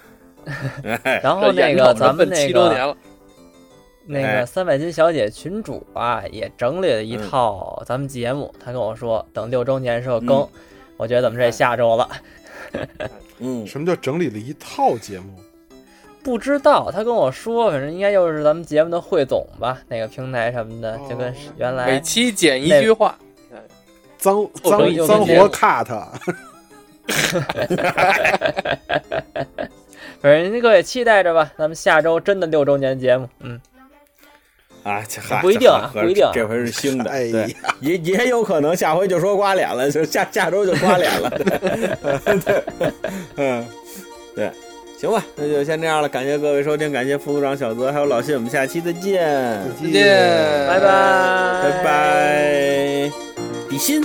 [SPEAKER 1] 哎，
[SPEAKER 5] 然
[SPEAKER 4] 这
[SPEAKER 5] 后啊哦那
[SPEAKER 4] 眼
[SPEAKER 5] 个
[SPEAKER 4] 瞅着
[SPEAKER 5] 咱们
[SPEAKER 4] 奔
[SPEAKER 5] 那
[SPEAKER 4] 七周年
[SPEAKER 5] 个
[SPEAKER 4] 了，
[SPEAKER 5] 那
[SPEAKER 1] 哎
[SPEAKER 5] 个三百金小姐群主啊，也整理了一
[SPEAKER 1] 嗯
[SPEAKER 5] 套咱们节目，他跟我说等六周年的时候
[SPEAKER 1] 嗯
[SPEAKER 5] 更，我觉得咱们这下周了，
[SPEAKER 1] 嗯，
[SPEAKER 3] 什么叫整理了一套节目？
[SPEAKER 5] 不知道他跟我说，反正应该又是咱们节目的汇总吧，那个平台什么的，就跟
[SPEAKER 3] 哦
[SPEAKER 5] 原
[SPEAKER 4] 每
[SPEAKER 5] 来
[SPEAKER 4] 期剪一句话，
[SPEAKER 1] 哦
[SPEAKER 3] 脏
[SPEAKER 4] 我
[SPEAKER 3] 脏
[SPEAKER 5] 说又
[SPEAKER 3] 脏
[SPEAKER 5] 跟节目
[SPEAKER 3] 活 cut，
[SPEAKER 5] 反正各位期待着吧，咱们下周真的六周年节目，嗯，
[SPEAKER 1] 啊，这嗨
[SPEAKER 5] 不一定啊
[SPEAKER 1] 这合着
[SPEAKER 5] 不一定啊
[SPEAKER 1] 这回是新的，
[SPEAKER 3] 哎
[SPEAKER 1] 嗯对，也也有可能下回就说刮脸了，就下下周就刮脸了， 对，嗯，对，行吧，那就先这样了，感谢各位收听，感谢副组长小泽还有老谢，我们下期再见，
[SPEAKER 3] 嗯
[SPEAKER 4] 再见，
[SPEAKER 5] 拜拜，
[SPEAKER 1] 拜拜，比心。